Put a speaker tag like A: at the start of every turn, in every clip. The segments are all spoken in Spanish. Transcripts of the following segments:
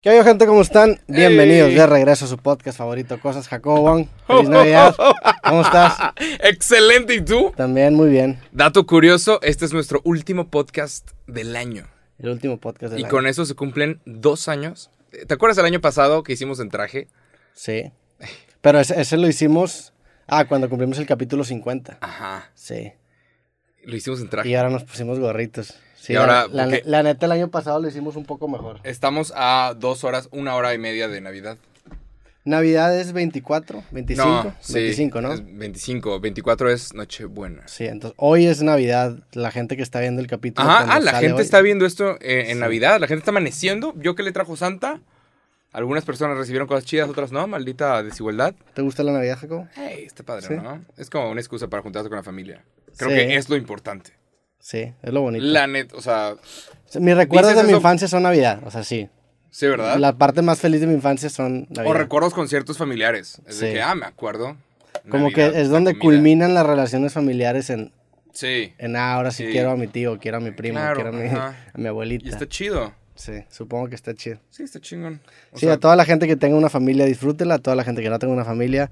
A: ¿Qué hay, gente? ¿Cómo están? Bienvenidos de regreso a su podcast favorito, Cosas Jacobo Wong. Feliz Navidad. ¿Cómo estás?
B: Excelente, ¿y tú?
A: También muy bien.
B: Dato curioso, este es nuestro último podcast del año.
A: El último podcast del
B: y
A: año.
B: con eso se cumplen dos años. ¿Te acuerdas el año pasado que hicimos en traje?
A: Sí. Pero ese, ese lo hicimos. Ah, cuando cumplimos el capítulo 50.
B: Ajá.
A: Sí.
B: Lo hicimos en
A: Y
B: traje.
A: ahora nos pusimos gorritos. Sí,
B: Y ahora,
A: la, la-
B: porque-
A: la neta, el año pasado lo hicimos un poco mejor.
B: Estamos a dos horas, una hora y media de Navidad.
A: Navidad es 24, 25,
B: sí,
A: 25, ¿no?
B: es 25, 24 es Nochebuena.
A: Sí, entonces hoy es Navidad. La gente que está viendo el capítulo. cuando
B: Ajá, ah, la
A: sale
B: gente
A: hoy-
B: está viendo esto eh, en
A: Sí.
B: Navidad, la gente está amaneciendo. Yo que le trajo Santa. Algunas personas recibieron cosas chidas, otras no, maldita desigualdad.
A: ¿Te gusta la Navidad, Jacobo?
B: Hey, está padre,
A: Sí.
B: ¿no? Es como una excusa para juntarse con la familia. Creo
A: Sí.
B: que es lo importante.
A: Sí, es lo bonito.
B: La net, o sea,
A: Mis recuerdos de
B: Dices
A: mi
B: eso-
A: infancia son Navidad, o sea, sí.
B: sí, ¿verdad?
A: La parte más feliz de mi infancia son
B: o
A: Navidad.
B: recuerdos con ciertos familiares. Es de
A: Sí.
B: que, ah, me acuerdo.
A: Como
B: Navidad,
A: que es
B: la
A: donde
B: comida.
A: culminan las relaciones familiares en,
B: Sí,
A: en ah, ahora sí,
B: Sí.
A: quiero a mi tío, quiero a mi primo,
B: Claro,
A: quiero a mi,
B: ajá.
A: a mi
B: y este
A: abuelita.
B: está chido.
A: Sí, supongo que está chido.
B: Sí, está chingón. O
A: sí,
B: sea,
A: a toda la gente que tenga una familia, disfrútela. A toda la gente que no tenga una familia,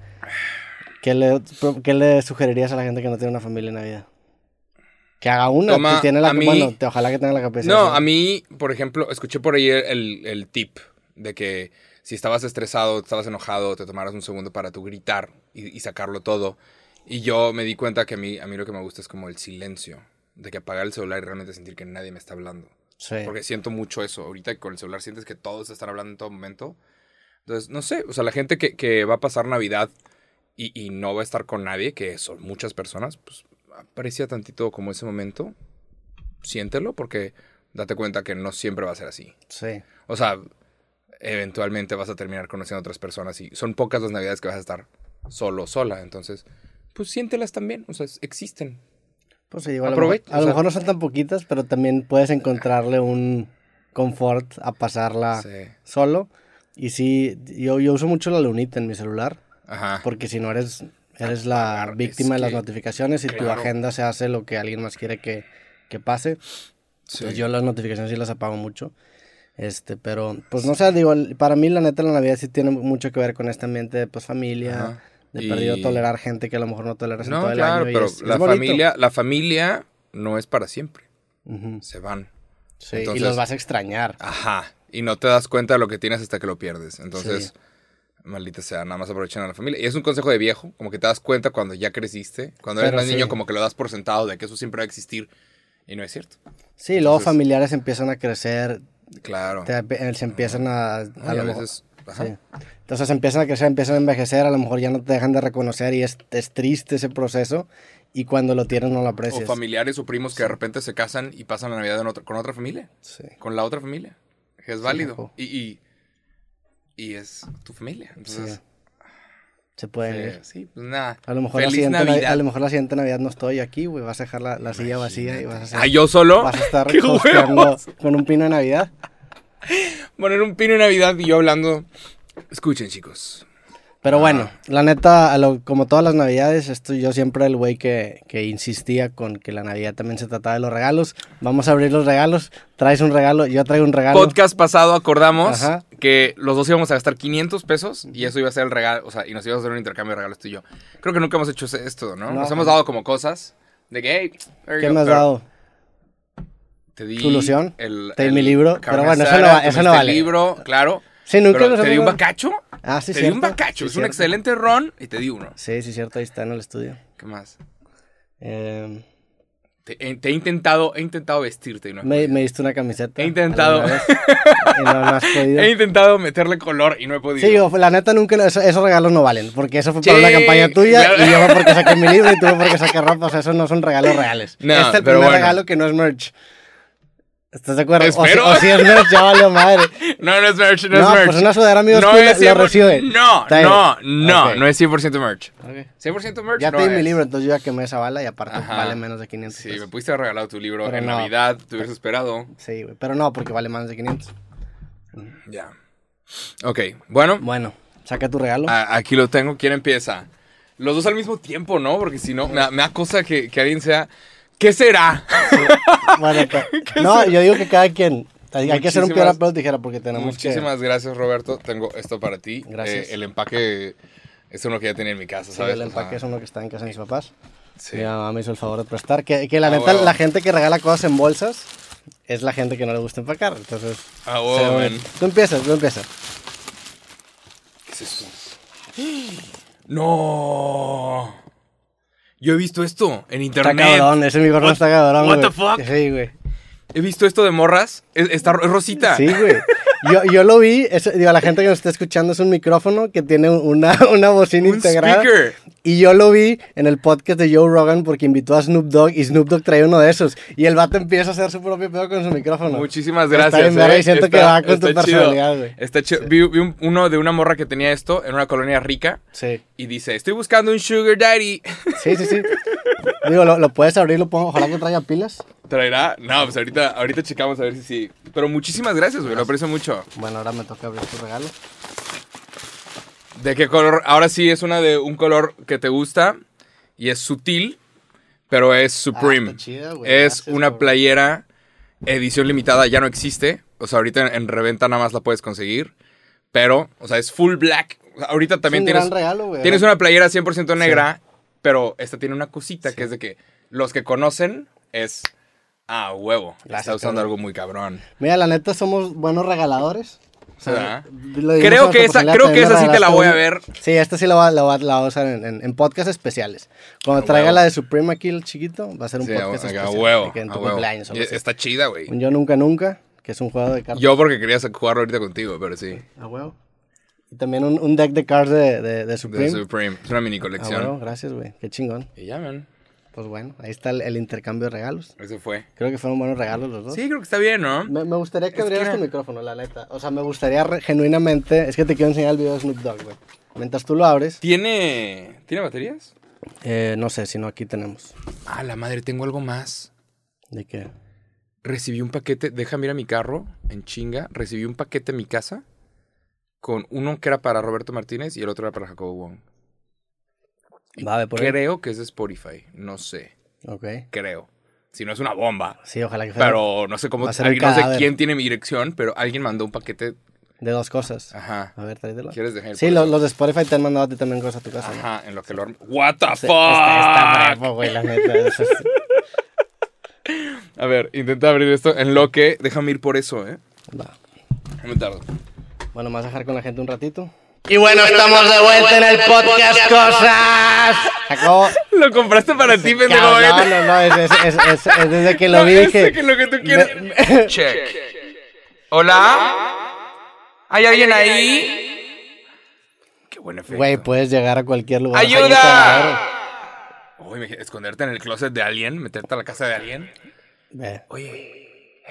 A: ¿qué le, pro- qué le sugerirías a la gente que no tiene una familia en Navidad? Que haga una,
B: Toma,
A: si tiene la
B: a mí-
A: bueno, te- ojalá que tenga la capacidad.
B: No, a mí, por ejemplo, escuché por ahí el, el tip de que si estabas estresado, estabas enojado, te tomaras un segundo para tú gritar y, y sacarlo todo. Y yo me di cuenta que a mí, a mí lo que me gusta es como el silencio, de que apagar el celular y realmente sentir que nadie me está hablando.
A: Sí.
B: Porque siento mucho eso. Ahorita que con el celular sientes que todos te están hablando en todo momento. Entonces, no sé, o sea, la gente que, que va a pasar Navidad y, y no va a estar con nadie, que son muchas personas, pues aprecia tantito como ese momento. Siéntelo porque date cuenta que no siempre va a ser así.
A: Sí.
B: O sea, eventualmente vas a terminar conociendo a otras personas y son pocas las Navidades que vas a estar solo, o sola. Entonces, pues siéntelas también, o sea, existen.
A: Pues sí, digo, a, lo
B: Aprovecha,
A: mejor- a lo
B: o sea-
A: mejor no son tan poquitas, pero también puedes encontrarle un confort a pasarla
B: Sí.
A: solo. Y sí, yo, yo uso mucho la lunita en mi celular,
B: Ajá.
A: porque si no eres, eres la
B: Ah, es
A: víctima de las
B: que-
A: notificaciones y tu
B: claro.
A: agenda se hace lo que alguien más quiere que, que pase.
B: Sí.
A: Entonces yo las notificaciones sí las apago mucho. Este, pero, pues no sé, digo, el- para mí la neta la Navidad sí tiene mucho que ver con este ambiente de pues familia,
B: Ajá.
A: de
B: Y-
A: perdido tolerar gente que a lo mejor no toleras en
B: No,
A: todo el
B: claro,
A: año. y
B: pero
A: es- es
B: la,
A: bonito.
B: familia, la familia no es para siempre.
A: Ujú.
B: Se van.
A: Sí,
B: Entonces-
A: y los vas a extrañar.
B: Ajá. Y no te das cuenta de lo que tienes hasta que lo pierdes. Entonces, maldita sea, nada más aprovechen a la familia. Y es un consejo de viejo, como que te das cuenta cuando ya creciste. Cuando eres
A: Pero
B: más
A: sí.
B: niño, como que lo das por sentado de que eso siempre va a existir. Y no es cierto.
A: Sí, luego
B: Entonces-
A: familiares empiezan a crecer,
B: Claro.
A: te- eh, se empiezan a...
B: No,
A: a
B: y a
A: lo mejor-
B: veces. Ajá.
A: sí. Entonces empiezan a crecer, empiezan a envejecer, a lo mejor ya no te dejan de reconocer y es, es triste ese proceso y cuando lo tienes no lo
B: O
A: aprecias.
B: familiares o primos que de repente se casan y pasan la Navidad en otra- con otra familia.
A: Sí.
B: Con la otra familia. Que es
A: ojo.
B: válido. Y, y, y es tu familia. Entonces.
A: Sí. Se pueden
B: Eh,
A: ir.
B: sí, pues nada.
A: A lo, mejor la
B: Feliz
A: siguiente Navi-
B: Navidad.
A: a lo mejor la siguiente Navidad no estoy aquí, güey. Vas a dejar la, la silla vacía y vas a, hacer-
B: Ah, yo solo.
A: vas a estar
B: ¡Qué
A: costeando
B: huevos!
A: con un pino de Navidad.
B: Poner un pino en Navidad y yo hablando. Escuchen, chicos. Ah.
A: Pero bueno, la neta, a lo- como todas las navidades, esto, yo siempre era el güey que, que insistía con que la Navidad también se trataba de los regalos. Vamos a abrir los regalos. Traes un regalo, yo traigo un regalo.
B: Podcast pasado acordamos
A: Ajá.
B: que los dos íbamos a gastar 500 pesos y eso iba a ser el regalo, o sea, y nos íbamos a hacer un intercambio de regalos tú y yo. Creo que nunca hemos hecho ese- esto, ¿no?
A: No.
B: Nos hemos dado como cosas de que, hey, there you
A: ¿Qué
B: go,
A: me has
B: pero
A: dado?
B: Te di
A: Tu ilusión,
B: el-
A: te di
B: el
A: mi libro,
B: carne
A: pero bueno, eso no
B: asada,
A: va-
B: te
A: eso no
B: metiste
A: vale.
B: el libro, claro.
A: Sí, nunca
B: pero
A: nos
B: te di
A: hemos
B: un
A: dado-
B: bacacho.
A: Ah, sí,
B: te di un
A: cierto.
B: bacacho,
A: Sí,
B: es un
A: cierto.
B: excelente ron y te di uno.
A: Sí, sí, cierto, ahí está en el estudio.
B: ¿Qué más?
A: Eh,
B: Te, he- te he intentado, he intentado vestirte y no he
A: me, me diste una camiseta.
B: pues He intentado.
A: alguna vez, y no, no has podido.
B: He intentado meterle color y no he podido.
A: Sí, digo, la neta nunca, eso- esos regalos no valen, porque eso fue para
B: Sí,
A: una campaña tuya
B: claro.
A: y yo fue porque saqué mi libro y tú fue porque saqué ropa, o sea, esos no son regalos reales.
B: No,
A: este es el
B: pero
A: primer
B: bueno.
A: regalo que no es merch. ¿Estás de acuerdo? O si-
B: Espero.
A: O, si, es merch, ya valió madre.
B: No, no es merch, no,
A: No,
B: es merch.
A: pues una sudadera amigos
B: no
A: que la-
B: es 100%
A: la recibe.
B: No,
A: Está bien.
B: no, no,
A: Ok.
B: no es 100% merch. 100% merch
A: Ya
B: no
A: te di mi
B: es.
A: libro, entonces yo ya quemé esa bala y aparte
B: Ajá.
A: vale menos de 500
B: Sí, me
A: pesos.
B: pudiste haber regalado tu libro
A: Pero
B: en
A: no.
B: Navidad, te hubieras esperado.
A: Sí, güey, pero no, porque vale menos de 500.
B: Ya. Ok, bueno,
A: Bueno, saca tu regalo.
B: a- aquí lo tengo. ¿Quién empieza? Los dos al mismo tiempo, ¿no? Porque si no, me, da- me da cosa que, que alguien sea... ¿Qué será?
A: Bueno, pues, no, yo digo que cada quien, Hay que hacer un piedra, papel o tijera porque tenemos
B: Muchísimas gracias, Roberto. Tengo esto para ti.
A: Gracias.
B: Eh, el empaque es uno que ya tenía en mi casa,
A: que... Sí,
B: ¿sabes?
A: el
B: O
A: empaque
B: sea,
A: es uno que está en casa de mis papás.
B: sí.
A: Mi mamá me hizo el favor de prestar. Que, que la
B: Ah,
A: neta,
B: huevo.
A: la gente que regala cosas en bolsas es la gente que no le gusta empacar. Entonces,
B: Ah,
A: se
B: wow,
A: ve
B: man.
A: bonito. tú empiezas, tú empiezas.
B: ¿Qué es eso? ¡No! Yo he visto esto en
A: Está
B: internet.
A: cabrón, ese micrófono
B: What-
A: está cabrón.
B: what the
A: güey.
B: fuck?
A: Sí, güey.
B: He visto esto de morras. Es, está, es rosita.
A: Sí, güey. Yo, yo lo vi, es- digo, a la gente que nos está escuchando es un micrófono que tiene una, una bocina
B: Un
A: integrada.
B: speaker.
A: Y yo lo vi en el podcast de Joe Rogan porque invitó a Snoop Dogg y Snoop Dogg trae uno de esos. Y el vato empieza a hacer su propio pedo con su micrófono.
B: Muchísimas
A: Está
B: gracias.
A: bien, verga,
B: eh.
A: y siento que va con tu
B: está
A: personalidad, güey.
B: Está chido. Vi, vi un- uno de una morra que tenía esto en una colonia rica
A: Sí,
B: y dice: Estoy buscando un sugar daddy.
A: sí, sí. sí. digo, lo, lo puedes abrir, lo pongo, ojalá que traiga pilas.
B: ¿Traerá? No, pues ahorita, ahorita checamos a ver si sí. Pero muchísimas gracias, güey. Lo aprecio mucho.
A: Bueno, ahora me toca abrir tu regalo.
B: ¿De qué color? Ahora sí es una de un color que te gusta y es sutil, pero es Supreme.
A: Ah, está chida, güey.
B: es
A: Gracias
B: una
A: por-
B: playera edición limitada, ya no existe. O sea, ahorita en, en reventa nada más la puedes conseguir. Pero, o sea, es full black. O sea, ahorita también
A: un
B: tienes.
A: gran regalo, güey.
B: Tienes una playera 100% negra, pero esta tiene una cosita que es de que los que conocen es. Ah, huevo. está
A: Gracias,
B: usando
A: cabrón.
B: algo muy cabrón.
A: Mira, la neta, somos buenos regaladores. O
B: ¿Verdad?
A: lo dimos
B: Creo
A: a
B: que
A: nuestra
B: esa-
A: personalidad,
B: creo que
A: también
B: esa sí te la
A: regalaste
B: voy a
A: una.
B: ver.
A: Sí, esta sí la va, la va- la va a usar en, en, en podcasts especiales. Cuando
B: A
A: traiga
B: huevo.
A: la de Supreme aquí, el chiquito, va a ser un
B: Sí, a,
A: podcast
B: a- a
A: especial.
B: huevo.
A: de que en
B: a
A: tu
B: huevo.
A: cumpleaños o algo
B: Y
A: así.
B: Está chida, güey.
A: Un Yo Nunca Nunca, que es un juego de cartas.
B: Yo porque quería jugarlo ahorita contigo, pero sí.
A: A huevo. Y también un, un deck de cards de, de, de
B: De
A: Supreme.
B: Supreme. Es una mini
A: a
B: colección.
A: huevo, gracias, güey. Qué chingón.
B: Y ya, man.
A: Pues bueno, ahí está el, el intercambio de regalos.
B: Eso fue.
A: Creo que fueron buenos regalos los dos.
B: Sí, creo que está bien, ¿no?
A: Me, me gustaría que
B: Es que
A: abrieras
B: era-
A: tu micrófono, la neta. O sea, me gustaría re- genuinamente. Es que te quiero enseñar el video de Snoop Dogg, güey. Mientras tú lo abres,
B: ¿Tiene. ¿Tiene baterías?
A: eh, no sé si no aquí tenemos.
B: Ah, la madre, tengo algo más.
A: ¿De qué?
B: Recibí un paquete, déjame ir a mi carro, en chinga. Recibí un paquete en mi casa con uno que era para Roberto Martínez y el otro era para Jacobo Wong.
A: Va, ve por ahí.
B: Creo que es de Spotify, no sé,
A: Ok.
B: creo. Si no es una bomba.
A: Sí, ojalá que fuera
B: Pero no sé cómo,
A: Va a ser un
B: alguien- no sé
A: cadáver.
B: quién tiene mi dirección, pero alguien mandó un paquete.
A: de dos cosas.
B: Ajá.
A: A ver, tráetelo.
B: ¿Quieres dejar el
A: Sí,
B: proceso?
A: lo- los de Spotify te han mandado a ti también cosas a tu casa. ¿no?
B: Ajá, en lo que lo arm- What the
A: Sí,
B: fuck.
A: Está, está bravo, güey, la neta. Eso es-
B: A ver, intenta abrir esto en lo que déjame ir por eso, ¿eh?
A: Va.
B: No me tardo.
A: Bueno, me vas a dejar con la gente un ratito.
C: Y bueno, estamos de vuelta en el podcast Cosas.
A: Jacobo.
B: Lo compraste para ti, pendejo.
A: No,
B: ¿eh?
A: no, no, no, es, es- es- es- es desde que lo vi
B: Ese
A: dije.
B: que lo que tú quieres. Check. Hola. ¿Hay alguien ahí? Qué buen efecto.
A: Güey, pues, puedes llegar a cualquier lugar.
B: ¡Ayuda! Uy, me- esconderte en el closet de alguien, meterte a la casa de alguien.
A: Ve.
B: Oye.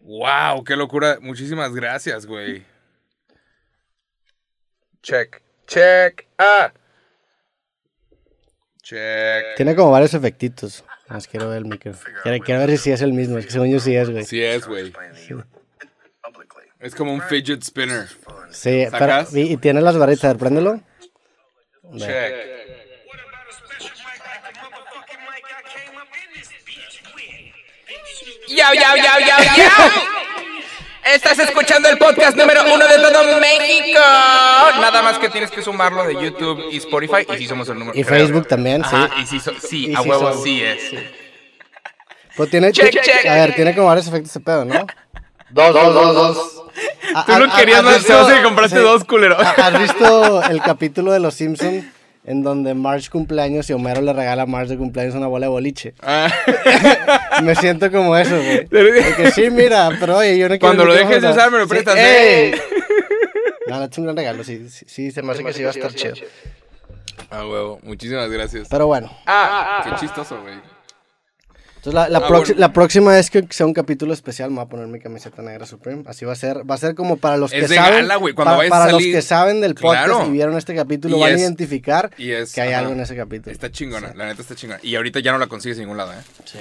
B: Wow, qué locura. Muchísimas gracias, güey. Check, check. Ah. Check.
A: Tiene como varios efectitos. Más quiero ver el micrófono. Quiero, quiero ver si es el mismo. Es que según yo sí es, güey. Sí,
B: Sí es, güey. Es como un fidget spinner.
A: pero.
B: ¿Sacas?
A: Y, y tiene las barritas. A ver, préndelo.
B: Check.
D: Yao, yao, yao, yao, yao. Estás escuchando el podcast número uno de todo México.
B: Nada más que tienes que sumarlo de YouTube y Spotify y si somos el número.
A: Y
B: creo.
A: Facebook también, sí.
B: Ajá, y si so- sí,
A: Y
B: a
A: sí
B: huevo
A: son.
B: sí es.
A: Pues tiene.
D: Check, check.
A: a ver, tiene como varios efectos ese pedo, ¿no?
C: Dos, dos, dos, dos.
A: Ah,
B: Tú
A: ah,
B: lo
A: ah,
B: querías
A: ¿has
B: más
A: visto-
B: feo si compraste
A: sí.
B: dos, culero.
A: Ah, ¿Has visto el capítulo de Los Simpsons en donde Marge cumpleaños y Homero le regala a Marge de cumpleaños una bola de boliche?
B: Ah.
A: Me siento como eso, güey. Que sí, mira, pero oye, yo no quiero.
B: Cuando
A: el
B: lo dejes de
A: micrófono.
B: usar, me lo
A: Sí,
B: prestas,
A: ¡ey! No, no, es un gran regalo, sí, sí, sí, se me hace que sí va a estar chido.
B: A huevo, muchísimas gracias.
A: Pero bueno,
B: Ah, qué chistoso, güey.
A: entonces la, la
B: Ah,
A: proxi-
B: bueno.
A: la próxima vez que sea un capítulo especial me voy a poner mi camiseta negra Supreme. Así va a ser, va a ser como para los
B: Es
A: que
B: de
A: saben,
B: gala, güey, cuando
A: para,
B: vayas a
A: para
B: salir.
A: los que saben del podcast
B: Claro.
A: y vieron este capítulo
B: Y
A: van
B: es-
A: a identificar
B: y es-
A: que hay
B: ajá.
A: algo en ese capítulo.
B: Está chingona, la neta está chingona. Y ahorita ya no la consigues en ningún lado, ¿eh?
A: Sí.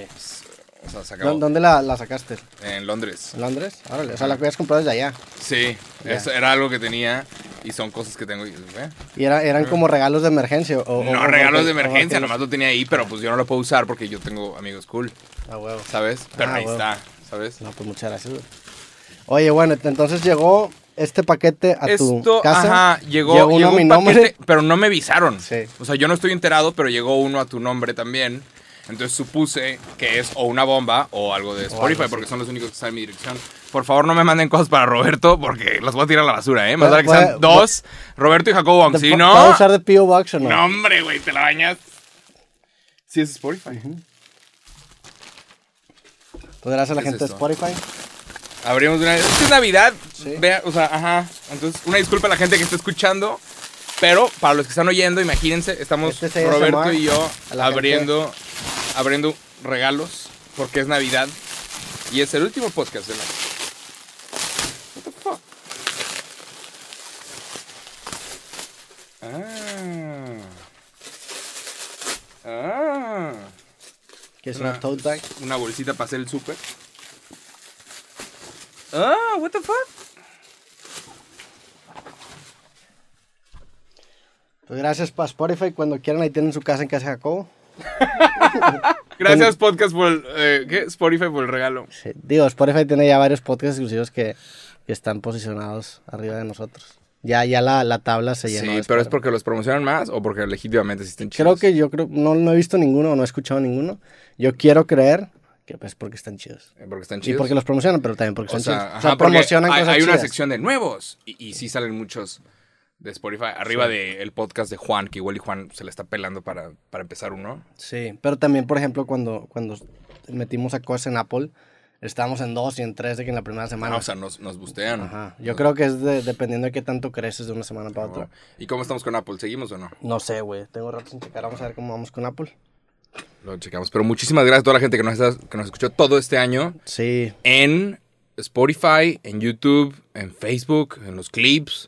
B: O sea, se acabó.
A: ¿Dó- ¿Dónde la, la sacaste?
B: En Londres.
A: ¿En Londres? Órale, o sea, la habías comprado desde allá.
B: Sí, eso era algo que tenía y son cosas que tengo. y, ¿eh?
A: Y era, eran como regalos de emergencia. O, o-
B: No,
A: o-
B: regalos
A: o- o-
B: de emergencia,
A: o-
B: nomás lo tenía ahí, pero pues yo no lo puedo usar porque yo tengo amigos cool,
A: A huevo.
B: ¿sabes? Pero
A: Ah,
B: ahí
A: huevo.
B: está, ¿sabes?
A: No, pues muchas gracias, güey. Oye, bueno, entonces llegó este paquete a tu
B: Esto,
A: casa.
B: ajá, llegó,
A: uno
B: llegó
A: a mi
B: un
A: nombre.
B: paquete, pero no me avisaron.
A: Sí.
B: O sea, yo no estoy enterado, pero llegó uno a tu nombre también. Entonces supuse que es o una bomba o algo de Spotify, porque son los únicos que están en mi dirección. Por favor, no me manden cosas para Roberto, porque las voy a tirar a la basura, ¿eh? Más
A: Voy-
B: vale que sean
A: voy-
B: dos, Roberto y Jacobo Wong.
A: ¿Te
B: Si
A: pu-
B: no,
A: ¿Puedo usar de P.O. Box o no?
B: no, hombre, güey, te la bañas. Sí, es Spotify.
A: Pues gracias a la
B: ¿Qué es
A: gente de
B: esto?
A: Spotify.
B: Abrimos una. Es que es Navidad.
A: Sí.
B: Vea, o sea, ajá. Entonces, una disculpa a la gente que está escuchando. Pero para los que están oyendo, imagínense, estamos
A: Este es ASMR
B: Roberto y yo
A: a la
B: abriendo, abriendo regalos porque es Navidad y es el último podcast del año. What the fuck? Ah. Ah.
A: Que es una tote bag.
B: Una bolsita para hacer el súper. Ah, what the fuck?
A: Pues gracias para Spotify. Cuando quieran, ahí tienen su casa en Casa de Jacobo.
B: Gracias, podcast, por el, eh, ¿qué? Spotify por el regalo.
A: Sí, Digo, Spotify tiene ya varios podcasts exclusivos que, que están posicionados arriba de nosotros. Ya, ya la, la tabla se llenó.
B: Sí,
A: de
B: pero es
A: Spotify.
B: porque los promocionan más o porque legítimamente existen
A: Creo que yo creo, no, no he visto ninguno, no he escuchado ninguno. Yo quiero creer que pues porque están chidos.
B: Eh, Porque están
A: Y
B: chidos.
A: porque los promocionan, pero también porque
B: o
A: están
B: sea,
A: chidos. O
B: ajá,
A: sea,
B: porque
A: promocionan
B: hay,
A: cosas
B: hay una
A: chidas.
B: sección de nuevos y, y sí salen muchos de Spotify. Arriba del podcast de Juan, que igual y Juan se le está pelando para, para empezar uno.
A: Sí, pero también, por ejemplo, cuando, cuando metimos a cosas en Apple, estábamos en dos y en tres de que en la primera semana.
B: Ah, o sea, nos, nos bustean.
A: Ajá. Yo creo que es de- dependiendo de qué tanto creces de una semana para otra.
B: ¿Y cómo estamos con Apple? ¿Seguimos o no?
A: No sé, güey. Tengo rato sin checar. Vamos a ver cómo vamos con Apple.
B: Lo checamos. Pero muchísimas gracias a toda la gente que nos, está- que nos escuchó todo este año.
A: Sí.
B: en Spotify, en YouTube, en Facebook, en los clips,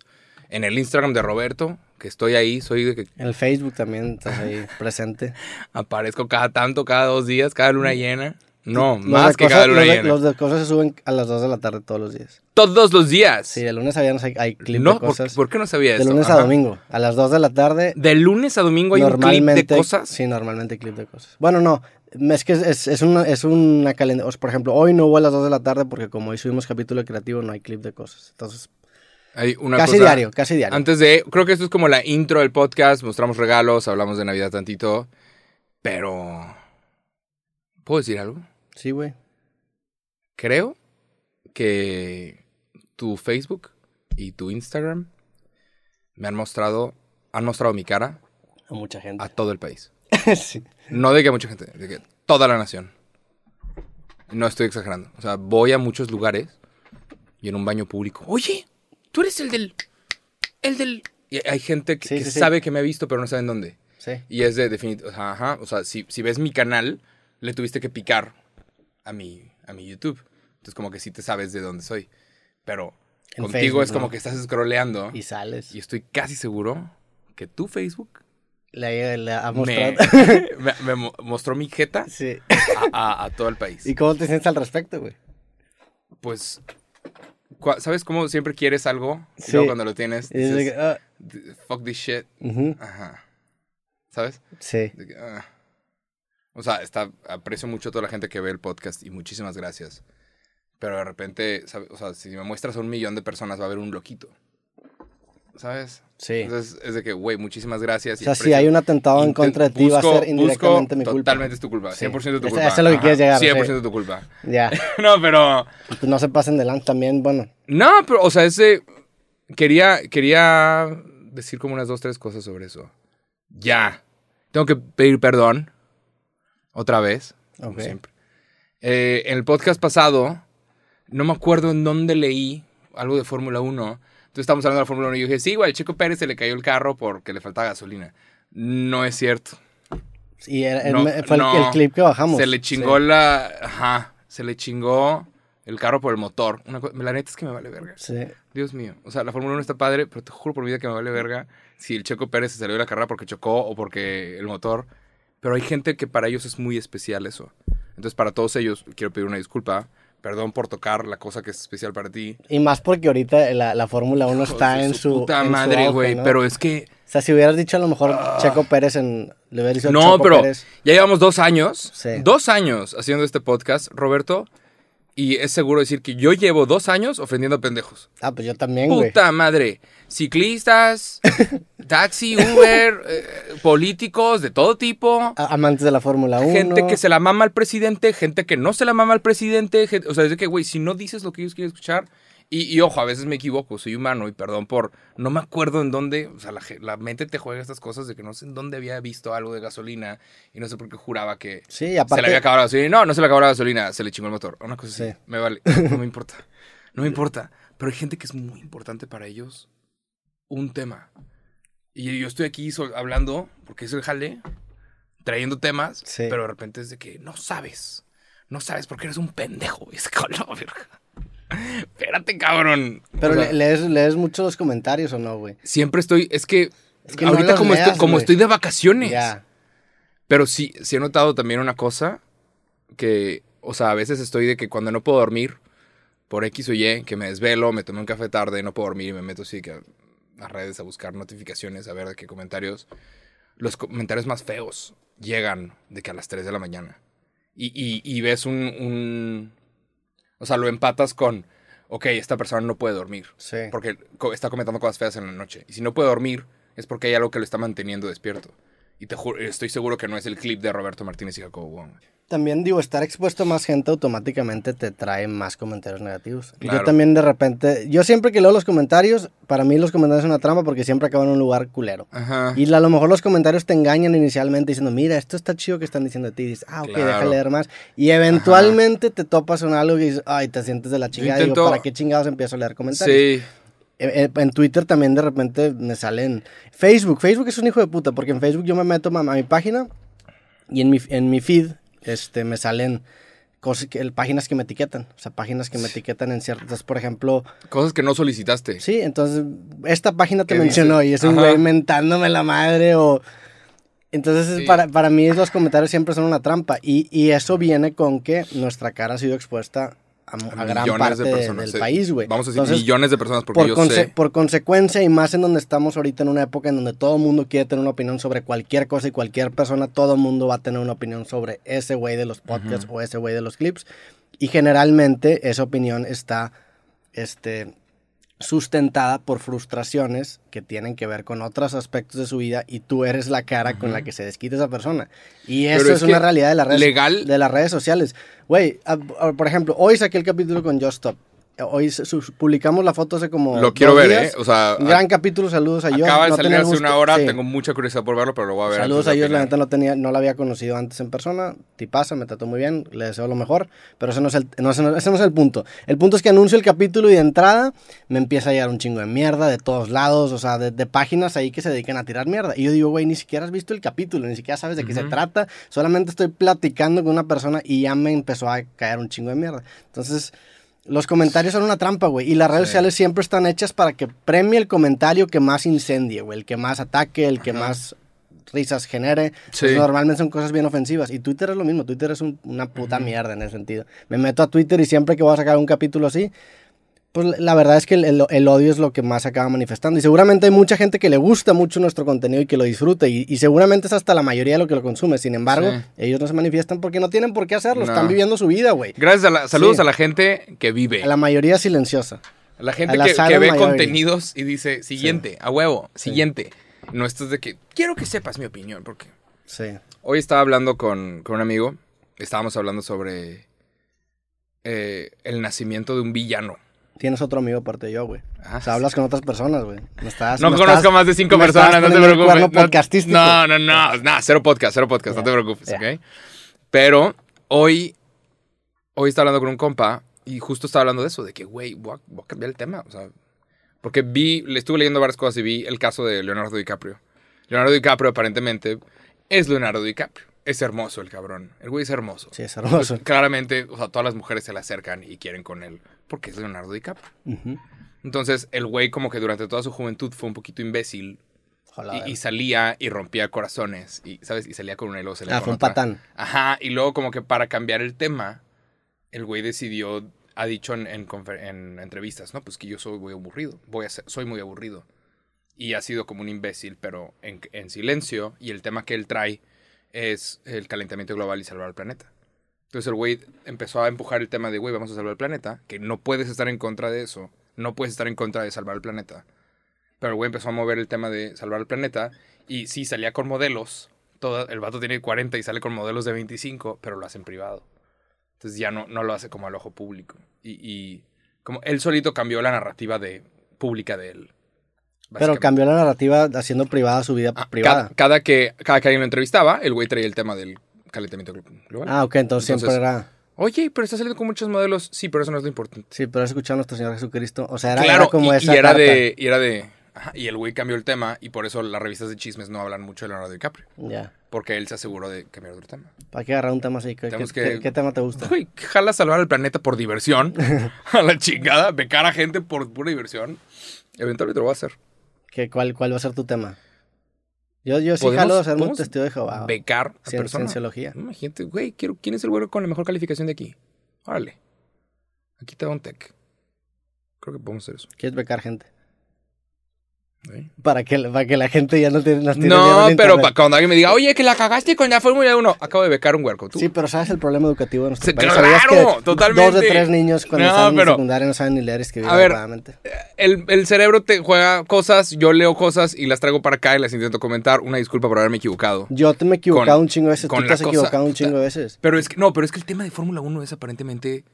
B: en el Instagram de Roberto, que estoy ahí, soy de que
A: En el Facebook también estás ahí presente.
B: aparezco cada tanto, cada dos días, cada luna llena. No,
A: Los
B: más
A: de
B: que
A: cosas-
B: cada luna
A: los de-
B: llena.
A: Los de cosas se suben a las 2 de la tarde todos los días.
B: Todos los días.
A: Sí, de lunes a viernes hay, hay clip
B: no,
A: de
B: ¿por,
A: cosas.
B: por qué no sabía
A: de
B: eso?
A: lunes a
B: Ajá.
A: domingo. A las 2 de la tarde
B: De lunes a domingo hay un clip
A: normalmente
B: de cosas.
A: Sí, normalmente hay clip de cosas. Bueno, no, es que es, es- es una, es una calendario. Por ejemplo, hoy no hubo a las 2 de la tarde porque como hoy subimos capítulo creativo no hay clip de cosas. Entonces,
B: Hay una
A: casi
B: cosa-
A: diario, casi diario.
B: Antes de, creo que esto es como la intro del podcast, mostramos regalos, hablamos de Navidad tantito, pero... ¿Puedo decir algo?
A: Sí, güey.
B: creo que tu Facebook y tu Instagram me han mostrado, han mostrado mi cara
A: A mucha gente.
B: a todo el país.
A: sí.
B: No de que a mucha gente, de que toda la nación. No estoy exagerando. O sea, voy a muchos lugares y en un baño público. Oye, tú eres el del, el del. Y hay gente que,
A: Sí,
B: que
A: sí, sí.
B: sabe que me ha visto pero no saben dónde.
A: Sí.
B: Y es de definitivo. Ajá, ajá. O sea, si, si ves mi canal, le tuviste que picar a mi, a mi YouTube. Entonces, como que sí te sabes de dónde soy. Pero
A: En
B: contigo
A: Facebook,
B: es como
A: ¿no?
B: que estás scrolleando.
A: Y
B: Y,
A: sales.
B: estoy casi seguro que tu Facebook
A: Le, le ha
B: me,
A: mostrado.
B: me- me mo- mostró mi jeta
A: sí.
B: a, a- a todo el país.
A: ¿Y cómo te sientes al respecto, güey?
B: Pues, cua- ¿sabes cómo siempre quieres algo? Y
A: Sí.
B: luego cuando lo tienes,
A: Y es de
B: dices,
A: que, ah,
B: "D- fuck this shit.
A: ujú,
B: Ajá. ¿Sabes?
A: Sí.
B: De que, ah. O sea, está, aprecio mucho a toda la gente que ve el podcast y muchísimas gracias. Pero de repente, ¿sabe? o sea, si me muestras a un millón de personas va a haber un loquito. ¿Sabes?
A: Sí.
B: Entonces es de que, güey, muchísimas gracias.
A: O sea, si hay un atentado en contra de ti, va a ser indirectamente mi culpa.
B: Totalmente es tu culpa,
A: Sí.
B: 100% tu
A: Eso-
B: culpa.
A: eso es lo que quieres llegar,
B: 100%
A: sí.
B: tu culpa.
A: Ya. pues
B: no, pero...
A: No se pasen delante también, bueno.
B: No, pero, o sea, ese. Quería, quería decir como unas dos, tres cosas sobre eso. Ya. Tengo que pedir perdón. Otra vez. Como
A: Ok.
B: siempre. Eh, en el podcast pasado, no me acuerdo en dónde leí algo de Fórmula 1. Entonces estábamos hablando de la Fórmula 1 y yo dije, sí, güey, al Checo Pérez se le cayó el carro porque le faltaba gasolina. No es cierto.
A: Y era- el-
B: No,
A: me- fue el-
B: no.
A: el, clip que bajamos.
B: Se le chingó la. Ajá. Se le chingó el carro por el motor. Una co- la neta es que me vale verga.
A: Sí. sí.
B: Dios mío. O sea, la Fórmula 1 está padre, pero te juro por mi vida que me vale verga si el Checo Pérez se salió de la carrera porque chocó o porque el motor. Pero hay gente que para ellos es muy especial eso. Entonces, para todos ellos, quiero pedir una disculpa. Perdón por tocar la cosa que es especial para ti.
A: Y más porque ahorita la, la Fórmula 1 está
B: Hijos de
A: en su.
B: puta
A: en su
B: madre,
A: auge,
B: güey.
A: ¿no?
B: Pero es que.
A: O sea, si hubieras dicho a lo mejor Checo Pérez en. Le hubieras dicho
B: No,
A: Checo
B: pero
A: Pérez.
B: ya llevamos dos años.
A: Sí.
B: Dos años haciendo este podcast. Roberto, Y es seguro decir que yo llevo dos años ofendiendo pendejos.
A: Ah, pues yo también, güey.
B: Puta madre. Ciclistas, taxi, Uber, eh, políticos de todo tipo.
A: A- Amantes de la Fórmula 1.
B: Gente que se la mama al presidente, gente que no se la mama al presidente. gen- o sea, es de que, güey, si no dices lo que ellos quieren escuchar. Y, y ojo, a veces me equivoco, soy humano y perdón por. No me acuerdo en dónde. O sea, la, ge- la mente te juega estas cosas de que no sé en dónde había visto algo de gasolina y no sé por qué juraba que
A: Sí,
B: se
A: aparte-
B: le había acabado la gasolina. No, no se le acabó la gasolina, se le chingó el motor. Una cosa así.
A: Sí.
B: Me vale, no me importa. No me importa. Pero hay gente que es muy importante para ellos un tema. Y yo estoy aquí sol- hablando, porque es el jale, trayendo temas,
A: Sí.
B: pero de repente es de que no sabes. No sabes porque eres un pendejo. Es que, "No, verga. Espérate, cabrón.
A: Pero
B: O sea,
A: le- lees, lees mucho los comentarios o no, güey.
B: siempre estoy. Es que,
A: Es que no
B: ahorita,
A: los
B: como,
A: leas,
B: estoy, como
A: güey.
B: estoy de vacaciones.
A: Ya.
B: Pero sí, sí he notado también una cosa que, o sea, a veces estoy de que cuando no puedo dormir, por X o Y, que me desvelo, me tomé un café tarde, no puedo dormir y me meto así que a redes a buscar notificaciones, a ver de qué comentarios. Los comentarios más feos llegan de que a las 3 de la mañana. Y, y- y ves un, un... O sea, lo empatas con, ok, esta persona no puede dormir.
A: Sí.
B: Porque co- está comentando cosas feas en la noche. Y si no puede dormir, es porque hay algo que lo está manteniendo despierto. Y te juro, estoy seguro que no es el clip de Roberto Martínez y Jacobo Wong.
A: También digo, estar expuesto a más gente automáticamente te trae más comentarios negativos.
B: Claro.
A: Yo también de repente, yo siempre que leo los comentarios, para mí los comentarios son una trampa porque siempre acaban en un lugar culero.
B: Ajá.
A: Y a lo mejor los comentarios te engañan inicialmente diciendo, mira, esto está chido que están diciendo de ti. Y dices, ah, ok,
B: Claro.
A: déjale leer más. Y eventualmente te topas con algo y dices, ay, te sientes de la chingada. Digo,
B: intento-
A: ¿para qué chingados empiezo a leer comentarios?
B: Sí.
A: En, Eh, en Twitter también de repente me salen. Facebook, Facebook es un hijo de puta, porque en Facebook yo me meto mam- a mi página y en mi, en mi feed este, me salen cosas que, el- páginas que me etiquetan. O sea, páginas que me etiquetan en ciertas. Por ejemplo,
B: Cosas que no solicitaste.
A: sí, entonces esta página te
B: ¿Qué dice?
A: mencionó y es un
B: Ajá.
A: güey mentándome la madre o. Entonces,
B: Sí.
A: para, para mí los comentarios siempre son una trampa. Y, y eso viene con que nuestra cara ha sido expuesta a, mu- a gran parte de- del
B: Sí.
A: país, güey.
B: Vamos a decir
A: Entonces,
B: millones de personas porque
A: por,
B: yo
A: conse-
B: sé.
A: por consecuencia, y más en donde estamos ahorita en una época en donde todo el mundo quiere tener una opinión sobre cualquier cosa y cualquier persona, todo el mundo va a tener una opinión sobre ese güey de los podcasts o ese güey de los clips. Y generalmente esa opinión está este, sustentada por frustraciones que tienen que ver con otros aspectos de su vida y tú eres la cara con la que se desquita esa persona. Y eso
B: Pero
A: es,
B: es
A: una
B: que
A: realidad de las redes,
B: legal-
A: de las redes sociales. Güey, a- a- por ejemplo, hoy saqué el capítulo con Just Stop. Hoy se- su- publicamos la foto hace como
B: Lo
A: dos
B: quiero ver,
A: días.
B: ¿eh? O sea,
A: Un gran capítulo, saludos a Dios.
B: acaba de
A: no
B: salir
A: tenía el
B: hace
A: gusto-
B: una hora.
A: sí.
B: Tengo mucha curiosidad por verlo, pero lo voy a ver.
A: Saludos
B: antes
A: a
B: de
A: ellos, la
B: opinar.
A: neta no, tenía, no la había conocido antes en persona. Tipaza, me trató muy bien, le deseo lo mejor, pero ese no, es el, no, ese no- ese no es el punto. El punto es que anuncio el capítulo y de entrada me empieza a llegar un chingo de mierda de todos lados, o sea, de, de páginas ahí que se dedican a tirar mierda. Y yo digo, güey, ni siquiera has visto el capítulo, ni siquiera sabes de qué se trata, solamente estoy platicando con una persona y ya me empezó a caer un chingo de mierda. Entonces... Los comentarios son una trampa, güey. Y las redes sociales siempre están hechas para que premie el comentario que más incendie, güey. El que más ataque, el que más risas genere.
B: Sí.
A: Pues, normalmente son cosas bien ofensivas. Y Twitter es lo mismo. Twitter es un- una puta mierda en ese sentido. Me meto a Twitter y siempre que voy a sacar un capítulo así, pues la- la verdad es que el, el- el odio es lo que más se acaba manifestando. Y seguramente hay mucha gente que le gusta mucho nuestro contenido y que lo disfruta. Y, y seguramente es hasta la mayoría de lo que lo consume. Sin embargo,
B: Sí.
A: ellos no se manifiestan porque no tienen por qué hacerlo.
B: No.
A: Están viviendo su vida, güey.
B: Gracias a la, saludos
A: Sí.
B: a la gente que vive.
A: A la mayoría silenciosa.
B: A La gente
A: A la
B: que,
A: Sarah
B: que ve
A: Mayori.
B: contenidos y dice, siguiente, a huevo, siguiente. No esto es de que, quiero que sepas mi opinión, porque
A: Sí.
B: hoy estaba hablando con, con un amigo, estábamos hablando sobre eh, el nacimiento de un villano.
A: Tienes otro amigo aparte de yo, güey.
B: Ah,
A: o sea, hablas con otras personas, güey. Me estás-
B: No
A: me
B: conozco
A: estás-
B: más de cinco
A: me estás
B: personas, no te
A: poniendo el
B: preocupes.
A: cuerno
B: No-
A: podcastístico.
B: No, no, no, no, cero podcast, cero podcast, no
A: Ya,
B: te preocupes,
A: ya.
B: ¿ok? Pero hoy, hoy estaba hablando con un compa y justo estaba hablando de eso, de que, güey, voy, a- voy a cambiar el tema, o sea, porque vi, le estuve leyendo varias cosas y vi el caso de Leonardo DiCaprio. Leonardo DiCaprio aparentemente es Leonardo DiCaprio. Es hermoso el cabrón. El güey es hermoso.
A: Sí, es hermoso.
B: Pues, claramente, o sea, todas las mujeres se le acercan y quieren con él porque es Leonardo DiCaprio.
A: Ujú.
B: Entonces, el güey como que durante toda su juventud fue un poquito imbécil
A: Ojalá,
B: y,
A: a ver.
B: y salía y rompía corazones y, ¿sabes? Y salía con una y luego salía
A: Ah,
B: con
A: fue un
B: otra.
A: patán.
B: Ajá, y luego como que para cambiar el tema, el güey decidió, ha dicho en, en confer- en entrevistas, ¿no? Pues que yo soy muy aburrido, voy a ser- soy muy aburrido. Y ha sido como un imbécil, pero en, en silencio. Y el tema que él trae es el calentamiento global y salvar al planeta. Entonces el güey empezó a empujar el tema de, güey, vamos a salvar el planeta, que no puedes estar en contra de eso, no puedes estar en contra de salvar el planeta. Pero el güey empezó a mover el tema de salvar el planeta y sí salía con modelos, todo, el vato tiene 40 y sale con modelos de 25, pero lo hace en privado. Entonces ya no, no lo hace como al ojo público. Y, y como él solito cambió la narrativa de pública de él.
A: Pero cambió la narrativa haciendo privada su vida
B: Ah,
A: privada.
B: Cada, cada que, cada que alguien lo entrevistaba, el güey traía el tema del calentamiento glo- global.
A: Ah, ok, entonces, siempre era.
B: Oye, pero está saliendo con muchos modelos. Sí, pero eso no es lo importante.
A: Sí, pero escuchar a nuestro Señor Jesucristo. O sea, era,
B: claro,
A: era como
B: y,
A: esa.
B: y era
A: carta.
B: de, y era de. ajá, y el güey cambió el tema y por eso las revistas de chismes no hablan mucho de Leonardo DiCaprio.
A: Ya.
B: Porque él se aseguró de cambiar otro tema.
A: ¿Para qué agarrar un tema así? ¿Qué,
B: Tenemos
A: qué-
B: que-
A: qué- qué tema te gusta?
B: Güey, jala salvar al planeta por diversión. a la chingada, becar a gente por pura diversión. Eventualmente lo va a hacer.
A: ¿Qué, cuál, ¿Cuál va a ser tu tema? Yo, yo sí
B: ¿Podemos-
A: jalo ser un
B: podemos
A: testigo de Jehová. o
B: Becar a
A: cien-
B: personas.
A: Cienciología.
B: Imagínate, güey, quiero, ¿quién es el güey con la mejor calificación de aquí? Órale. Aquí te da un tech. Creo que podemos hacer eso.
A: ¿Quieres becar gente?
B: ¿eh?
A: Para que, para que la gente ya no tiene, nos tiene miedo
B: No,
A: al
B: pero pa-
A: internet.
B: cuando alguien me diga, oye, que la cagaste con la Fórmula 1, acabo de becar un huerco. ¿Tú?
A: Sí, pero ¿sabes el problema educativo de nuestro
B: Sí,
A: país?
B: claro,
A: ¿Sabías que
B: totalmente.
A: Dos de tres niños cuando
B: No,
A: están en
B: pero-
A: secundaria no saben ni leer y escribir
B: A ver.
A: adecuadamente.
B: El, el cerebro te juega cosas, yo leo cosas y las traigo para acá y las intento comentar. Una disculpa por haberme equivocado.
A: Yo te me he equivocado
B: Con-
A: un chingo de veces, tú
B: con
A: te
B: la
A: has
B: cosa,
A: equivocado un
B: puta.
A: chingo de veces.
B: Pero es que, no, pero es que el tema de Fórmula 1 es aparentemente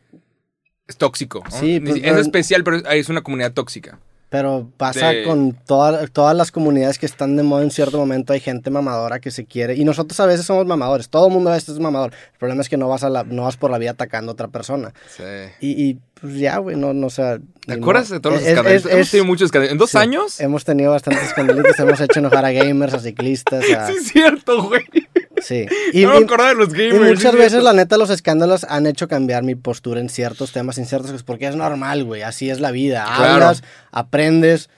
B: es tóxico. ¿no?
A: Sí, pues,
B: Ni si-
A: pero-
B: es especial, pero es- es una comunidad tóxica.
A: Pero pasa
B: de-
A: con toda- todas las comunidades que están de moda en cierto momento. Hay gente mamadora que se quiere. Y nosotros a veces somos mamadores. Todo el mundo a veces es mamador. El problema es que no vas, a la- no vas por la vida atacando a otra persona.
B: Sí.
A: Y, y, pues ya, güey, no, no, o sea...
B: ¿Te
A: ni
B: acuerdas
A: modo.
B: de todos los
A: Es- es-
B: escandalitos? Hemos
A: es-
B: tenido muchos escandalitos. ¿En dos
A: sí,
B: años?
A: Hemos tenido bastantes escandalitos. hemos hecho enojar a gamers, a ciclistas, a...
B: Sí, es cierto, güey.
A: Sí.
B: no me acordaba de los gamers.
A: y
B: sí es
A: muchas veces,
B: cierto.
A: la neta, los escándalos han hecho cambiar mi postura en ciertos temas, en ciertas cosas, porque es normal, güey, así es la vida.
B: Claro.
A: Hablas, aprendes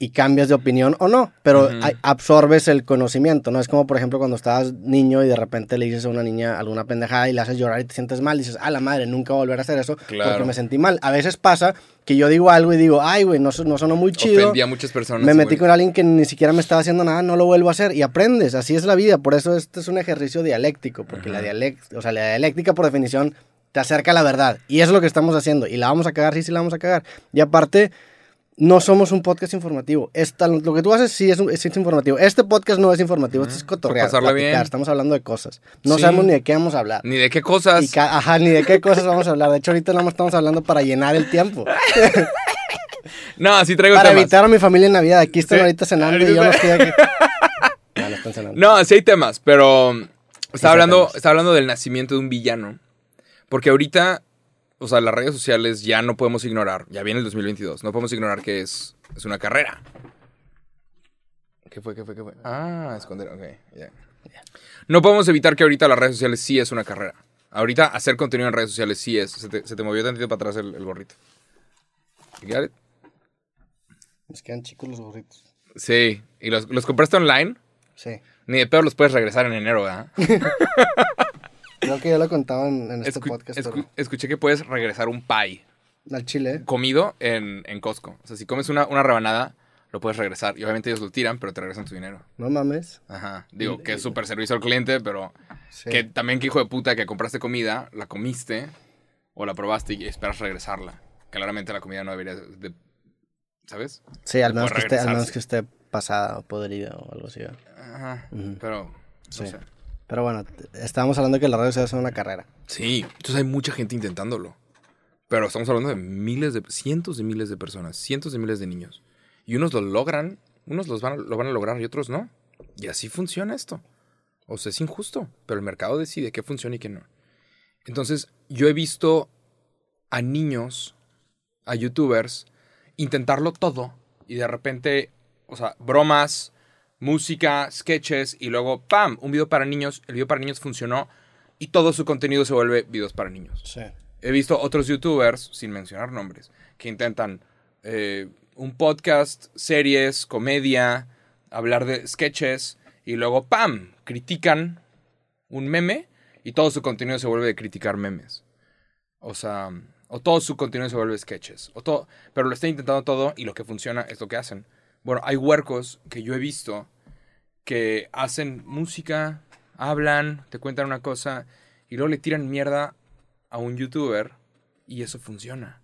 A: y cambias de opinión o no, pero a- absorbes el conocimiento, ¿no? Es como, por ejemplo, cuando estabas niño y de repente le dices a una niña alguna pendejada y la haces llorar y te sientes mal, dices, a la madre, nunca voy a volver a hacer eso porque
B: Claro.
A: me sentí mal. A veces pasa que yo digo algo y digo, ay, güey, no, su- no sonó muy chido.
B: Ofendí a muchas personas.
A: Me metí
B: güey.
A: con alguien que ni siquiera me estaba haciendo nada, no lo vuelvo a hacer y aprendes, así es la vida, por eso este es un ejercicio dialéctico, porque la, dialect, o sea, la dialéctica por definición te acerca a la verdad y es lo que estamos haciendo y la vamos a cagar, sí, sí la vamos a cagar. Y aparte, no somos un podcast informativo, Esta- lo que tú haces sí es, un- sí es informativo, este podcast no es informativo, esto es cotorrear,
B: pasarla
A: platicar,
B: bien.
A: estamos hablando de cosas, no
B: Sí.
A: sabemos ni de qué vamos a hablar.
B: Ni de qué cosas.
A: Y ca- ajá, ni de qué cosas vamos a hablar. De hecho, ahorita no estamos hablando para llenar el tiempo.
B: No, sí traigo
A: Para
B: temas.
A: evitar a mi familia en Navidad. Aquí están
B: Sí.
A: ahorita cenando
B: Ahorita
A: y yo no estoy
B: está-
A: aquí. No, no están cenando.
B: No, sí hay temas, pero um,
A: hay
B: estaba hablando,
A: temas.
B: estaba hablando del nacimiento de un villano. Porque ahorita, o sea, las redes sociales ya no podemos ignorar. Ya viene el 2022. No podemos ignorar que es, es una carrera. ¿Qué fue? ¿Qué fue? ¿Qué fue? Ah, esconder. Ok, ya. No podemos evitar que ahorita las redes sociales sí es una carrera. Ahorita hacer contenido en redes sociales sí es. Se te, se te movió tantito para atrás el, el gorrito. You got it?
A: Nos quedan chicos los burritos.
B: Sí. ¿Y los, los compraste online?
A: Sí.
B: Ni de peor los puedes regresar en enero, ¿verdad?
A: Creo que yo lo contaba en, en este
B: Escu-
A: podcast.
B: escu-
A: pero-
B: Escuché que puedes regresar un pie
A: Al chile. ¿eh?
B: comido en, en Costco. O sea, si comes una, una rebanada, lo puedes regresar. Y obviamente ellos lo tiran, pero te regresan tu dinero.
A: No mames.
B: Ajá. Digo, que es súper servicio al cliente, pero
A: Sí.
B: que también que hijo de puta que compraste comida, la comiste o la probaste y esperas regresarla. Claramente la comida no debería de- ¿Sabes?
A: Sí, al menos
B: puede
A: que, esté, al
B: regresarse.
A: menos que esté pasada o podrida o algo así. ¿eh?
B: Ajá. Pero... no
A: Sí.
B: sé.
A: Pero bueno, t- estábamos hablando que las redes sociales son una carrera.
B: Sí, entonces hay mucha gente intentándolo. Pero estamos hablando de miles de, cientos de miles de personas, cientos de miles de niños. Y unos lo logran, unos los van, a- lo van a lograr y otros no. Y así funciona esto. O sea, es injusto, pero el mercado decide qué funciona y qué no. Entonces, yo he visto a niños, a youtubers, intentarlo todo y de repente, o sea, bromas, música, sketches y luego, ¡pam!, un video para niños, el video para niños funcionó y todo su contenido se vuelve videos para niños
A: Sí.
B: he visto otros youtubers, sin mencionar nombres, que intentan eh, un podcast, series, comedia, hablar de sketches y luego, ¡pam!, critican un meme y todo su contenido se vuelve de criticar memes. O sea, o todo su contenido se vuelve sketches. O todo, pero lo están intentando todo y lo que funciona es lo que hacen. Bueno, hay huercos que yo he visto que hacen música, hablan, te cuentan una cosa y luego le tiran mierda a un youtuber y eso funciona.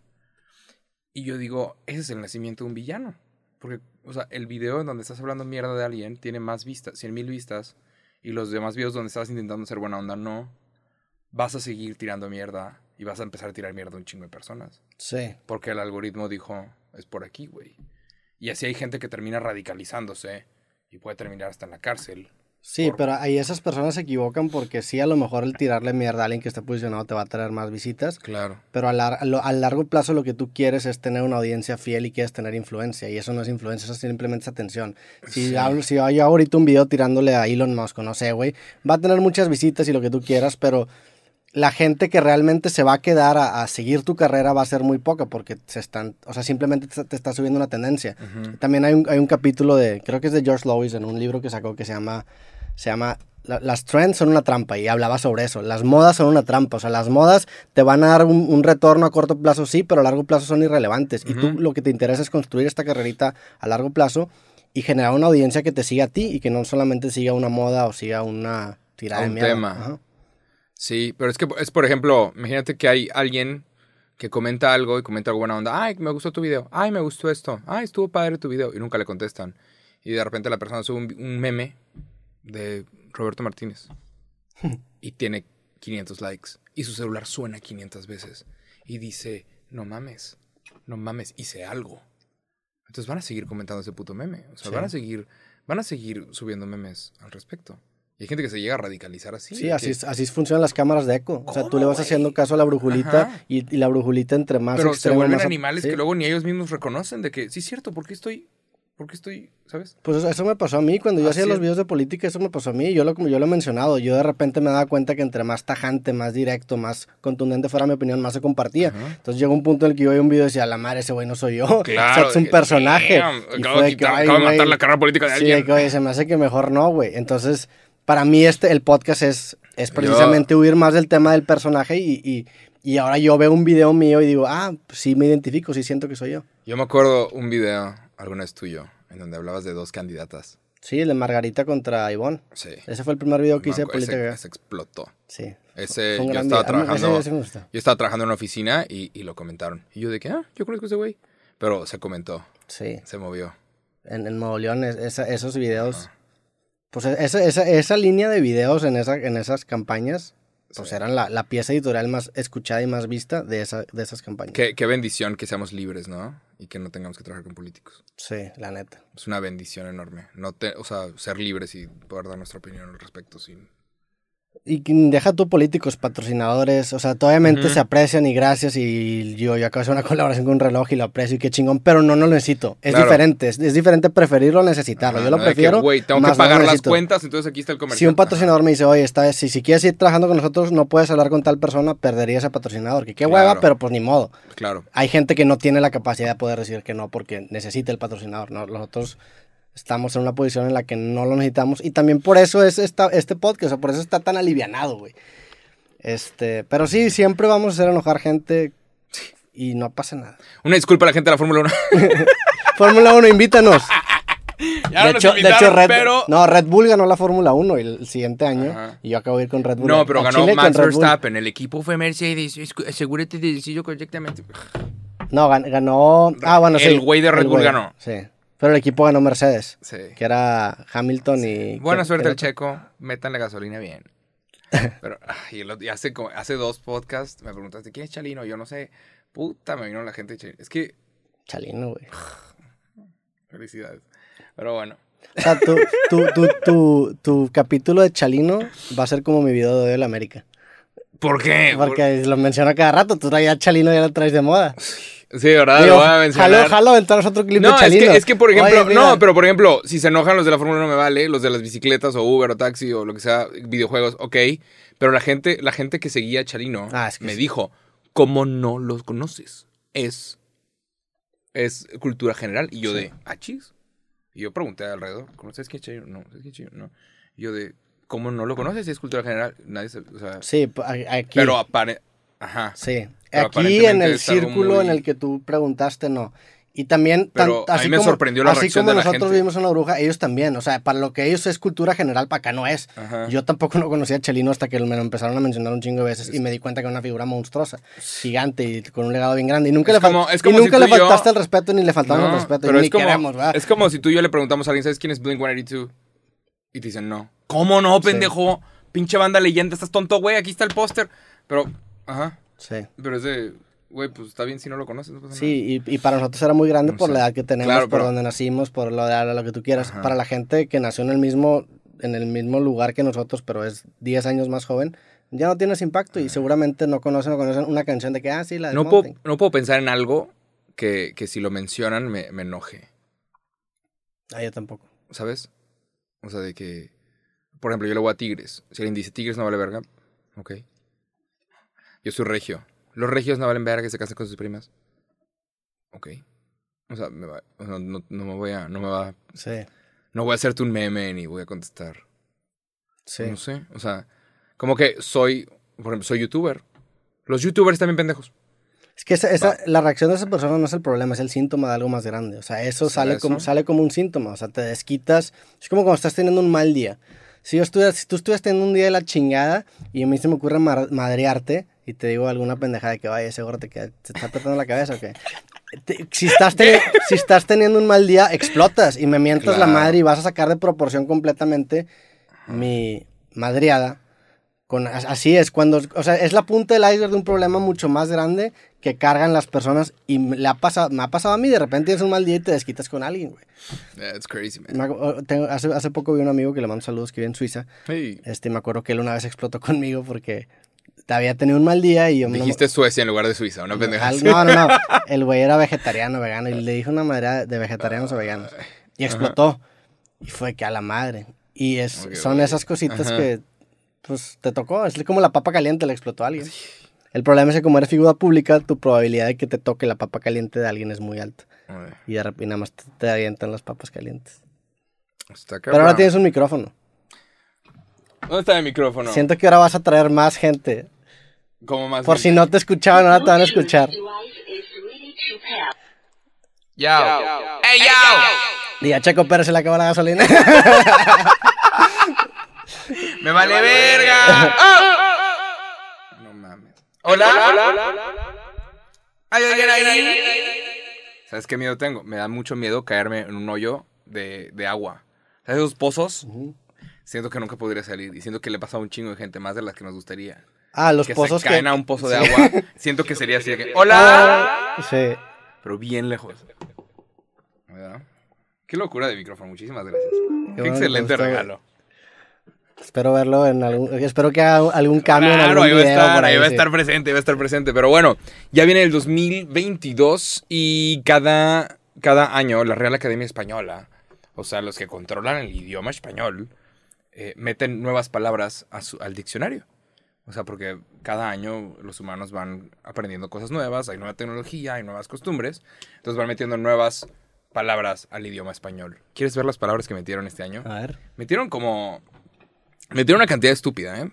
B: Y yo digo, ese es el nacimiento de un villano. Porque, o sea, el video en donde estás hablando mierda de alguien tiene más vistas, 100 mil vistas. Y los demás videos donde estás intentando ser buena onda, no. Vas a seguir tirando mierda y vas a empezar a tirar mierda a un chingo de personas.
A: Sí.
B: Porque el algoritmo dijo, es por aquí, güey. Y así hay gente que termina radicalizándose y puede terminar hasta en la cárcel.
A: Sí, pero ahí esas personas se equivocan porque sí, a lo mejor el tirarle mierda a alguien que está posicionado te va a traer más visitas,
B: Claro.
A: pero a, lar- a lo- a largo plazo lo que tú quieres es tener una audiencia fiel y quieres tener influencia, y eso no es influencia, eso simplemente es atención. Si, hablo- si yo hago ahorita un video tirándole a Elon Musk, o no sé, güey, va a tener muchas visitas y lo que tú quieras, pero la gente que realmente se va a quedar a, a seguir tu carrera va a ser muy poca porque se están, o sea, simplemente te, te está subiendo una tendencia. También hay un, hay un capítulo de, creo que es de George Lois en un libro que sacó que se llama, se llama "La- Las trends son una trampa y hablaba sobre eso. Las modas son una trampa, o sea, las modas te van a dar un, un retorno a corto plazo, sí, pero a largo plazo son irrelevantes. Y tú lo que te interesa es construir esta carrerita a largo plazo y generar una audiencia que te siga a ti y que no solamente siga una moda o siga una tirada
B: A
A: de
B: un
A: mierda.
B: tema.
A: Ajá.
B: Sí, pero es que es, por ejemplo, imagínate que hay alguien que comenta algo y comenta algo buena onda. Ay, me gustó tu video. Ay, me gustó esto. Ay, estuvo padre tu video. Y nunca le contestan. Y de repente la persona sube un, vi- un meme de Roberto Martínez. y tiene 500 likes. Y su celular suena 500 veces. Y dice, no mames, no mames, hice algo. Entonces van a seguir comentando ese puto meme. O sea,
A: Sí.
B: van a seguir, van a seguir subiendo memes al respecto. Y hay gente que se llega a radicalizar así.
A: Sí,
B: de
A: así,
B: que-
A: es- así funcionan las cámaras de eco. O sea, tú le vas haciendo caso a la brujulita
B: Ajá.
A: y, y la brujulita entre más...
B: pero se
A: extremo,
B: vuelven
A: más a-
B: animales
A: sí.
B: que luego ni ellos mismos reconocen de que sí es cierto, ¿por qué estoy? ¿Por qué estoy? ¿Sabes?
A: Pues eso- eso me pasó a mí, cuando yo
B: Ah,
A: hacía
B: sí.
A: los videos de política, eso me pasó a mí, yo lo, como yo lo he mencionado, yo de repente me daba cuenta que entre más tajante, más directo, más contundente fuera mi opinión, más se compartía. Entonces llegó un punto en el que yo veía un video y decía, la madre, ese güey no soy yo, O sea, es un
B: de que,
A: personaje.
B: "Damn,
A: Y
B: acabo
A: fue
B: de
A: que,
B: quitar-
A: "Ay,
B: acabo de matar
A: güey".
B: la carrera política de
A: Sí,
B: alguien.
A: que, oye, se me hace que mejor no, güey. Entonces, para mí este, el podcast es, es
B: Yo-
A: precisamente huir más del tema del personaje y, y, y ahora yo veo un video mío y digo, ah, pues sí me identifico, sí siento que soy yo.
B: Yo me acuerdo un video, alguna vez tuyo, en donde hablabas de dos candidatas.
A: Sí, el de Margarita contra Ivonne.
B: Sí.
A: Ese fue el primer video Eh, que
B: Me
A: hice de
B: acuerdo, ese-
A: política.
B: ese explotó.
A: Sí.
B: Ese,
A: Fue un
B: yo
A: gran
B: estaba
A: video. A mí-
B: trabajando.
A: ese- ese me gustó.
B: Yo estaba trabajando en una oficina y, y lo comentaron. Y yo de que, ah, yo conozco a ese güey. Pero se comentó,
A: Sí.
B: se movió.
A: En, en Nuevo León, es- esa- esos videos.
B: Ah.
A: Pues esa, esa, esa línea de videos en, esa, en esas campañas, pues eran la, la pieza editorial más escuchada y más vista de, esa, de esas campañas.
B: Qué, qué bendición que seamos libres, ¿no? Y que no tengamos que trabajar con políticos.
A: Sí, la neta.
B: Es una bendición enorme. No te, o sea, ser libres y poder dar nuestra opinión al respecto sin.
A: Y que deja tú políticos, patrocinadores, o sea, obviamente se aprecian y gracias y yo, yo acabo de hacer una colaboración con un reloj y lo aprecio y qué chingón, pero no, no lo necesito. Es
B: Claro.
A: diferente, es, es diferente preferirlo a necesitarlo. yo lo
B: Ajá, de que,
A: prefiero.
B: Güey, tengo que
A: más no lo
B: pagar las
A: necesito.
B: cuentas, entonces aquí está el comercial.
A: Si un
B: Ajá.
A: patrocinador me dice, oye, esta vez, si, si quieres ir trabajando con nosotros, no puedes hablar con tal persona, perdería ese patrocinador. Que qué
B: Claro.
A: hueva, pero pues ni modo.
B: Claro.
A: Hay gente que no tiene la capacidad de poder decir que no porque necesita el patrocinador. ¿no? Nosotros estamos en una posición en la que no lo necesitamos y también por eso es esta- este podcast, o sea, por eso está tan alivianado, güey. Este, pero sí, siempre vamos a hacer enojar gente y no pasa nada.
B: Una disculpa a la gente de la Fórmula 1.
A: Fórmula 1, invítanos.
B: Ya
A: de,
B: nos
A: hecho, de
B: invitaron,
A: hecho, Red,
B: pero-
A: no, Red Bull ganó la Fórmula 1 el, el siguiente año
B: Ajá.
A: y yo acabo de ir con Red Bull.
B: no, pero
A: A
B: ganó
A: Chile con
B: Max
A: Red Bull.
B: Verstappen. El equipo fue Mercedes. Escu- Asegúrate de decirlo correctamente.
A: No, gan- ganó. Ah, bueno, sí.
B: El güey de Red
A: el
B: Bull
A: güey,
B: ganó.
A: Sí. Pero el equipo ganó Mercedes,
B: Sí.
A: que era Hamilton y.
B: Buena
A: que-
B: suerte
A: que-
B: al checo. Metan la gasolina bien. Pero ay, el otro- y hace, como- hace dos podcasts me preguntaste quién es Chalino. Yo no sé. Puta, me vino la gente de Chalino. Es que
A: Chalino, güey.
B: felicidades. Pero bueno.
A: O sea, tu, tu, tu, tu, tu capítulo de Chalino va a ser como mi video de hoy de la América.
B: ¿Por qué? Por-
A: Porque lo menciono cada rato. Tú traías Chalino y ya lo traes de moda.
B: Sí, ¿verdad?
A: Digo,
B: Ah, Lo voy a mencionar.
A: Jalo, jalo, aventar otro clip
B: No,
A: de
B: es
A: Chalino.
B: que, es que, por ejemplo,
A: Oye, mira,
B: no, pero por ejemplo, si se enojan los de la Fórmula 1 me vale, los de las bicicletas o Uber o taxi o lo que sea, videojuegos, ok. Pero la gente, la gente que seguía a Chalino
A: Ah, es que
B: me
A: sí.
B: dijo, ¿cómo no los conoces? Es, es cultura general. Y yo de, ¿achis? Y yo pregunté alrededor, ¿conoces quién es Chalino? No, ¿sabes quién es Chalino? No. Y yo de, ¿cómo no lo conoces? Si es cultura general, nadie se, o sea,
A: Sí, pa- a- aquí.
B: pero apare... Ajá.
A: Sí.
B: Pero
A: Aquí en
B: aparentemente
A: el
B: es algo
A: círculo
B: muy-
A: en el que tú preguntaste, no. Y también,
B: Pero a mí me sorprendió la
A: así
B: reacción
A: como
B: de la
A: nosotros
B: gente.
A: vimos una bruja, ellos también. O sea, para lo que ellos es cultura general, para acá no es.
B: Ajá.
A: Yo tampoco no conocía a Chelino hasta que me lo empezaron a mencionar un chingo de veces y me di cuenta que era una figura monstruosa, gigante y con un legado bien grande. Y nunca,
B: Es
A: le, fal-
B: como- es
A: y
B: como si
A: nunca
B: tú
A: le
B: y yo-
A: faltaste el respeto ni le faltamos
B: No,
A: el respeto.
B: pero
A: y ni
B: es como,
A: queremos, ¿verdad?
B: es como si tú y yo le preguntamos a alguien, ¿sabes quién es Blink-182? Y te dicen, no. ¿Cómo no, pendejo? Pinche banda leyenda, estás tonto, güey, aquí está el póster. Pero, ajá,
A: Sí.
B: pero es de, güey, pues está bien si no lo conoces. no pasa nada.
A: Sí, y, y para nosotros era muy grande
B: No
A: por
B: sé.
A: la edad que tenemos,
B: Claro,
A: por
B: pero-
A: donde nacimos, por lo de ahora, lo que tú quieras.
B: Ajá.
A: Para la gente que nació en el mismo en el mismo lugar que nosotros, pero es 10 años más joven, ya no tienes impacto y seguramente no conocen o conocen una canción de que, ah, sí, la de
B: No
A: Mountain.
B: puedo, no puedo pensar en algo que, que si lo mencionan me, me enoje,
A: Ah, yo tampoco.
B: ¿sabes? O sea, de que, por ejemplo, yo le voy a Tigres. Si alguien dice Tigres no vale verga, ok. Yo soy regio. Los regios no valen verga que se casan con sus primas. Ok. O sea, me va- o sea, no, no me voy a, no me va,
A: Sí,
B: no voy a hacerte un meme ni voy a contestar.
A: sí.
B: No sé, o sea, como que soy, por ejemplo, soy youtuber. Los youtubers también pendejos.
A: Es que esa, esa-
B: Va.
A: la reacción de esa persona no es el problema, es el síntoma de algo más grande. O sea, eso
B: ¿Será
A: sale, Como,
B: eso?
A: sale como un síntoma. O sea, te desquitas. Es como cuando estás teniendo un mal día. Si, yo estuviera- si tú estuvieras teniendo un día de la chingada y a mí se me ocurre mar- madrearte y te digo alguna pendejada de que, vaya, seguro te, queda- te está tratando la cabeza o qué. Te- si, estás teni- si estás teniendo un mal día, explotas y me mientas la
B: Claro.
A: madre y vas a sacar de proporción completamente mi madriada. Con, as- así es, cuando, o sea, es la punta del iceberg de un problema mucho más grande que cargan las personas y me, le ha pasado, me ha pasado a mí, de repente tienes un mal día y te desquitas con alguien, güey.
B: That's Eh, crazy, man.
A: Me acu- o- tengo- hace, hace poco vi un amigo que le mando saludos que vive en Suiza,
B: Hey.
A: este, me acuerdo que él una vez explotó conmigo porque había tenido un mal día y yo me
B: Dijiste Suecia en lugar de Suiza, una pendeja.
A: al- No, no, no. El güey era vegetariano, vegano. Y le dijo una madre de vegetarianos a veganos. Y explotó. Y fue que a la madre. Y es,
B: Ok,
A: son
B: güey.
A: esas cositas
B: Ajá.
A: que, pues, te tocó. Es como la papa caliente, le explotó a alguien. El problema es que como eres figura pública, tu probabilidad de que te toque la papa caliente de alguien es muy alta.
B: Ay,
A: Y de repente nada más te, te avientan las papas calientes.
B: Está
A: Pero ahora
B: cabrón.
A: tienes un micrófono.
B: ¿Dónde está el micrófono?
A: Siento que ahora vas a traer más gente.
B: Como más.
A: Por si no te escuchaban, ahora te van a escuchar.
D: Yo. Hey, yo.
A: Y a Checo Pérez se le acabó la gasolina.
D: Me vale verga.
B: No mames.
D: Hola. ¿Hay alguien ahí?
B: ¿Sabes qué miedo tengo? Me da mucho miedo caerme en un hoyo de, de agua. ¿Sabes esos pozos? Siento que nunca podría salir y siento que le pasa a un chingo de gente más de las que nos gustaría.
A: Ah, los
B: que
A: pozos
B: se caen
A: que...
B: a un pozo de agua. Siento que sería así de que, ¡Hola!
A: Ah, Sí.
B: Pero bien lejos. ¿Verdad? Qué locura de micrófono. Muchísimas gracias. Qué,
A: bueno que te
B: excelente
A: gustó, güey.
B: regalo.
A: Espero verlo en algún. Espero que haga algún cambio en
B: Claro,
A: algún
B: ahí va a
A: video
B: estar,
A: por
B: ahí, va a
A: sí.
B: estar presente, ahí va a estar presente. Pero bueno, ya viene el 2022 y cada, cada año la Real Academia Española, o sea, los que controlan el idioma español, eh, meten nuevas palabras a su- al diccionario. O sea, porque cada año los humanos van aprendiendo cosas nuevas, hay nueva tecnología, hay nuevas costumbres, entonces van metiendo nuevas palabras al idioma español. ¿Quieres ver las palabras que metieron este año?
A: A ver.
B: Metieron como. Metieron una cantidad estúpida, ¿eh?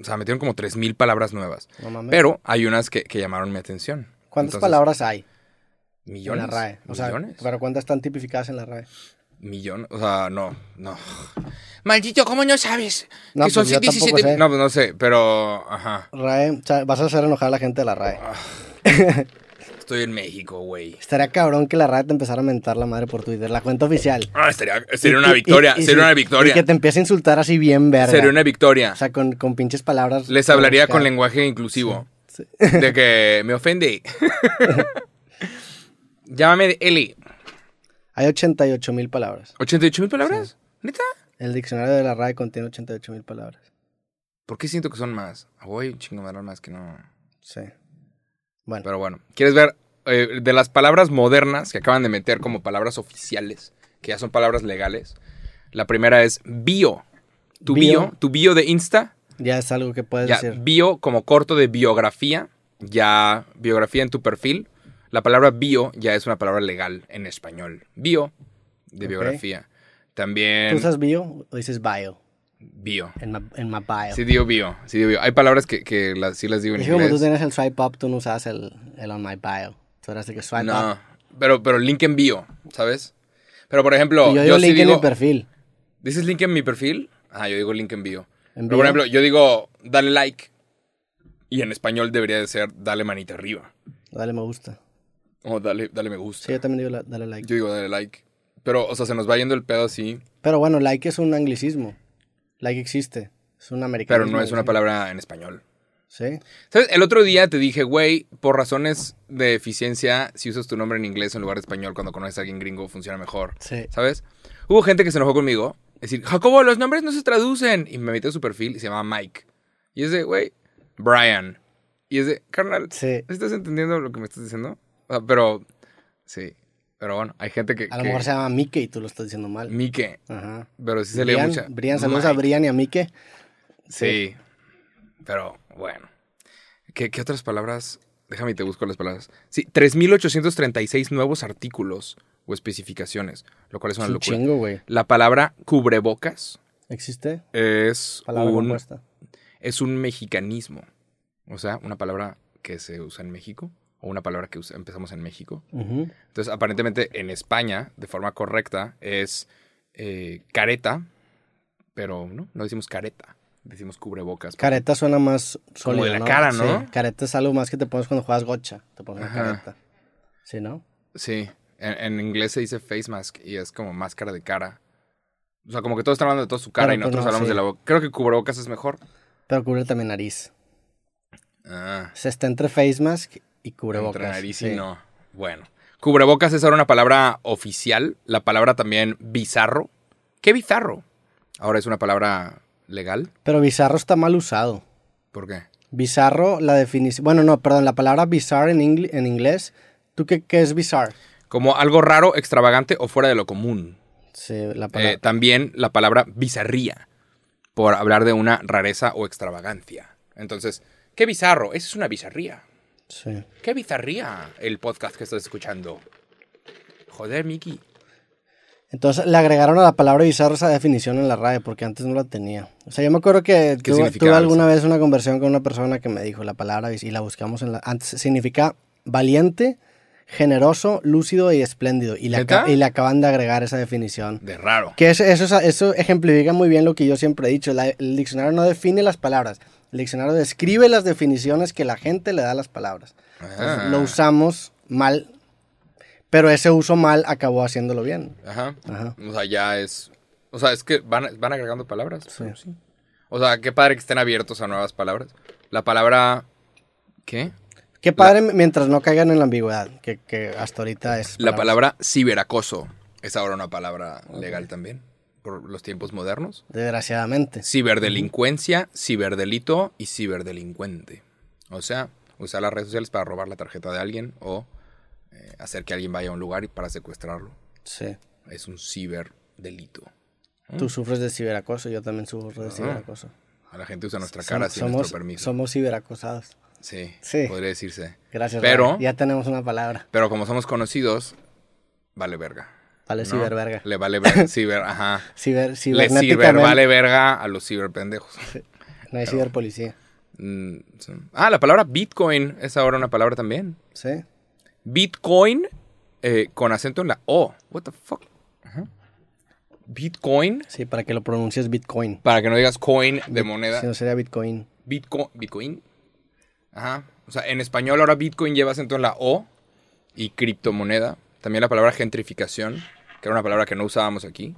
B: O sea, metieron como 3.000 palabras nuevas.
A: No mames.
B: Pero hay unas que, que llamaron mi atención.
A: ¿Cuántas
B: Entonces,
A: palabras hay
B: Millones.
A: en la RAE? O sea,
B: millones.
A: pero ¿cuántas están tipificadas en la RAE?
B: Millón- O sea, no, no. Maldito, ¿cómo no sabes?
A: No,
B: que son
A: pues yo tampoco
B: 17.
A: sé.
B: No, pues no sé, pero. Ajá.
A: RAE, o sea, vas a hacer enojar a la gente de la RAE.
B: Estoy en México, güey.
A: Estaría cabrón que la RAE te empezara a mentar la madre por Twitter, la cuenta oficial.
B: Ah, estaría- sería
A: Y-
B: una
A: y-
B: victoria.
A: y- y-
B: sería una
A: y-
B: victoria.
A: Y que te empiece a insultar así bien verga.
B: Sería una victoria.
A: O sea, con, con pinches palabras.
B: Les hablaría con
A: lenguaje.
B: lenguaje inclusivo. De que me ofende. Llámame Eli.
A: Hay 88 mil palabras.
B: ¿88 mil palabras? ¿Neta?
A: El diccionario de la RAE contiene 88 mil palabras.
B: ¿Por qué siento que son más? Ah, Güey, chingo, me dan más que no.
A: Sí. Bueno,
B: Pero bueno, ¿quieres ver eh, de las palabras modernas que acaban de meter como palabras oficiales, que ya son palabras legales? La primera es bio. Tu bio,
A: Bio.
B: tu bio de Insta,
A: ya es algo que puedes
B: ya
A: decir.
B: bio como corto de biografía, ya biografía en tu perfil. La palabra bio ya es una palabra legal en español. Bio de
A: Ok.
B: biografía. También
A: ¿Tú usas bio o dices bio?
B: bio.
A: En ma- en my bio.
B: Sí digo bio, sí digo bio. Hay palabras que, que las, sí las digo en
A: Es como tú
B: inglés.
A: tenías el swipe up, tú no usabas el, el on my bio. Tú eras de que swipe
B: No,
A: up.
B: Pero, pero link en bio, ¿sabes? Pero por ejemplo,
A: Y yo
B: yo,
A: digo
B: sí
A: link en
B: digo.
A: mi perfil.
B: ¿Dices link en mi perfil? Ah, yo digo link en bio.
A: ¿En
B: Pero por
A: bio?
B: ejemplo, yo digo dale like. Y en español debería de ser dale manita arriba.
A: Dale me gusta.
B: O dale, dale me gusta.
A: Sí, yo también digo la- dale like.
B: Yo digo dale like. Pero, o sea, se nos va yendo el pedo así.
A: Pero bueno, like es un anglicismo. Like existe. Es un americano.
B: Pero no es una palabra en español.
A: Sí.
B: ¿Sabes? El otro día te dije, güey, por razones de eficiencia, si usas tu nombre en inglés en lugar de español, cuando conoces a alguien gringo funciona mejor.
A: Sí.
B: ¿Sabes? Hubo gente que se enojó conmigo. Es decir, Jacobo, los nombres no se traducen. Y me metí a su perfil y se llama Mike. Y es de, güey, Brian. Y es de, carnal,
A: Sí.
B: ¿estás entendiendo lo que me estás diciendo? O sea, pero, sí. Pero bueno, hay gente que.
A: A lo
B: que-
A: mejor se llama Mike y tú lo estás diciendo mal.
B: Mike.
A: Ajá.
B: Pero sí Mm. se lee
A: Brian,
B: mucha.
A: Brian, saludos a
B: Mike.
A: Brian y a Mike.
B: Sí. Pero bueno. ¿Qué, qué otras palabras? Déjame y te busco las palabras. Sí, 3.836 nuevos artículos o especificaciones, lo cual es una
A: Es un
B: locura.
A: chingo, güey.
B: La palabra cubrebocas
A: ¿Existe?
B: es
A: Palabra
B: un,
A: compuesta.
B: es un mexicanismo. O sea, una palabra que se usa en México o una palabra que usa- empezamos en México.
A: Ujú.
B: Entonces, aparentemente en España, de forma correcta, es eh, careta, pero no, no decimos careta, decimos cubrebocas. porque-
A: Careta suena más sólida,
B: de la cara, ¿no?
A: Sí, careta es algo más que te pones cuando juegas gocha. Te pones una
B: Ajá.
A: careta. ¿Sí, no?
B: Sí, en, en inglés se dice face mask y es como máscara de cara. O sea, como que todos están hablando de toda su cara
A: Pero
B: y
A: pues
B: nosotros
A: no,
B: hablamos
A: sí.
B: de la boca. Creo que cubrebocas es mejor.
A: Pero cubre también nariz.
B: Ah,
A: Se está entre face mask y cubrebocas.
B: entre nariz y
A: sí.
B: no. Bueno. Cubrebocas es ahora una palabra oficial. La palabra también bizarro. ¿Qué bizarro? Ahora es una palabra legal.
A: Pero bizarro está mal usado.
B: ¿Por qué?
A: Bizarro, la definición. Bueno, no, perdón, la palabra bizarre en, ingl- en inglés. ¿Tú qué, qué es bizarre?
B: Como algo raro, extravagante o fuera de lo común.
A: Sí, la
B: Eh,
A: palabra.
B: también la palabra bizarría, por hablar de una rareza o extravagancia. Entonces, qué bizarro, esa es una bizarría.
A: sí.
B: Qué bizarría el podcast que estás escuchando. Joder, Miki.
A: Entonces le agregaron a la palabra bizarro esa definición en la RAE porque antes no la tenía. O sea, yo me acuerdo que
B: ¿Qué
A: tuve,
B: significaba
A: tuve alguna vez una conversión con una persona que me dijo la palabra biz- y la buscamos en la... Antes significa valiente, generoso, lúcido y espléndido. Y le, aca-
B: ¿Neta?
A: y le acaban de agregar esa definición.
B: De raro.
A: Que eso, eso, eso ejemplifica muy bien lo que yo siempre he dicho. La- el diccionario no define las palabras. El diccionario describe las definiciones que la gente le da a las palabras. Entonces,
B: Ah.
A: Lo usamos mal, pero ese uso mal acabó haciéndolo bien.
B: Ajá.
A: Ajá.
B: O sea, ya es. O sea, es que van, van agregando palabras.
A: Sí.
B: pero sí. O sea, qué padre que estén abiertos a nuevas palabras. La palabra. ¿Qué?
A: Qué padre mientras no caigan en la ambigüedad, que, que hasta ahorita es.
B: La palabra ciberacoso es ahora una palabra legal también, por los tiempos modernos.
A: Desgraciadamente.
B: Ciberdelincuencia, ciberdelito y ciberdelincuente. O sea, usar las redes sociales para robar la tarjeta de alguien o eh, hacer que alguien vaya a un lugar y para secuestrarlo.
A: Sí.
B: Es un ciberdelito.
A: Tú sufres de ciberacoso, yo también sufro de ciberacoso.
B: A la gente usa nuestra cara sin
A: somos,
B: nuestro permiso.
A: somos ciberacosados.
B: sí,
A: Sí.
B: podría decirse.
A: Gracias.
B: Pero-
A: Rafa. Ya tenemos una palabra.
B: Pero como somos conocidos, vale verga.
A: Vale,
B: ¿no?
A: ciberverga.
B: Le vale verga. Ciber, ajá.
A: Ciber,
B: Le
A: cibernéticamente.
B: ciber vale verga a los ciberpendejos.
A: No hay ciberpolicía.
B: Mm, sí. Ah, la palabra Bitcoin es ahora una palabra también.
A: ¿Sí?
B: Bitcoin eh, con acento en la O. What the fuck? Ajá. Bitcoin,
A: Sí, para que lo pronuncies Bitcoin.
B: para que no digas coin de moneda.
A: Si no sería Bitcoin.
B: Bitcoin. Bitcoin. Ajá. O sea, en español ahora Bitcoin lleva acento en la O y criptomoneda. También la palabra gentrificación, que era una palabra que no usábamos aquí.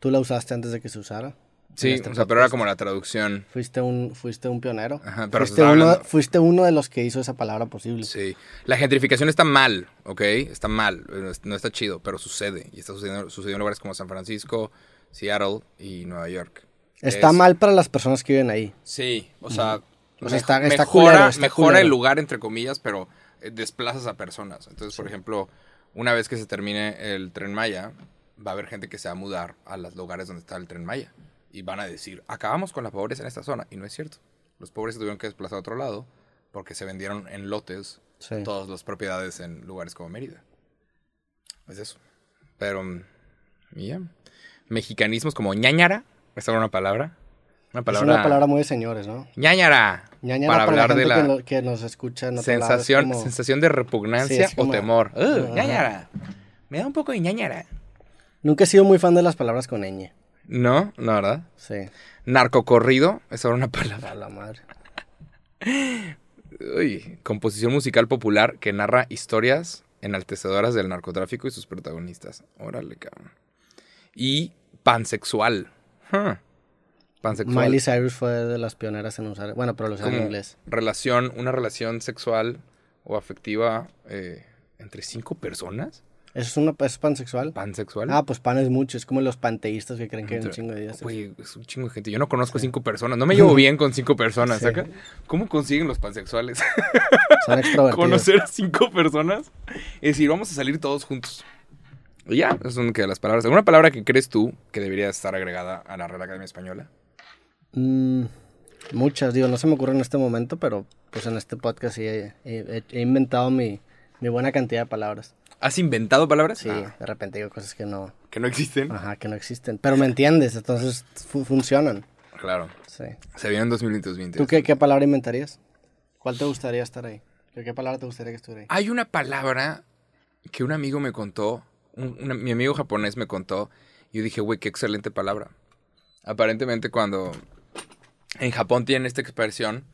A: Tú la usaste antes de que se usara.
B: Sí,
A: En este
B: o sea, pero era como la traducción.
A: Fuiste un, fuiste un pionero.
B: Ajá, pero
A: fuiste,
B: se estaba
A: uno,
B: hablando-
A: fuiste uno de los que hizo esa palabra posible.
B: Sí. La gentrificación está mal, ¿ok? Está mal. No es- No está chido, pero sucede. Y está sucediendo, sucediendo en lugares como San Francisco, Seattle y Nueva York.
A: Está
B: Es-
A: mal para las personas que viven ahí.
B: Sí, o sea,
A: O sea,
B: mej-
A: está- está
B: mejora,
A: culero, está
B: mejora
A: culero.
B: el lugar, entre comillas, pero eh, desplazas a personas. Entonces, por ejemplo, una vez que se termine el tren Maya, va a haber gente que se va a mudar a los lugares donde está el tren Maya. Y van a decir, acabamos con la pobreza en esta zona. Y no es cierto. Los pobres se tuvieron que desplazar a otro lado porque se vendieron en lotes
A: Sí.
B: todas las propiedades en lugares como Mérida. Es eso. Pero, mm, y ya. Mexicanismos como ñañara, esa era una palabra. Una
A: Es
B: palabra.
A: una palabra muy de señores, ¿no?
B: ñañara.
A: Ñañara
B: para hablar de
A: gente
B: la
A: que, lo- que nos escucha en otro lado, es
B: sensación,
A: como-
B: sensación de
A: Sí,
B: repugnancia
A: es
B: o
A: como-
B: temor. Uh,
A: Ajá.
B: ñañara. Me da un poco de ñañara.
A: Nunca he sido muy fan de las palabras con ñ.
B: No, no, ¿verdad?
A: Sí.
B: Narcocorrido, esa era una palabra.
A: A la madre.
B: Uy, composición musical popular que narra historias enaltecedoras del narcotráfico y sus protagonistas. Órale, cabrón. Y pansexual. Huh. Pansexual.
A: Miley Cyrus fue de las pioneras en usar. Bueno, pero lo usaba en
B: como
A: inglés.
B: Relación, una relación sexual o afectiva eh, entre cinco personas.
A: ¿Eso es, una, es pansexual?
B: Pansexual.
A: Ah, pues pan es mucho. Es como los panteístas que creen que hay un
B: Entre-
A: chingo de dioses.
B: Güey, es un chingo de gente. Yo no conozco cinco personas. No me llevo bien con cinco personas.
A: Sí.
B: ¿saca? ¿Cómo consiguen los pansexuales?
A: Son extrovertidos.
B: conocer a cinco personas y decir, vamos a salir todos juntos. Y ya, esas son que las palabras. ¿Alguna palabra que crees tú que debería estar agregada a la Real Academia Española?
A: Mm, muchas, digo, no se me ocurre en este momento, pero pues en este podcast sí he, he- he inventado mi, mi buena cantidad de palabras.
B: ¿Has inventado palabras?
A: Sí, Ah.
B: Ah,
A: de repente digo cosas que no,
B: que no existen.
A: ajá, que no existen. Pero me entiendes, entonces fu- funcionan.
B: Claro.
A: Sí.
B: Se vieron en 2020.
A: ¿Tú qué, qué palabra inventarías? ¿Cuál te gustaría estar ahí? ¿Qué, qué palabra te gustaría que estuviera ahí?
B: Hay una palabra que un amigo me contó, un- una- mi amigo japonés me contó, y yo dije, güey, qué excelente palabra. Aparentemente cuando en Japón tienen esta expresión,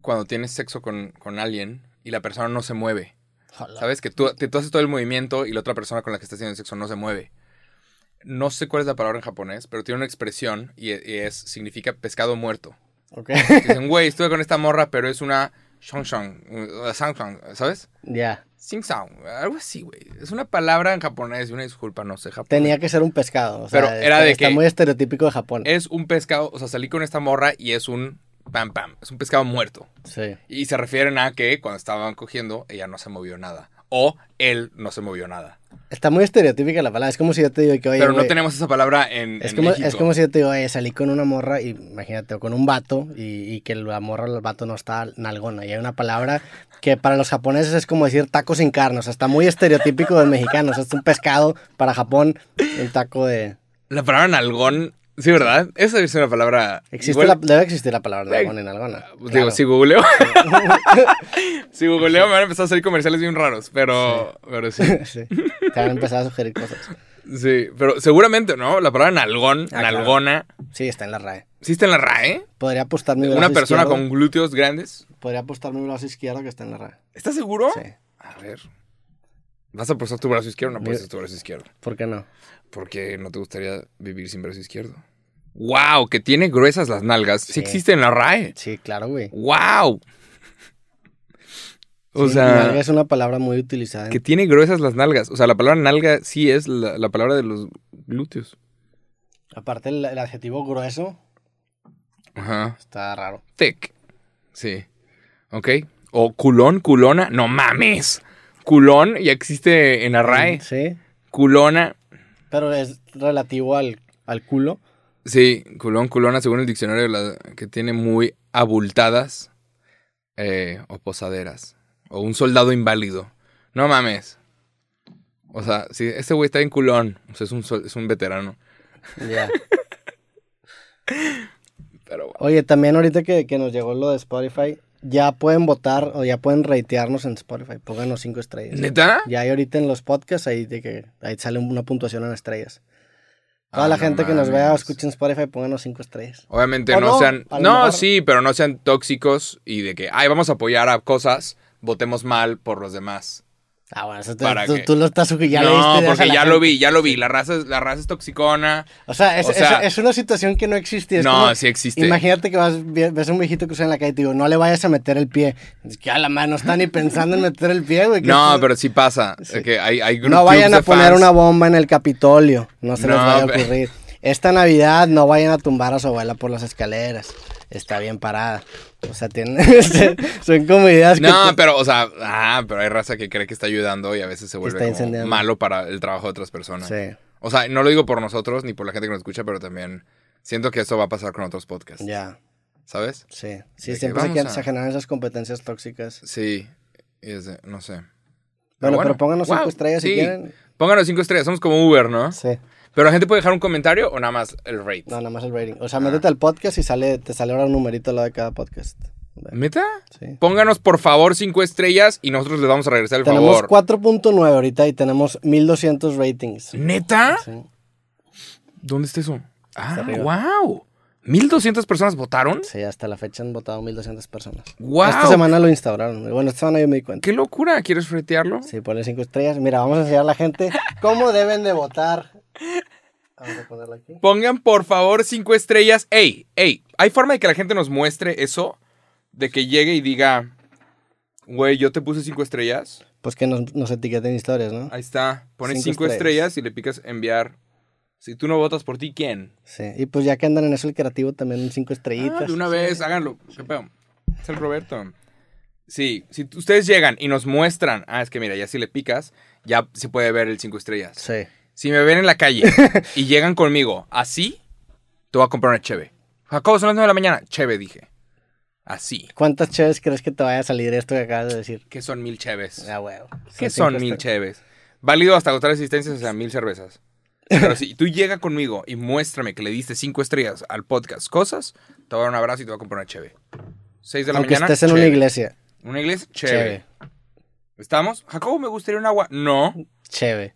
B: cuando tienes sexo con, con alguien y la persona no se mueve,
A: Ojalá.
B: ¿sabes? Que tú, que tú haces todo el movimiento y la otra persona con la que estás haciendo sexo no se mueve. No sé cuál es la palabra en japonés, pero tiene una expresión y e- y es, significa pescado muerto.
A: Ok.
B: Dicen, güey, estuve con esta morra, pero es una shongshong, uh, sangshong", ¿sabes?
A: ya.
B: Sing sound, algo así, güey. Es una palabra en japonés y una disculpa, no sé japonés.
A: Tenía que ser un pescado. o sea,
B: Pero era
A: está-
B: de
A: está
B: que- Eh.
A: muy estereotípico de Japón.
B: Es un pescado, o sea, salí con esta morra y es un pam pam, es un pescado muerto.
A: Sí.
B: Y se refieren a que cuando estaban cogiendo, ella no se movió nada. O él no se movió nada.
A: Está muy estereotípica la palabra. Es como si yo te digo que, oye,
B: Pero no
A: güey,
B: tenemos esa palabra en,
A: Es
B: en
A: como,
B: México.
A: es como si yo te digo, eh, salí con una morra, y, imagínate, o con un vato, y, y que la morra o el vato no está nalgona. Y hay una palabra que para los japoneses es como decir taco sin carne, o sea, está muy estereotípico del mexicano. O sea, es un pescado para Japón, un taco de...
B: La palabra nalgón, sí, ¿verdad? Esa es una palabra...
A: Existe
B: igual-
A: la- debe existir la palabra
B: Güey,
A: nalgona en nalgona.
B: Digo,
A: claro.
B: si googleo... si googleo me van a empezar a salir comerciales bien raros, pero... Pero sí.
A: Sí. Te han empezado a sugerir cosas.
B: Sí, pero seguramente, ¿no? La palabra nalgón,
A: Ah, claro.
B: nalgona...
A: Sí, está en la RAE.
B: ¿Existe en la RAE?
A: Podría apostar mi brazo
B: Una persona
A: izquierdo-
B: con glúteos grandes.
A: Podría apostar mi brazo izquierdo que está en la RAE.
B: ¿Estás seguro?
A: Sí.
B: A ver. ¿Vas a apostar tu brazo izquierdo o no
A: Mira.
B: apuestas tu brazo izquierdo?
A: ¿Por qué no?
B: Porque no te gustaría vivir sin brazo izquierdo. ¡Wow! Que tiene gruesas las nalgas. Sí, existe en la eh. RAE.
A: Sí, claro, güey.
B: ¡Wow! O
A: Sí, nalga
B: sea,
A: es una palabra muy utilizada en
B: que tiene gruesas las nalgas. O sea, la palabra nalga sí es la, la palabra de los glúteos.
A: Aparte, el, el adjetivo grueso
B: Ajá.
A: está raro.
B: Thick. Sí. ¿Ok? O culón, culona. ¡No mames! Culón ya existe en la RAE.
A: Sí,
B: Culona.
A: pero es relativo al, al culo.
B: Sí, culón, culona, según el diccionario, la que tiene muy abultadas eh, o posaderas. O un soldado inválido. No mames. O sea, si este güey está en culón, o sea, es un, sol- es un veterano.
A: Ya.
B: Pero bueno.
A: Oye, también ahorita que, que nos llegó lo de Spotify, ya pueden votar o ya pueden ratearnos en Spotify. Pónganos cinco estrellas.
B: ¿Neta?
A: Ya hay ahorita en los podcasts ahí de que ahí sale una puntuación en estrellas. Toda
B: Ah,
A: la
B: no
A: gente que nos vea o
B: mames.
A: escuche en Spotify, pónganos cinco estrellas.
B: Obviamente
A: O
B: no,
A: Ah, no,
B: sean.
A: a lo
B: No,
A: mejor-
B: sí, pero no sean tóxicos y de que, ay, vamos a apoyar a cosas, votemos mal por los demás.
A: Ah, bueno, eso te-
B: ¿Para
A: tú,
B: qué?
A: tú lo estás sugiriendo. ya le
B: no,
A: diste ideas a
B: porque
A: la
B: ya lo
A: gente.
B: vi, ya lo vi. La raza es, la raza es toxicona.
A: O sea, es,
B: O sea-
A: es- es una situación que no existe. es
B: No,
A: como-
B: sí existe.
A: Imagínate que vas, ve- ves a un viejito que usa en la calle y te digo, no le vayas a meter el pie. Es que a la mano está ni pensando en meter el pie, güey. ¿qué
B: No,
A: es-
B: pero sí pasa. de Que hay, hay gru-
A: No vayan a
B: clubs de
A: poner
B: fans.
A: una bomba en el Capitolio. No se les
B: No,
A: vaya a
B: pero-
A: ocurrir. Esta Navidad no vayan a tumbar a su abuela por las escaleras. Está bien parada. O sea, tienen, este, son como ideas que
B: No,
A: te-
B: pero, o sea, ah, pero hay raza que cree que está ayudando y a veces se vuelve
A: está
B: como
A: incendiando.
B: malo para el trabajo de otras personas.
A: Sí,
B: O sea, no lo digo por nosotros ni por la gente que nos escucha, pero también siento que eso va a pasar con otros podcasts,
A: ya,
B: ¿sabes?
A: sí.
B: De
A: Sí,
B: que
A: siempre se,
B: vamos
A: quedan-
B: a-
A: se generan esas competencias tóxicas.
B: Sí, y es de- no sé.
A: Bueno, pero pónganos cinco
B: Wow,
A: estrellas si
B: sí.
A: quieren.
B: Pónganos cinco estrellas, somos como Uber, ¿no?
A: Sí.
B: Pero la gente puede dejar un comentario o nada más el rate.
A: No, nada más el rating.
B: Ah.
A: O sea, métete al podcast y sale, te sale ahora un numerito al lado de cada podcast.
B: ¿Meta?
A: Sí.
B: Pónganos por favor cinco estrellas y nosotros les vamos a regresar el
A: Tenemos
B: favor.
A: 4.9 ahorita y tenemos 1200 ratings.
B: ¿Neta?
A: Sí.
B: ¿Dónde está eso? Ah,
A: arriba.
B: wow. 1200 personas votaron.
A: Sí, hasta la fecha han votado 1200 personas.
B: ¡Guau!
A: Esta semana lo instauraron. Bueno, esta semana yo me di cuenta.
B: Qué locura, ¿quieres retearlo?
A: Sí, ponle 5 estrellas. Mira, vamos a enseñar a la gente cómo deben de votar. Vamos a ponerlo aquí.
B: Pongan por favor cinco estrellas. Ey, ey, ¿hay forma de que la gente nos muestre eso? De que llegue y diga, güey, yo te puse cinco estrellas.
A: Pues que nos, nos etiqueten historias, ¿no?
B: Ahí está. Pones
A: Cinco
B: cinco, estrellas. y le picas enviar. Si tú no votas por ti, ¿quién?
A: Sí. Y pues ya que andan en eso el creativo también 5 estrellitas.
B: Ah, de una vez, háganlo. ¿Qué pedo? Es el Roberto. Sí, si t- ustedes llegan y nos muestran, ah, es que mira, ya si le picas, ya se puede ver el cinco estrellas.
A: Sí.
B: Si me ven en la calle y llegan conmigo así, te voy a comprar una cheve. Jacobo, son las 9 de la mañana. Cheve, dije. Así.
A: ¿Cuántas cheves crees que te vaya a salir esto que acabas de decir?
B: ¿Qué son mil cheves?
A: Ah, huevo.
B: ¿Qué
A: cinco
B: son mil
A: estrellas.
B: cheves? Válido hasta agotar existencias a mil cervezas. Pero si tú llegas conmigo y muéstrame que le diste cinco estrellas al podcast Cosas, te voy a dar un abrazo y te voy a comprar una cheve. Seis de la
A: Aunque
B: mañana.
A: estés en una
B: cheve.
A: iglesia.
B: Una iglesia, cheve.
A: Cheve.
B: ¿Estamos? Jacobo, me gustaría un agua. No.
A: Cheve.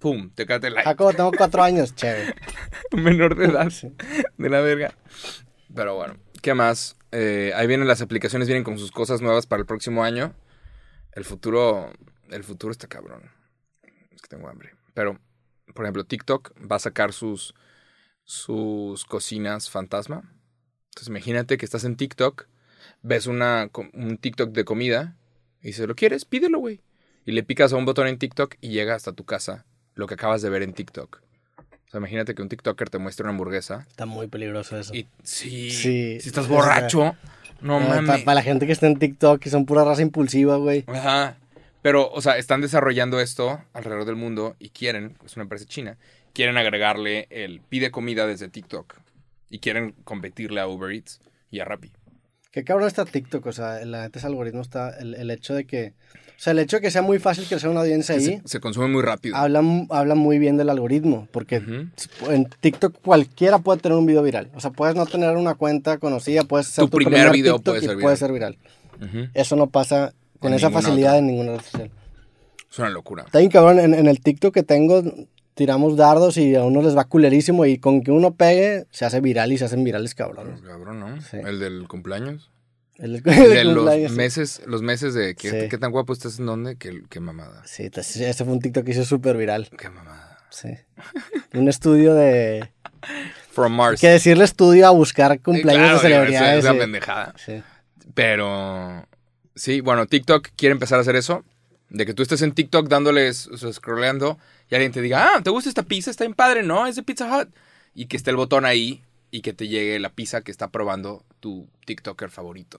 B: Pum, te cate la.
A: Jacobo, Ah, tengo cuatro años. Cheve.
B: menor de edad. De la verga. Pero bueno, ¿qué más? Eh, ahí vienen las aplicaciones, vienen con sus cosas nuevas para el próximo año. El futuro, el futuro está cabrón. Es que tengo hambre. Pero, por ejemplo, TikTok va a sacar sus, sus cocinas fantasma. Entonces imagínate que estás en TikTok, ves una, co- un TikTok de comida y si lo quieres, pídelo, güey. Y le picas a un botón en TikTok y llega hasta tu casa lo que acabas de ver en TikTok. O sea, imagínate que un TikToker te muestre una hamburguesa
A: Está muy peligroso eso.
B: y sí,
A: Sí,
B: si estás
A: es
B: borracho, no mames.
A: Para la gente que está en TikTok y son pura raza impulsiva, güey.
B: Ajá. Pero, o sea, están desarrollando esto alrededor del mundo y quieren, es una empresa china, quieren agregarle el pide comida desde TikTok y quieren competirle a Uber Eats y a Rappi.
A: Qué cabrón está TikTok, o sea, la neta ese algoritmo está, el, el hecho de que, o sea, el hecho de que sea muy fácil crecer una audiencia
B: Que
A: ahí,
B: Se, se consume muy rápido.
A: habla, mu- habla muy bien del algoritmo, porque
B: Ujú.
A: en TikTok cualquiera puede tener un video viral, o sea, puedes no tener una cuenta conocida, puedes ser
B: Tu primer video puede
A: y
B: ser viral.
A: puede ser viral.
B: Ujú.
A: Eso no pasa con
B: En
A: esa
B: ninguna
A: facilidad
B: otra.
A: en ninguna red social.
B: Es una locura.
A: Está bien cabrón, en, en el TikTok que tengo tiramos dardos y a uno les va culerísimo y con que uno pegue se hace viral y se hacen virales cabrones.
B: Pues, Cabrón, ¿no?
A: Sí.
B: El del cumpleaños.
A: El,
B: El
A: el
B: de los
A: cumpleaños, sí.
B: meses, los meses de qué,
A: Sí.
B: qué tan guapo estás en dónde, qué, qué mamada.
A: Sí, te- ese fue un TikTok que hizo súper viral.
B: Qué mamada.
A: Sí. Un estudio de.
B: From Mars.
A: Que decirle estudio a buscar
B: Eh,
A: cumpleaños
B: claro,
A: de
B: digo, es-
A: celebridades.
B: Es una
A: sí.
B: pendejada.
A: Sí.
B: Pero sí, bueno, TikTok quiere empezar a hacer eso. De que tú estés en TikTok dándoles, o sea, scrolleando, y alguien te diga, ah, ¿te gusta esta pizza? Está bien padre, ¿no? Es de Pizza Hut. Y que esté el botón ahí y que te llegue la pizza que está probando tu TikToker favorito.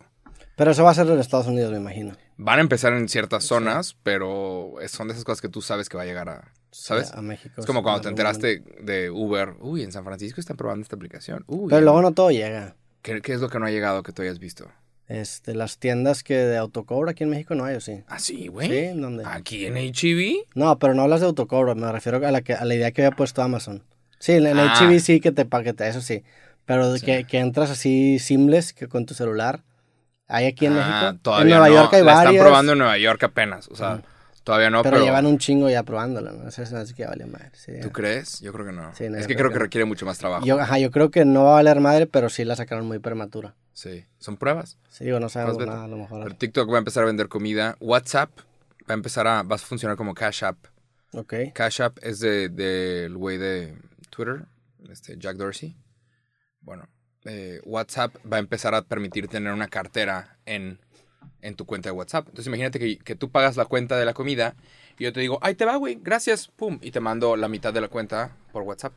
A: Pero eso va a ser en Estados Unidos, me imagino.
B: Van a empezar en ciertas zonas, pero es- son de esas cosas que tú sabes que va a llegar a. ¿Sabes?
A: A, a México.
B: es como
A: sí,
B: cuando te
A: en algún momento.
B: enteraste de Uber. Uy, en San Francisco están probando esta aplicación. Uy,
A: Pero luego no todo llega.
B: ¿qué, qué es lo que no ha llegado que tú hayas visto?
A: Este, las tiendas que de autocobro aquí en México no hay, ¿o sí?
B: Ah, sí, güey.
A: Sí, ¿en dónde?
B: Aquí en HEV.
A: No, pero no hablas de autocobro, me refiero a la, que, a la idea que había puesto Amazon. Sí, en el
B: Ah.
A: HB sí que te paquetea, eso sí. Pero de que, que entras así simples que con tu celular. Hay aquí en
B: Ah,
A: México. en
B: Todavía
A: Nueva
B: no.
A: York hay
B: La
A: varias.
B: están probando en Nueva York apenas. O sea, todavía no,
A: pero,
B: pero.
A: llevan un chingo ya probándola, ¿no? Eso es así que vale madre. sí, ya.
B: ¿Tú crees? Yo creo que no.
A: Sí, no,
B: es
A: yo
B: que creo
A: creo
B: que,
A: que no.
B: requiere mucho más trabajo.
A: Yo, ajá, yo creo que no va a valer madre, pero sí la sacaron muy prematura.
B: Sí. Son pruebas.
A: Sí, digo, no sabemos
B: Más beta.
A: nada, a lo
B: Pero
A: mejor.
B: TikTok va a empezar a vender comida. WhatsApp va a empezar a. Vas a funcionar como Cash App.
A: Ok.
B: Cash App es de- del güey de Twitter, este Jack Dorsey. Bueno, eh, WhatsApp va a empezar a permitir tener una cartera en, en tu cuenta de WhatsApp. Entonces imagínate que, que tú pagas la cuenta de la comida y yo te digo, ahí te va, güey, gracias, pum, y te mando la mitad de la cuenta por WhatsApp.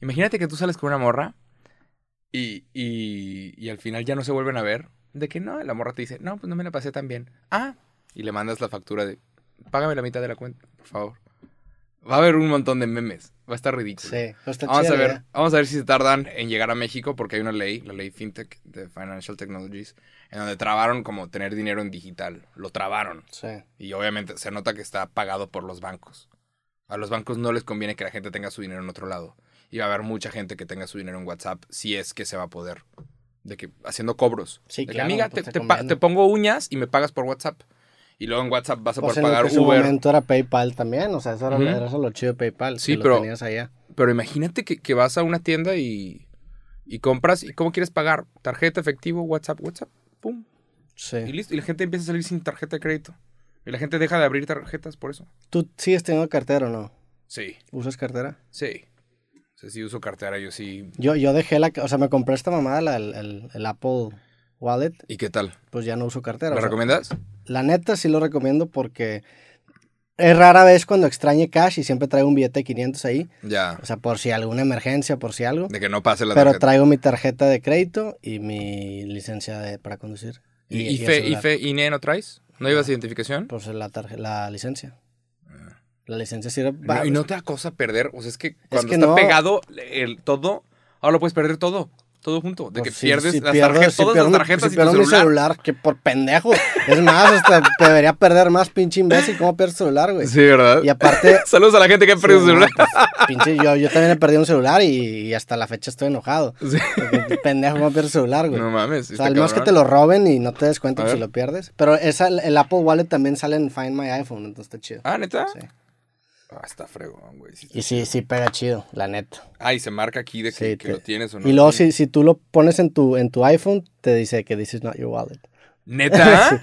B: Imagínate que tú sales con una morra y, y, y al final ya no se vuelven a ver. De que no, la morra te dice, no, pues no me la pasé tan bien. Ah, y le mandas la factura de, págame la mitad de la cuenta, por favor. Va a haber un montón de memes. Va a estar ridículo.
A: Sí, pues está
B: Vamos
A: chida
B: a
A: la
B: ver,
A: idea.
B: vamos a ver si se tardan en llegar a México porque hay una ley, la ley FinTech de Financial Technologies, en donde trabaron como tener dinero en digital, lo trabaron
A: Sí.
B: y obviamente se nota que está pagado por los bancos. A los bancos no les conviene que la gente tenga su dinero en otro lado. Y va a haber mucha gente que tenga su dinero en WhatsApp si es que se va a poder. De que haciendo cobros.
A: Sí,
B: de que,
A: claro,
B: amiga,
A: pues,
B: te,
A: te
B: te pa-
A: conviene.
B: te pongo uñas y me pagas por WhatsApp. Y luego en WhatsApp vas a
A: Pues
B: poder
A: en lo
B: pagar
A: que en su
B: Uber.
A: momento era PayPal también, o sea, eso era,
B: Ujú.
A: era eso lo chido de PayPal,
B: Sí,
A: que
B: pero-
A: lo tenías allá.
B: Pero imagínate que, que vas a una tienda y, y compras. ¿Y cómo quieres pagar? Tarjeta, efectivo, WhatsApp, WhatsApp. Pum. Y
A: Sí.
B: listo. Y la gente empieza a salir sin tarjeta de crédito. Y la gente deja de abrir tarjetas por eso.
A: ¿Tú sigues teniendo cartera o no?
B: Sí,
A: ¿Usas cartera?
B: sí. O sea, si uso cartera, yo sí.
A: Yo, yo dejé la, o sea, me compré esta mamada, la- el, el- el Apple Wallet,
B: ¿Y qué tal?
A: pues ya no uso cartera.
B: ¿Me
A: o sea,
B: recomiendas?
A: La neta sí lo recomiendo porque es rara vez cuando extrañe cash y siempre traigo un billete de 500 ahí.
B: Ya.
A: O sea, por si alguna emergencia, por si algo.
B: De que no pase la
A: Pero
B: tarjeta.
A: traigo mi tarjeta de crédito y mi licencia de- para conducir.
B: ¿Y,
A: el
B: IFE,
A: celular.
B: IFE, INE no traes? ¿No llevas identificación?
A: Pues la, tarje- la licencia. La licencia sirve
B: Ah. No,
A: va,
B: y no te da cosa perder. O sea, es que cuando
A: que
B: está
A: no.
B: pegado el todo, ahora lo puedes perder todo. Todo junto. De
A: pues,
B: que
A: si-
B: pierdes
A: si
B: las
A: pierdo-
B: tarjetas,
A: si
B: todas
A: pierdo mi-
B: las tarjetas
A: si
B: y tu
A: pierdo mi
B: celular.
A: celular, que por pendejo. Es más, hasta te debería perder más, pinche imbécil. ¿Cómo pierdes celular, güey?
B: Sí, ¿verdad?
A: Y aparte-
B: Saludos a la gente que ha perdido
A: Sí,
B: su celular.
A: no, pues, pinche, yo, yo también he perdido un celular y, y hasta la fecha estoy enojado. Porque, Pendejo, ¿cómo pierdes celular, güey?
B: No mames.
A: o sea, al menos que te lo roben y no te des cuenta
B: A
A: que si
B: ver.
A: lo pierdes. Pero esa, el Apple Wallet también sale en Find My iPhone, entonces está chido.
B: Ah, ¿neta?
A: Sí.
B: Ah, está fregón, güey. Sí,
A: Y sí, sí pega chido, la neta.
B: Ah, y se marca aquí de que,
A: Sí,
B: que
A: te-
B: lo tienes o no.
A: Y luego si, si tú lo pones en tu, en tu iPhone, te dice que this is not your wallet.
B: ¿Neta?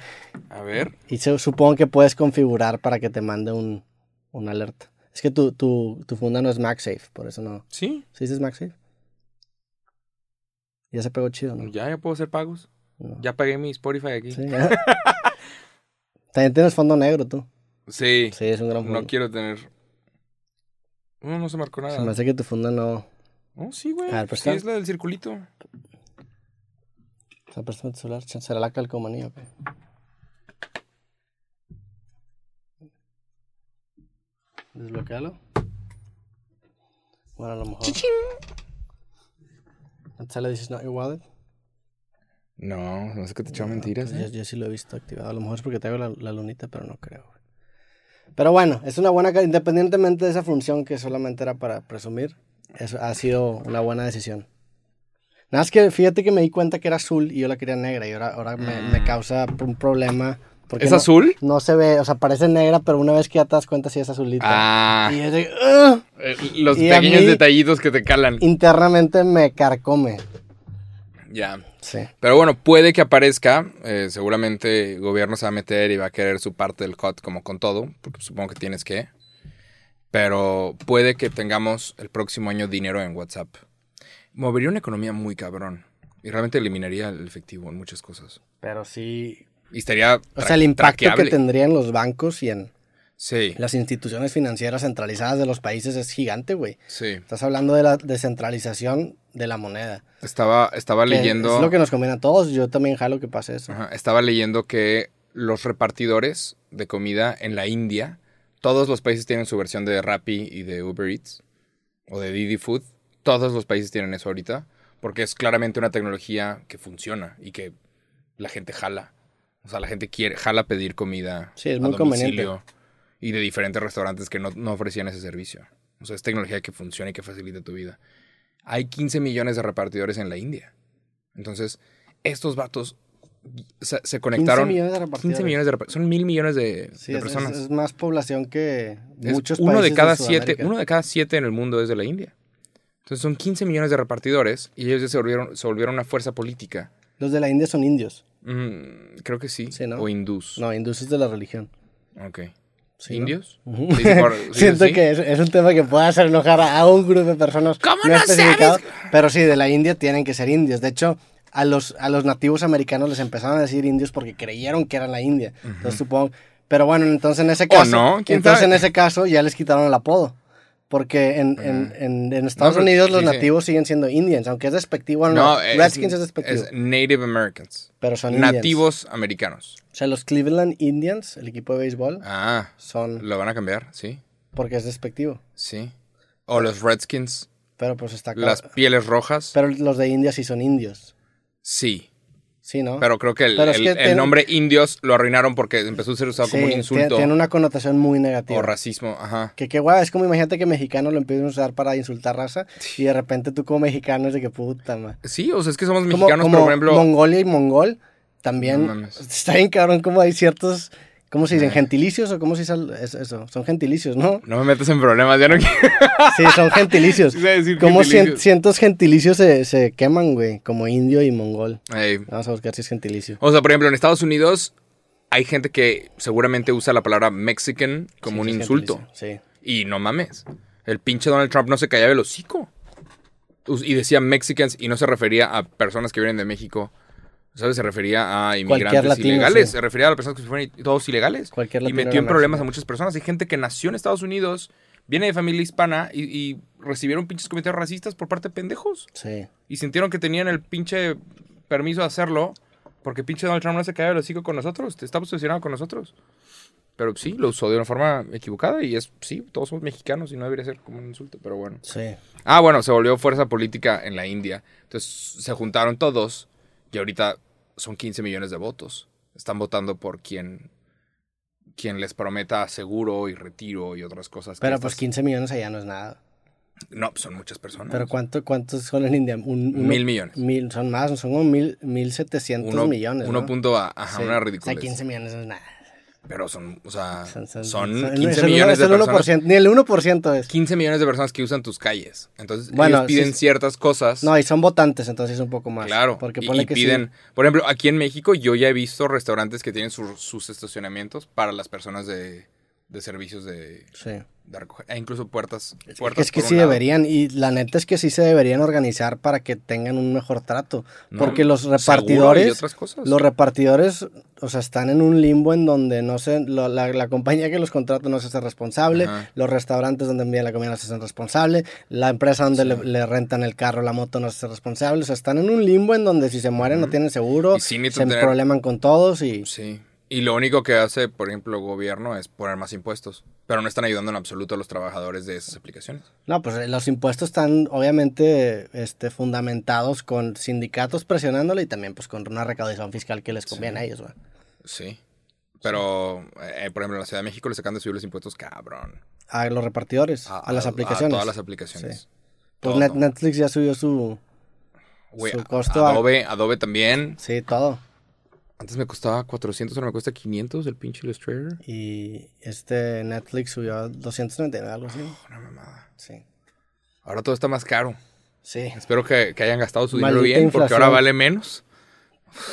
B: A ver.
A: Y se- supongo que puedes configurar para que te mande un, un alerta. Es que tu, tu, tu funda no es MagSafe, por eso no.
B: Sí,
A: ¿Sí dices MagSafe? Ya se pegó chido, ¿no?
B: Pues ya, ya puedo hacer pagos.
A: No.
B: Ya pagué mi Spotify aquí.
A: Sí, ¿eh? También tienes fondo negro tú.
B: Sí.
A: Sí, es un gran fondo.
B: No quiero tener. No, no se marcó nada.
A: Se me hace que tu fondo no.
B: Oh, sí, güey.
A: A ver, pues,
B: sí,
A: está.
B: es la del circulito.
A: O sea, préstame tu celular. ch- Será la calcomanía, ok. Desbloquealo. Bueno, a lo mejor. ¿No te sale This is not your wallet?
B: No, no sé que te echaba
A: Pues
B: mentiras.
A: yo,
B: ¿eh?
A: yo sí lo he visto activado. A lo mejor es porque tengo la, la lunita, pero no creo. güey. Pero bueno, es una buena. ca- Independientemente de esa función que solamente era para presumir, eso ha sido una buena decisión. Nada más que fíjate que me di cuenta que era azul y yo la quería negra. Y ahora, ahora me, me causa un problema. Porque
B: Mm. ¿Es
A: no-
B: azul?
A: No se ve, o sea, parece negra, pero una vez que ya te das cuenta, sí es azulita.
B: Ah,
A: Y es de, "Ugh",
B: eh, los
A: y a
B: pequeños
A: mí-
B: detallitos que te calan.
A: internamente me carcome.
B: Ya.
A: Sí.
B: Pero bueno, puede que aparezca. eh, seguramente el gobierno se va a meter y va a querer su parte del cut como con todo. Porque supongo que tienes que. Pero puede que tengamos el próximo año dinero en WhatsApp. Movería una economía muy cabrón. Y realmente eliminaría el efectivo en muchas cosas.
A: Pero sí.
B: Y estaría.
A: O sea, el impacto que
B: tendría.
A: tendría en los bancos y en,
B: Sí,
A: Las instituciones financieras centralizadas de los países es gigante, güey.
B: sí.
A: Estás hablando de la descentralización de la moneda.
B: Estaba, estaba
A: que
B: leyendo.
A: Es lo que nos conviene a todos. Yo también jalo que pase eso.
B: Ajá, estaba leyendo que los repartidores de comida en la India, todos los países tienen su versión de Rappi y de Uber Eats o de Didi Food. Todos los países tienen eso ahorita porque es claramente una tecnología que funciona y que la gente jala. O sea, la gente quiere, jala pedir comida
A: Sí, es
B: a
A: muy
B: domicilio y de diferentes restaurantes que no, no ofrecían ese servicio. O sea, es tecnología que funciona y que facilita tu vida. Hay 15 millones de repartidores en la India. Entonces, estos vatos se, se conectaron.
A: 15 millones de
B: 15
A: repartidores.
B: millones de repa- Son mil millones de,
A: Sí,
B: de
A: es, es-
B: personas.
A: es más población que
B: Es
A: muchos
B: uno
A: países
B: de cada siete,
A: Sudamérica.
B: Uno de cada siete en el mundo es de la India. Entonces son 15 millones de repartidores y ellos ya se volvieron, se volvieron una fuerza política.
A: Los de la India son indios.
B: Mm, creo que sí.
A: Sí, ¿no?
B: O hindús.
A: No, hindús es de la religión.
B: Ok.
A: Sí, ¿no?
B: ¿Indios?
A: Ujú.
B: Sí, sí, por- sí,
A: Siento
B: sí.
A: que es, es un tema que puede hacer enojar a, a un grupo de personas.
D: ¿Cómo
A: no
D: no
A: especificado, Pero sí, de la India tienen que ser indios. De hecho, a los, a los nativos americanos les empezaron a decir indios porque creyeron que eran la India. Entonces supongo. Pero bueno, entonces en ese caso.
B: no, ¿quién
A: entonces
B: sabe?
A: en ese caso ya les quitaron el apodo. Porque en, en, en, en Estados
B: pero-
A: Unidos los
B: sí, sí.
A: nativos siguen siendo indians, aunque es despectivo. No,
B: No, eh, es-
A: Redskins es, despectivo.
B: es Native Americans.
A: pero son indians.
B: Nativos americanos.
A: O sea, los Cleveland Indians, el equipo de béisbol,
B: Ah,
A: son.
B: lo van a cambiar, sí,
A: Porque es despectivo.
B: sí. O los Redskins,
A: Pero pues está acá.
B: las pieles rojas,
A: Pero los de India sí son indios.
B: sí.
A: Sí, ¿no?
B: Pero creo que el,
A: Pero es
B: el-
A: que
B: el
A: tiene-
B: nombre indios lo arruinaron porque empezó a ser usado como un
A: Sí,
B: insulto
A: Tiene, tiene una connotación muy negativa.
B: o racismo. Ajá.
A: Que qué guay, es como imagínate que mexicanos lo empiecen a usar para insultar raza y de repente tú como mexicano es de que puta, man.
B: Sí, o sea, es que somos
A: Como,
B: mexicanos,
A: como
B: por ejemplo.
A: Mongolia y mongol también
B: No mames. Eh.
A: está bien cabrón como hay ciertos, ¿cómo se dicen? ¿Gentilicios o cómo se dice al- es- eso? Son gentilicios, ¿no?
B: No me metas en problemas, ya no quiero.
A: Sí, son gentilicios.
B: Iba a decir
A: Pues, como
B: gentilicios.
A: cientos gentilicios se, se queman, güey, como indio y mongol.
B: Ey.
A: Vamos a buscar si es gentilicio.
B: O sea, por ejemplo, en Estados Unidos hay gente que seguramente usa la palabra Mexican como
A: Sí,
B: un
A: sí es
B: insulto.
A: gentilicio, Sí.
B: Y no mames. El pinche Donald Trump no se callaba el hocico. Us- Y decía Mexicans y no se refería a personas que vienen de México. ¿Sabes? Se refería a inmigrantes
A: Cualquier latino,
B: ilegales.
A: sí.
B: Se refería a las personas que fueron i- todos ilegales.
A: Cualquier
B: y
A: latino
B: metió
A: era
B: en problemas
A: Mexican.
B: a muchas personas. Hay gente que nació en Estados Unidos, viene de familia hispana y, y recibieron pinches comentarios racistas por parte de pendejos.
A: Sí.
B: Y sintieron que tenían el pinche permiso de hacerlo porque pinche Donald Trump no se callaba el hocico con nosotros. Te está obsesionado con nosotros. Pero sí, lo usó de una forma equivocada y es, sí, todos somos mexicanos y no debería ser como un insulto, pero bueno.
A: Sí.
B: Ah, bueno, se volvió fuerza política en la India. Entonces se juntaron todos y ahorita son 15 millones de votos. Están votando por quien, quien les prometa seguro y retiro y otras cosas. que
A: Pero pues
B: estas-
A: 15 millones allá no es nada.
B: No, pues, son muchas personas.
A: ¿Pero cuánto, cuántos son en India? Un- uno-
B: Mil millones.
A: Mil, son más, son como mil, mil setecientos
B: uno,
A: millones.
B: uno
A: ¿no?
B: punto a, ajá,
A: Sí.
B: una
A: O sea,
B: ridiculez.
A: 15 millones no es nada.
B: Pero son, o sea, son,
A: Son, son- son-
B: 15
A: es el uno-
B: millones
A: es
B: de
A: el
B: personas.
A: 1%, ni el 1% es.
B: 15 millones de personas que usan tus calles. Entonces,
A: Bueno,
B: ellos piden
A: sí.
B: ciertas cosas.
A: No, y son votantes, entonces es un poco más.
B: claro.
A: Porque
B: y-
A: pone
B: y
A: que sí.
B: piden, por ejemplo, aquí en México yo ya he visto restaurantes que tienen sus- sus estacionamientos para las personas de, de servicios de,
A: Sí.
B: de recoger. E incluso puertas.
A: Es que-
B: puertas
A: es que
B: por un
A: sí
B: lado.
A: deberían, y la neta es que sí se deberían organizar para que tengan un mejor trato.
B: No,
A: porque los
B: seguro y
A: repartidores,
B: otras cosas.
A: los repartidores, o sea, están en un limbo en donde no se, lo- la, la compañía que los contrata no se hace responsable,
B: Ajá.
A: los restaurantes donde envían la comida no se hacen responsable, la empresa donde le, le rentan el carro, la moto no se hace responsable, o sea, están en un limbo en donde si se mueren no tienen seguro,
B: Y sí
A: se
B: necesitan tener-
A: probleman con todos y...
B: Sí. Y lo único que hace, por ejemplo, el gobierno es poner más impuestos. Pero no están ayudando en absoluto a los trabajadores de esas aplicaciones.
A: No, pues eh, los impuestos están obviamente este, fundamentados con sindicatos presionándole y también pues con una recaudación fiscal que les conviene a ellos, güey.
B: Sí. Pero, eh, por ejemplo, en la Ciudad de México le acaban de subir los impuestos, cabrón.
A: A los repartidores, a, las aplicaciones.
B: A todas las aplicaciones.
A: Sí. Pues
B: Todo.
A: Net- Netflix ya subió su...
B: Güey,
A: su
B: a-
A: costo a-
B: Adobe, Adobe también.
A: Sí, todo.
B: Antes me costaba 400, ahora me cuesta 500 el pinche Illustrator.
A: Y este Netflix subió a 299, algo así.
B: Oh, Una mamada.
A: Sí.
B: Ahora todo está más caro.
A: Sí.
B: Espero que, que hayan gastado su dinero
A: Maldita
B: bien, porque ahora
A: inflación.
B: vale menos.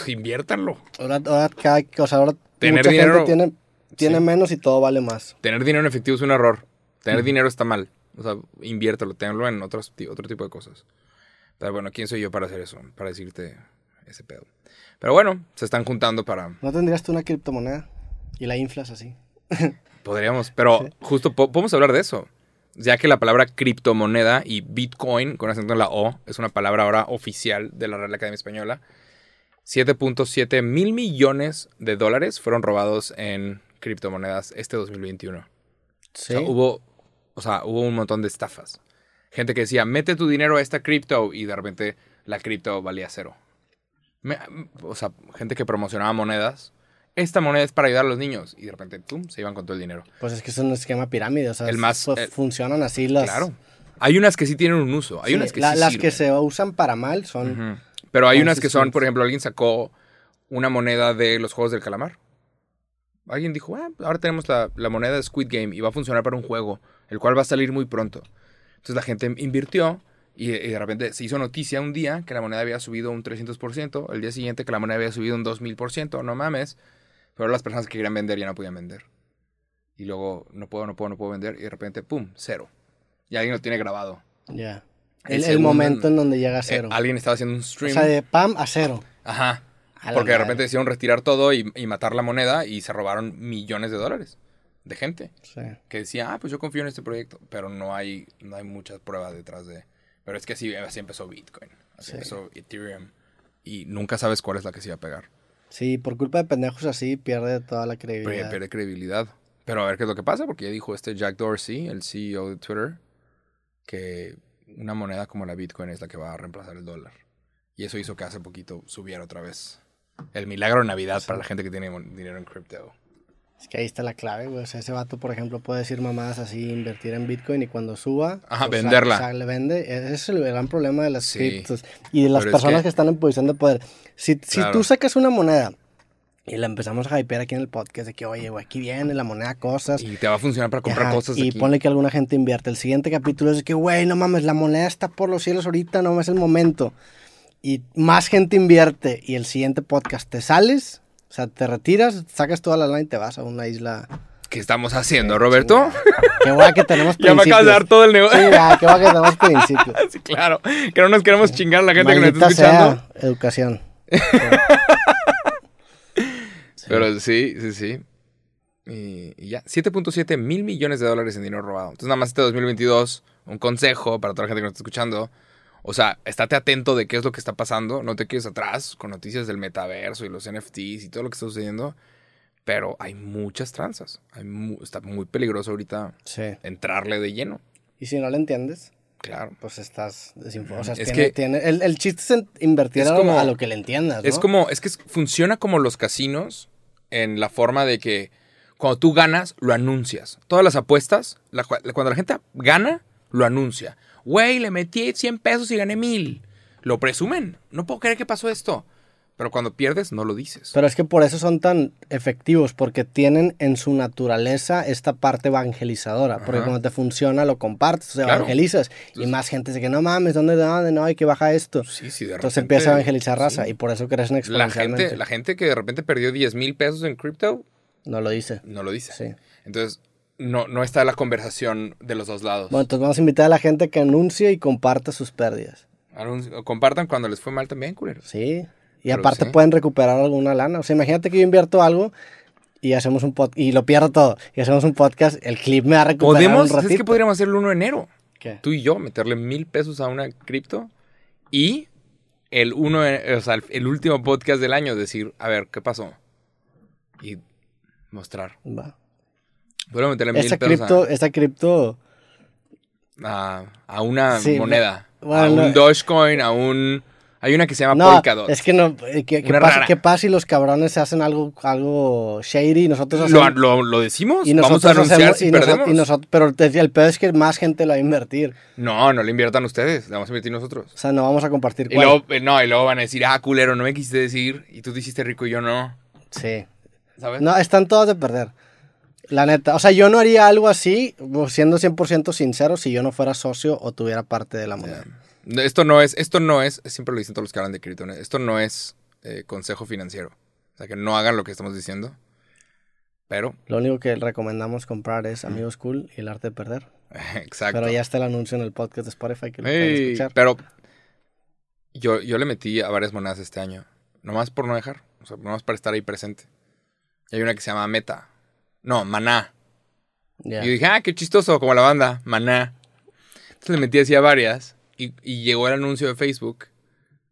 B: Inviértanlo.
A: Ahora, ahora cada- o sea, ahora
B: Tener
A: mucha gente
B: dinero-
A: tiene, tiene menos y todo vale más.
B: Tener dinero en efectivo es un error. Tener dinero está mal. O sea, inviértelo, tenerlo en otros, ti- otro tipo de cosas. Pero bueno, ¿quién soy yo para hacer eso? Para decirte ese pedo. Pero bueno, se están juntando para...
A: ¿No tendrías tú una criptomoneda? Y la inflas así.
B: Podríamos, pero justo po- podemos hablar de eso. Ya que la palabra criptomoneda y Bitcoin, con acento en la O, es una palabra ahora oficial de la Real Academia Española. 7.7 mil millones de dólares fueron robados en criptomonedas este 2021.
A: Sí.
B: O sea, hubo, o sea, hubo un montón de estafas. Gente que decía, mete tu dinero a esta cripto y de repente la cripto valía cero. Me- o sea, gente que promocionaba monedas. Esta moneda es para ayudar a los niños. Y de repente, pum, se iban con todo el dinero.
A: Pues es que es un esquema pirámide, o sea,
B: El más-
A: fu-
B: el-
A: funcionan así las...
B: Claro. Hay unas que sí tienen un uso. Hay
A: Sí,
B: unas que
A: la-
B: sí
A: las
B: sirven.
A: que se usan para mal son...
B: Ujú. Pero hay unas que son,
A: consistentes.
B: por ejemplo, alguien sacó una moneda de los juegos del calamar. Alguien dijo, "Ah, ahora tenemos la, la moneda de Squid Game y va a funcionar para un juego, el cual va a salir muy pronto. Entonces la gente invirtió y, y de repente se hizo noticia un día que la moneda había subido un 300%, el día siguiente que la moneda había subido un 2000%, no mames. Pero las personas que querían vender ya no podían vender. Y luego, no puedo, no puedo, no puedo vender. Y de repente, ¡pum! Cero. Y alguien lo tiene grabado.
A: Ya.
B: El
A: El, el
B: segundo
A: momento
B: en-
A: en donde llega a
B: Eh,
A: cero.
B: alguien estaba haciendo un
A: o
B: stream.
A: sea, de pam a cero.
B: Ajá.
A: A la
B: Porque
A: madre.
B: de repente decidieron retirar todo y, y matar la moneda y se robaron millones de dólares de gente
A: Sí.
B: que decía, ah, pues yo confío en este proyecto, pero no hay, no hay muchas pruebas detrás de... Pero es que así, así empezó Bitcoin, así
A: Sí.
B: empezó Ethereum y nunca sabes cuál es la que se iba a pegar.
A: Sí, por culpa de pendejos así pierde toda la
B: Pero
A: credibilidad.
B: ya pierde credibilidad. Pero a ver qué es lo que pasa, porque ya dijo este Jack Dorsey, el CEO de Twitter, que una moneda como la Bitcoin es la que va a reemplazar el dólar. Y eso hizo que hace poquito subiera otra vez El milagro de Navidad para la gente que tiene mon- dinero en cripto.
A: Es que ahí está la clave, güey. O sea, ese vato, por ejemplo, puede decir mamadas así, invertir en Bitcoin y cuando suba...
B: Ajá,
A: pues,
B: venderla.
A: sa- sale, vende. Ese es el gran problema de las
B: Sí.
A: criptos y de las
B: Pero es
A: personas
B: que-
A: que... están en posición de poder. Si, si
B: Claro.
A: tú sacas una moneda y la empezamos a hypear aquí en el podcast de que, oye, güey, aquí viene la moneda cosas...
B: Y te va a funcionar para comprar
A: Ajá,
B: cosas de
A: y
B: aquí.
A: ponle que alguna gente invierte. El siguiente capítulo es de que, güey, no mames, la moneda está por los cielos ahorita, no es el momento. Y más gente invierte. Y el siguiente podcast te sales, o sea, te retiras, sacas toda la lana y te vas a una isla.
B: ¿Qué estamos haciendo, Roberto?
A: Qué guay que tenemos
B: Ya me
A: principios.
B: acabas de dar todo el
A: Sí,
B: negocio.
A: ya, qué guay que tenemos principios.
B: Sí, claro. Que no nos queremos chingar a la gente que
A: Maldita
B: nos está escuchando.
A: sea, educación.
B: Pero sí, sí, sí. Y, y ya, 7.7 mil millones de dólares en dinero robado. Entonces, nada más este 2022, un consejo para toda la gente que nos está escuchando. O sea, estate atento de qué es lo que está pasando. No te quedes atrás con noticias del metaverso y los NFTs y todo lo que está sucediendo. Pero hay muchas tranzas. Hay mu- está muy peligroso ahorita
A: Sí.
B: entrarle de lleno.
A: Y si no lo entiendes,
B: Claro.
A: pues estás desinformado. O sea,
B: Es
A: tiene-
B: que-
A: tiene- el, el chiste es en- invertir
B: Es
A: a, lo-
B: como-
A: a lo que le entiendas, ¿no?
B: Es como, es que es- funciona como los casinos en la forma de que cuando tú ganas, lo anuncias. Todas las apuestas, la cua- la- cuando la gente gana, lo anuncia. Güey, le metí 100 pesos y gané 1000. Lo presumen. No puedo creer que pasó esto. Pero cuando pierdes, no lo dices.
A: Pero es que por eso son tan efectivos, porque tienen en su naturaleza esta parte evangelizadora. Porque
B: Ajá.
A: cuando te funciona, lo compartes, o sea,
B: Claro.
A: evangelizas. y
B: Entonces-
A: más gente dice que no mames, ¿dónde, dónde, no? Hay que baja esto.
B: Sí, sí, de
A: Entonces
B: repente-
A: empieza a evangelizar raza
B: sí.
A: y por eso crecen
B: La
A: exponencialmente.
B: gente, la gente que de repente perdió 10 mil pesos en cripto,
A: No lo dice.
B: no lo dice.
A: Sí.
B: Entonces, no, no está la conversación de los dos lados.
A: Bueno, entonces vamos a invitar a la gente que anuncie y comparta sus pérdidas.
B: Anuncio- compartan cuando les fue mal también, culeros.
A: Sí. Y
B: Pero
A: aparte
B: sí.
A: pueden recuperar alguna lana. O sea, imagínate que yo invierto algo y hacemos un podcast y lo pierdo todo. Y hacemos un podcast, el clip me va a recuperar
B: Podemos,
A: un ratito.
B: es que podríamos hacer el 1 de enero.
A: ¿Qué?
B: Tú y yo meterle mil pesos a una cripto y el uno, de- o sea, el, el último podcast del año decir, a ver, ¿qué pasó? Y mostrar.
A: Va.
B: Podemos meterle mil
A: Esta
B: pesos a-
A: cripto, esta cripto,
B: a, a una
A: Sí,
B: moneda,
A: bueno,
B: a un
A: no.
B: Dogecoin, a un... Hay una que se llama
A: no,
B: Polkadot.
A: es que no, eh, que, que
B: Una
A: pasa,
B: rara.
A: ¿qué pasa si los cabrones hacen algo, algo shady y nosotros
B: ¿Lo,
A: hacemos?
B: lo- lo decimos?
A: y
B: ¿Vamos
A: nosotros
B: a anunciar
A: hacemos-
B: si
A: y noso-
B: perdemos?
A: y nosotros- pero te- el peor es que más gente lo va a invertir.
B: No, no le inviertan ustedes, le vamos a invertir nosotros.
A: O sea, no vamos a compartir
B: Y
A: cuál.
B: luego, eh, no, y luego van a decir, ah, culero, no me quisiste decir, y tú te hiciste rico y yo no.
A: Sí.
B: ¿Sabes?
A: No, están todas de perder. La neta. O sea, yo no haría algo así, siendo 100% sincero, si yo no fuera socio o tuviera parte de la moneda.
B: No, Esto no es, esto no es, siempre lo dicen todos los que hablan de cripto, ¿no? esto no es eh, consejo financiero. O sea, que no hagan lo que estamos diciendo. Pero,
A: Lo único que recomendamos comprar es Amigos Cool y el arte de perder.
B: exacto.
A: Pero ya está el anuncio en el podcast de Spotify que lo pueden
B: Ey,
A: escuchar.
B: pero yo, yo le metí a varias monedas este año, nomás por no dejar, o sea, nomás para estar ahí presente. Y hay una que se llama Meta. No, Maná.
A: Ya.
B: Y yo dije, ah, qué chistoso, como la banda, Maná. Entonces le metí así a varias y, y llegó el anuncio de Facebook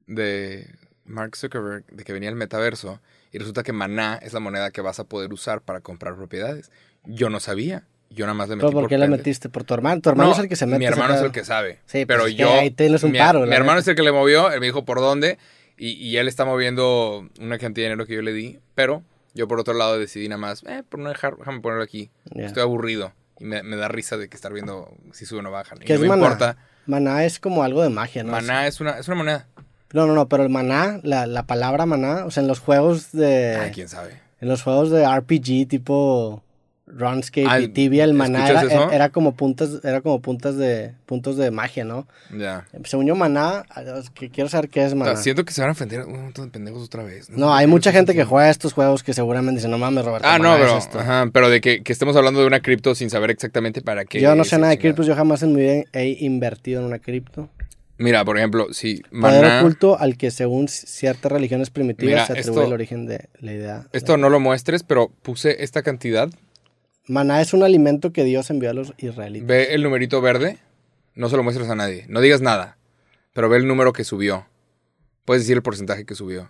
B: de Mark Zuckerberg de que venía el metaverso y resulta que Maná es la moneda que vas a poder usar para comprar propiedades. Yo no sabía, yo nada más le metí
A: ¿Pero por qué le
B: pendejo.
A: metiste? ¿Por tu hermano? Tu hermano
B: No,
A: es el que se mete.
B: Mi hermano
A: saca-
B: es el que sabe.
A: Sí,
B: pero
A: pues es que
B: yo.
A: ahí tienes un
B: mi,
A: paro, la
B: mi hermano
A: neta.
B: es el que le movió, él me dijo por dónde. Y, y él está moviendo una cantidad de dinero que yo le di. Pero yo por otro lado decidí nada más, eh, por no dejar, déjame ponerlo aquí.
A: Ya.
B: Estoy aburrido. Y me, me da risa de que estar viendo si sube o no bajan. Y
A: ¿Qué
B: no
A: es
B: me
A: maná?
B: importa.
A: Maná es como algo de magia, ¿no?
B: Maná es una, es una moneda.
A: No, no, no, pero el maná, la, la palabra maná, o sea, en los juegos de.
B: Ay, quién sabe.
A: En los juegos de RPG tipo RuneScape
B: Ah,
A: y Tibia, el maná era,
B: ¿escuchas eso?
A: era como puntas, era como puntas de puntos de magia, ¿no?
B: Ya.
A: Según yo, maná, que quiero saber qué es
B: O sea,
A: maná.
B: siento que se van a ofender un montón de pendejos otra vez.
A: No, hay mucha gente que juega estos juegos que seguramente dice, no mames, Roberto.
B: Ah, no,
A: maná es
B: pero,
A: esto".
B: ajá, pero de que, que estemos hablando de una cripto sin saber exactamente para qué.
A: Yo no
B: es
A: sé
B: y
A: nada de
B: chingada.
A: criptos, yo jamás en mi vida he invertido en una cripto.
B: Mira, por ejemplo, si
A: Poder
B: Maná.
A: oculto al que según ciertas religiones primitivas
B: Mira,
A: se atribuye
B: esto-
A: el origen de la idea.
B: Esto no lo muestres, pero puse esta cantidad.
A: Maná es un alimento que Dios envió a los israelitas.
B: Ve el numerito verde. No se lo muestres a nadie. No digas nada. Pero ve el número que subió. Puedes decir el porcentaje que subió.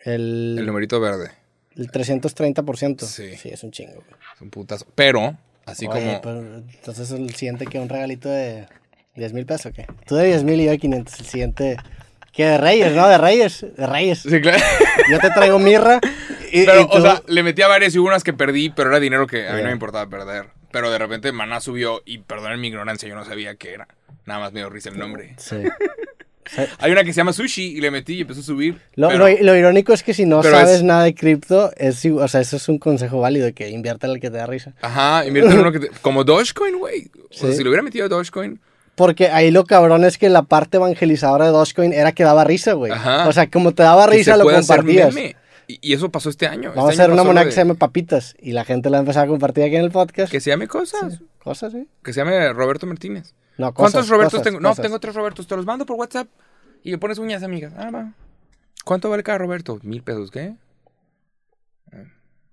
B: El
A: El,
B: numerito verde.
A: el 330%.
B: Sí.
A: Sí, es un chingo.
B: Es un putazo. Pero, así
A: Oye,
B: como.
A: pero, entonces el siguiente que un regalito de 10 mil pesos, ¿o qué? Tú de 10 mil y yo de 500. El siguiente Que de Reyes, ¿no? De Reyes. De Reyes.
B: Sí, claro.
A: Yo te traigo mirra. Y,
B: Pero,
A: y tú-
B: o sea, le metí a varias y hubo unas que perdí, pero era dinero que a mí no me importaba perder. Pero de repente Maná subió y perdonen mi ignorancia, yo no sabía qué era. Nada más me dio risa el nombre.
A: Sí.
B: Hay una que se llama Sushi y le metí y empezó a subir.
A: Lo,
B: pero-
A: lo- lo irónico es que si no
B: pero
A: sabes
B: es-
A: nada de cripto, es, igu- o sea, eso es un consejo válido, que invierte al que te da risa.
B: Ajá, invierte en uno que te- Como Dogecoin, güey. O sea,
A: Sí.
B: si le hubiera metido a Dogecoin,
A: Porque ahí lo cabrón es que la parte evangelizadora de Dogecoin era que daba risa, güey.
B: Ajá.
A: O sea, como te daba
B: que
A: risa,
B: se
A: lo
B: puede hacer
A: compartías.
B: meme. Y, y eso pasó este año.
A: Vamos
B: Este
A: a hacer
B: año
A: una
B: pasó lo
A: moneda
B: de-
A: que se llame Papitas. Y la gente la empezó a compartir aquí en el podcast.
B: Que se llame cosas.
A: Cosas, ¿eh?
B: Que se llame Roberto Martínez.
A: No, cosas,
B: ¿Cuántos Robertos
A: cosas,
B: tengo? No,
A: cosas.
B: tengo tres Robertos. Te los mando por WhatsApp y le pones uñas, amigas. Ah, va. ¿Cuánto vale cada Roberto? ¿Mil pesos qué?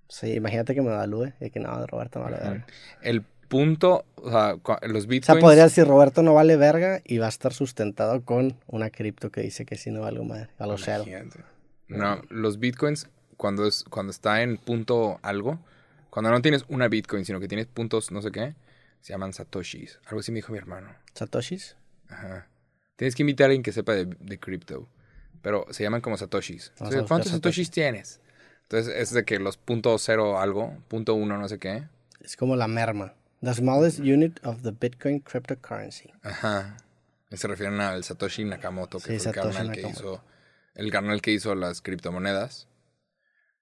A: Sí, imagínate que me evalúe. Y que no, Roberto no vale verga.
B: El punto, o sea, cua- los
A: O
B: bitcoins.
A: sea, podría decir Roberto no vale verga y va a estar sustentado con una cripto que dice que sí no vale madre. A los cero.
B: Imagínate. No, los bitcoins, cuando, es, cuando está en punto algo, cuando no tienes una bitcoin, sino que tienes puntos no sé qué, se llaman satoshis. Algo así me dijo mi hermano.
A: ¿Satoshis?
B: Ajá. Tienes que invitar a alguien que sepa de, de cripto. Pero se llaman como
A: Vamos
B: satoshis.
A: a
B: Entonces,
A: buscar
B: ¿Cuántos satoshis tienes? Entonces es de que los punto cero algo, punto uno no sé qué.
A: Es como la merma. The smallest unit of the Bitcoin cryptocurrency.
B: Ajá. Se refieren al Satoshi Nakamoto, que
A: Sí,
B: fue el
A: Satoshi
B: carnal que
A: Nakamoto.
B: hizo. El carnal que hizo las criptomonedas.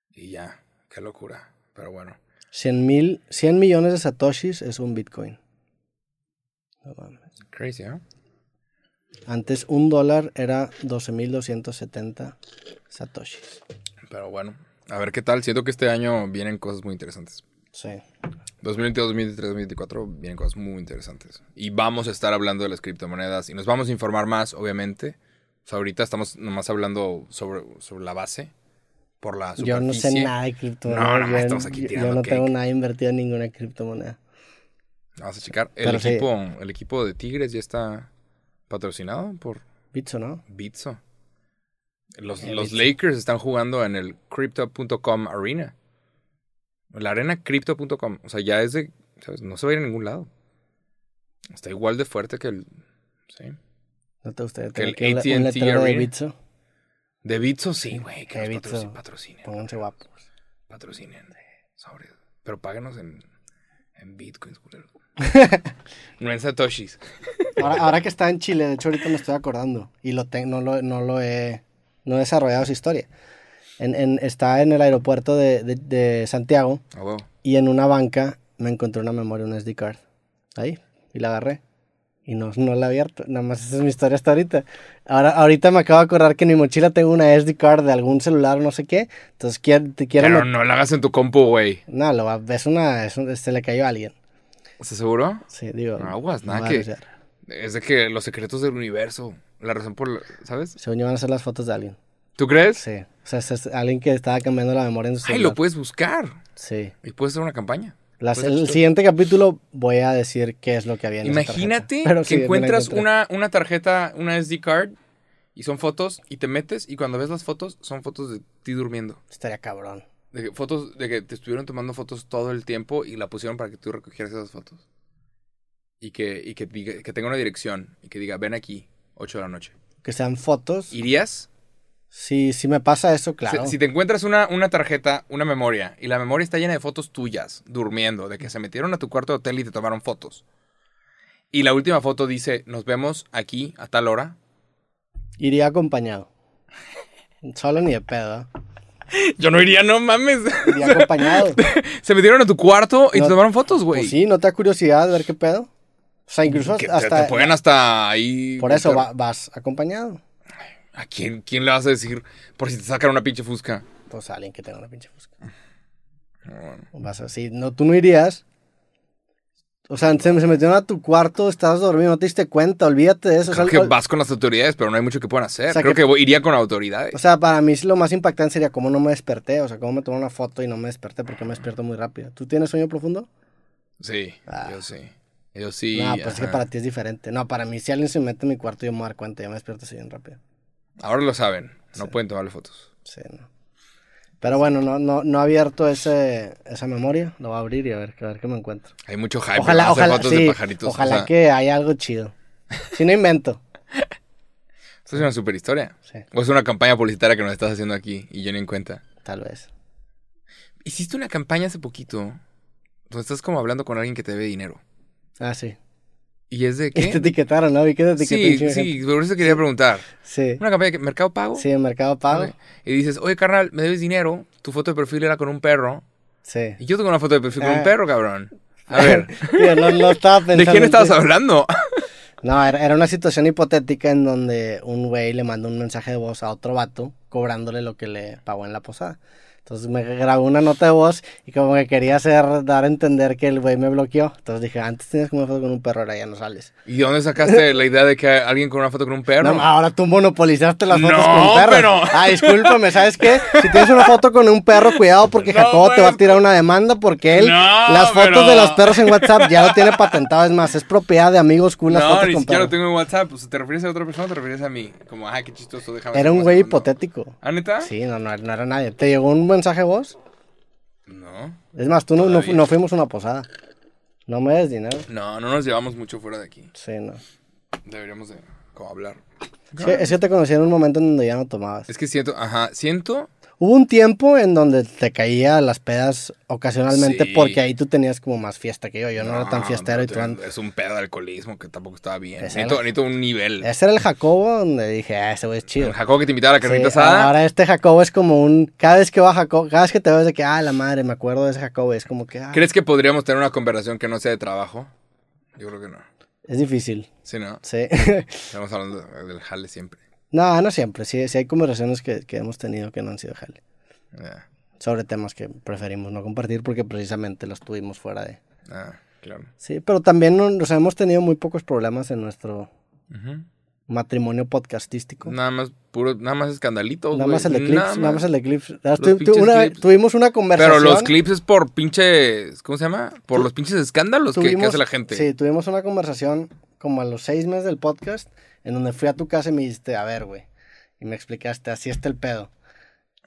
B: Y ya, qué locura. Pero bueno.
A: 100, mil, 100 millones de satoshis es un Bitcoin. No mames.
B: Crazy, ¿no?
A: Antes un dólar era 12.270 satoshis.
B: Pero bueno. A ver qué tal. Siento que este año vienen cosas muy interesantes.
A: Sí.
B: 2022, 2023, 2024 vienen cosas muy interesantes. Y vamos a estar hablando de las criptomonedas y nos vamos a informar más, obviamente. O sea, ahorita estamos nomás hablando sobre, sobre la base, por la superficie.
A: Yo no sé nada de criptomonedas.
B: No, no,
A: yo,
B: estamos
A: yo-
B: aquí
A: yo
B: tirando
A: no
B: cake.
A: tengo nada invertido en ninguna criptomoneda.
B: Vamos a checar. El
A: Pero sí.
B: equipo, el equipo de Tigres ya está patrocinado por
A: Bitso, ¿no?
B: Bitso. Los, los Lakers están jugando en el Crypto.com Arena. La arena Crypto.com. O sea, ya es de. ¿sabes? No se va a ir a ningún lado. Está igual de fuerte que el. Sí.
A: No te gustaría
B: Que
A: tener
B: el
A: aquí un, le-
B: AT&T
A: un letrero de
B: Arena.
A: Bitso.
B: De Bitso, sí, güey. Que
A: De
B: nos
A: Bitso.
B: patrocin- patrocinen.
A: Pónganse guapos.
B: Patrocinen. Sobre. Pero páganos en, en Bitcoins, culero. no en Satoshis.
A: Ahora, ahora que está en Chile, de hecho ahorita me estoy acordando y lo te- no, lo, no lo he no he desarrollado su historia. En- en- está en el aeropuerto de, de- de Santiago
B: A huevo.
A: y en una banca me encontré una memoria, un SD card. Ahí, y la agarré. Y no, no la he abierto, nada más esa es mi historia hasta ahorita. Ahora, ahorita me acabo de acordar que en mi mochila tengo una SD card de algún celular, no sé qué. Entonces, quiero, te quiero...
B: Pero
A: met-
B: no la hagas en tu compu, güey.
A: No, lo va- es una... Es un- se le cayó a alguien.
B: ¿Estás seguro?
A: Sí, digo...
B: No, aguas,
A: no
B: nada
A: va a
B: que-
A: denunciar.
B: Es de que los secretos del universo. La razón por la, ¿Sabes?
A: Según yo van a ser las fotos de alguien.
B: ¿Tú crees?
A: Sí. O sea, es, es alguien que estaba cambiando la memoria en su
B: Ay,
A: celular.
B: lo pues puedes buscar.
A: Sí.
B: Y puedes hacer una campaña.
A: Las-
B: Puedes hacer
A: el
B: todo.
A: siguiente capítulo voy a decir qué es lo que había en esa
B: Imagínate
A: tarjeta. Pero sí,
B: que
A: me la
B: encuentras
A: encontré.
B: una, una tarjeta, una SD card, y son fotos, y te metes, y cuando ves las fotos, son fotos de ti durmiendo.
A: Estaría cabrón.
B: De que, fotos de que te estuvieron tomando fotos todo el tiempo y la pusieron para que tú recogieras esas fotos. Y que, y que, diga- que tenga una dirección y que diga, ven aquí, 8 de la noche.
A: Que sean fotos.
B: ¿Irías?
A: Sí, sí me pasa eso, claro.
B: Si, si te encuentras una, una tarjeta, una memoria, y la memoria está llena de fotos tuyas, durmiendo, de que se metieron a tu cuarto de hotel y te tomaron fotos. Y la última foto dice, nos vemos aquí a tal hora.
A: Iría acompañado. Solo ni de pedo. ¿eh?
B: Yo no iría, no mames.
A: Iría acompañado.
B: se metieron a tu cuarto y
A: No.
B: te tomaron fotos, güey.
A: Pues sí, ¿no te da curiosidad ver qué pedo? O sea, incluso
B: Que te-
A: hasta...
B: te, pueden hasta ahí.
A: por eso
B: meter-
A: va- vas acompañado.
B: ¿A quién, quién le vas a decir por si te sacan una pinche fusca?
A: Pues a alguien que tenga una pinche fusca.
B: Ah, Bueno,
A: Vas así, no, tú no irías. O sea, se, se metieron a tu cuarto, estabas dormido, no te diste cuenta, olvídate de eso. o sea,
B: Creo que
A: ol-
B: vas con las autoridades, pero no hay mucho que puedan hacer.
A: Pues O sea,
B: Creo
A: que- Pues,
B: que, voy- iría con autoridades.
A: o sea, para mí lo más impactante sería cómo no me desperté, o sea, cómo me tomé una foto y no me desperté porque me despierto muy rápido. ¿Tú tienes sueño profundo?
B: sí,
A: Ah.
B: yo sí. Yo sí.
A: no, pues es que
B: ajá.
A: para ti es diferente. No, para mí si alguien se mete en mi cuarto yo me voy a dar cuenta, yo me despierto así bien rápido.
B: Ahora lo saben. No pueden tomarle fotos.
A: Sí, no. Pero bueno, no, no, no he abierto ese, esa memoria, lo voy a abrir y a ver, a ver qué me encuentro.
B: Hay mucho hype.
A: Ojalá,
B: para hacer
A: ojalá,
B: fotos
A: sí,
B: de pajaritos. o
A: ojalá
B: sea,
A: que haya algo chido. Si no invento.
B: Eso es una super historia.
A: Sí.
B: O es una campaña publicitaria que nos estás haciendo aquí y yo ni en cuenta.
A: Tal vez.
B: Hiciste una campaña hace poquito donde estás como hablando con alguien que te debe dinero.
A: Ah, sí.
B: ¿Y es de
A: Y te
B: qué?
A: etiquetaron, ¿no? Vi que te etiquetaron.
B: Sí, sí, por eso quería preguntar.
A: Sí.
B: Una campaña que Mercado Pago.
A: Sí, en Mercado Pago.
B: Ok. Y dices, oye, carnal, me debes dinero. Tu foto de perfil era con un perro.
A: Sí.
B: Y yo tengo una foto de perfil con
A: Ah.
B: un perro, cabrón. A ver,
A: Tío, no, no estaba pensando.
B: ¿de quién
A: en
B: estabas
A: ti.
B: hablando?
A: No, era, era una situación hipotética en donde un güey le mandó un mensaje de voz a otro vato cobrándole lo que le pagó en la posada. Entonces me grabó una nota de voz y como que quería hacer, dar a entender que el güey me bloqueó. Entonces dije, antes tenías como una foto con un perro, ahora ya no sales.
B: ¿Y de dónde sacaste la idea de que alguien con una foto con un perro?
A: No, ah, ahora tú monopolizaste las fotos
B: No,
A: con perros.
B: pero-
A: Ah, discúlpame, ¿sabes qué? Si tienes una foto con un perro, cuidado porque
B: No,
A: Jacobo te
B: bueno.
A: va a tirar una demanda porque él,
B: No,
A: las fotos
B: pero-
A: de los perros en WhatsApp ya lo tiene patentado. Es más, es propiedad de amigos cool las
B: no
A: fotos
B: ni
A: con
B: siquiera
A: perros.
B: lo tengo en WhatsApp. O sea, ¿Te refieres a otra persona o te refieres a mí? Como, ajá, qué chistoso, déjame.
A: Era
B: ver
A: un
B: qué
A: güey
B: pasa cuando-
A: hipotético.
B: ¿Ah, neta?
A: Sí, no, no, no era nadie. ¿Te llegó un mensaje vos?
B: No.
A: Es más, tú no, no, fu-
B: Todavía.
A: no fuimos a una posada. No me des dinero.
B: No, no nos llevamos mucho fuera de aquí.
A: Sí, no.
B: Deberíamos de como hablar.
A: Sí, es que te conocí en un momento en donde ya no tomabas.
B: Es que siento, ajá, siento.
A: Hubo un tiempo en donde te caía a las pedas ocasionalmente
B: Sí.
A: porque ahí tú tenías como más fiesta que yo. Yo no, era tan fiestero y tú...
B: pero
A: and-
B: Es un pedo de alcoholismo que tampoco estaba bien.
A: Es
B: Necesito,
A: el-
B: necesito un nivel.
A: Ese era el Jacobo donde dije, ah, ese güey es chido.
B: El Jacobo que te invitaba a la
A: Sí,
B: carnita asada.
A: ahora este Jacobo es como un... Cada vez que va Jacobo, cada vez que te ves de que, ah, la madre, me acuerdo de ese Jacobo. Es como que, ah,
B: ¿Crees que podríamos tener una conversación que no sea de trabajo? Yo creo que no.
A: es difícil.
B: Sí, ¿no?
A: Sí.
B: Estamos hablando del jale siempre.
A: No, no siempre. Sí, sí hay conversaciones que, que hemos tenido que no han sido jale.
B: Ah,
A: Sobre temas que preferimos no compartir porque precisamente los tuvimos fuera de...
B: ah, claro.
A: Sí, pero también no- o sea, hemos tenido muy pocos problemas en nuestro
B: Ujú.
A: matrimonio podcastístico.
B: Nada más puro, nada más escandalito,
A: nada más el de clips, nada más, el de clips. Tu- tu-
B: pinches
A: una-
B: clips.
A: Tuvimos una conversación.
B: Pero los clips es por pinches, ¿cómo se llama? Por los pinches escándalos que- que,
A: tuvimos-
B: Pues, hace la gente.
A: Sí, tuvimos una conversación como a los seis meses del podcast, en donde fui a tu casa y me dijiste, a ver, güey. Y me explicaste, así está el pedo.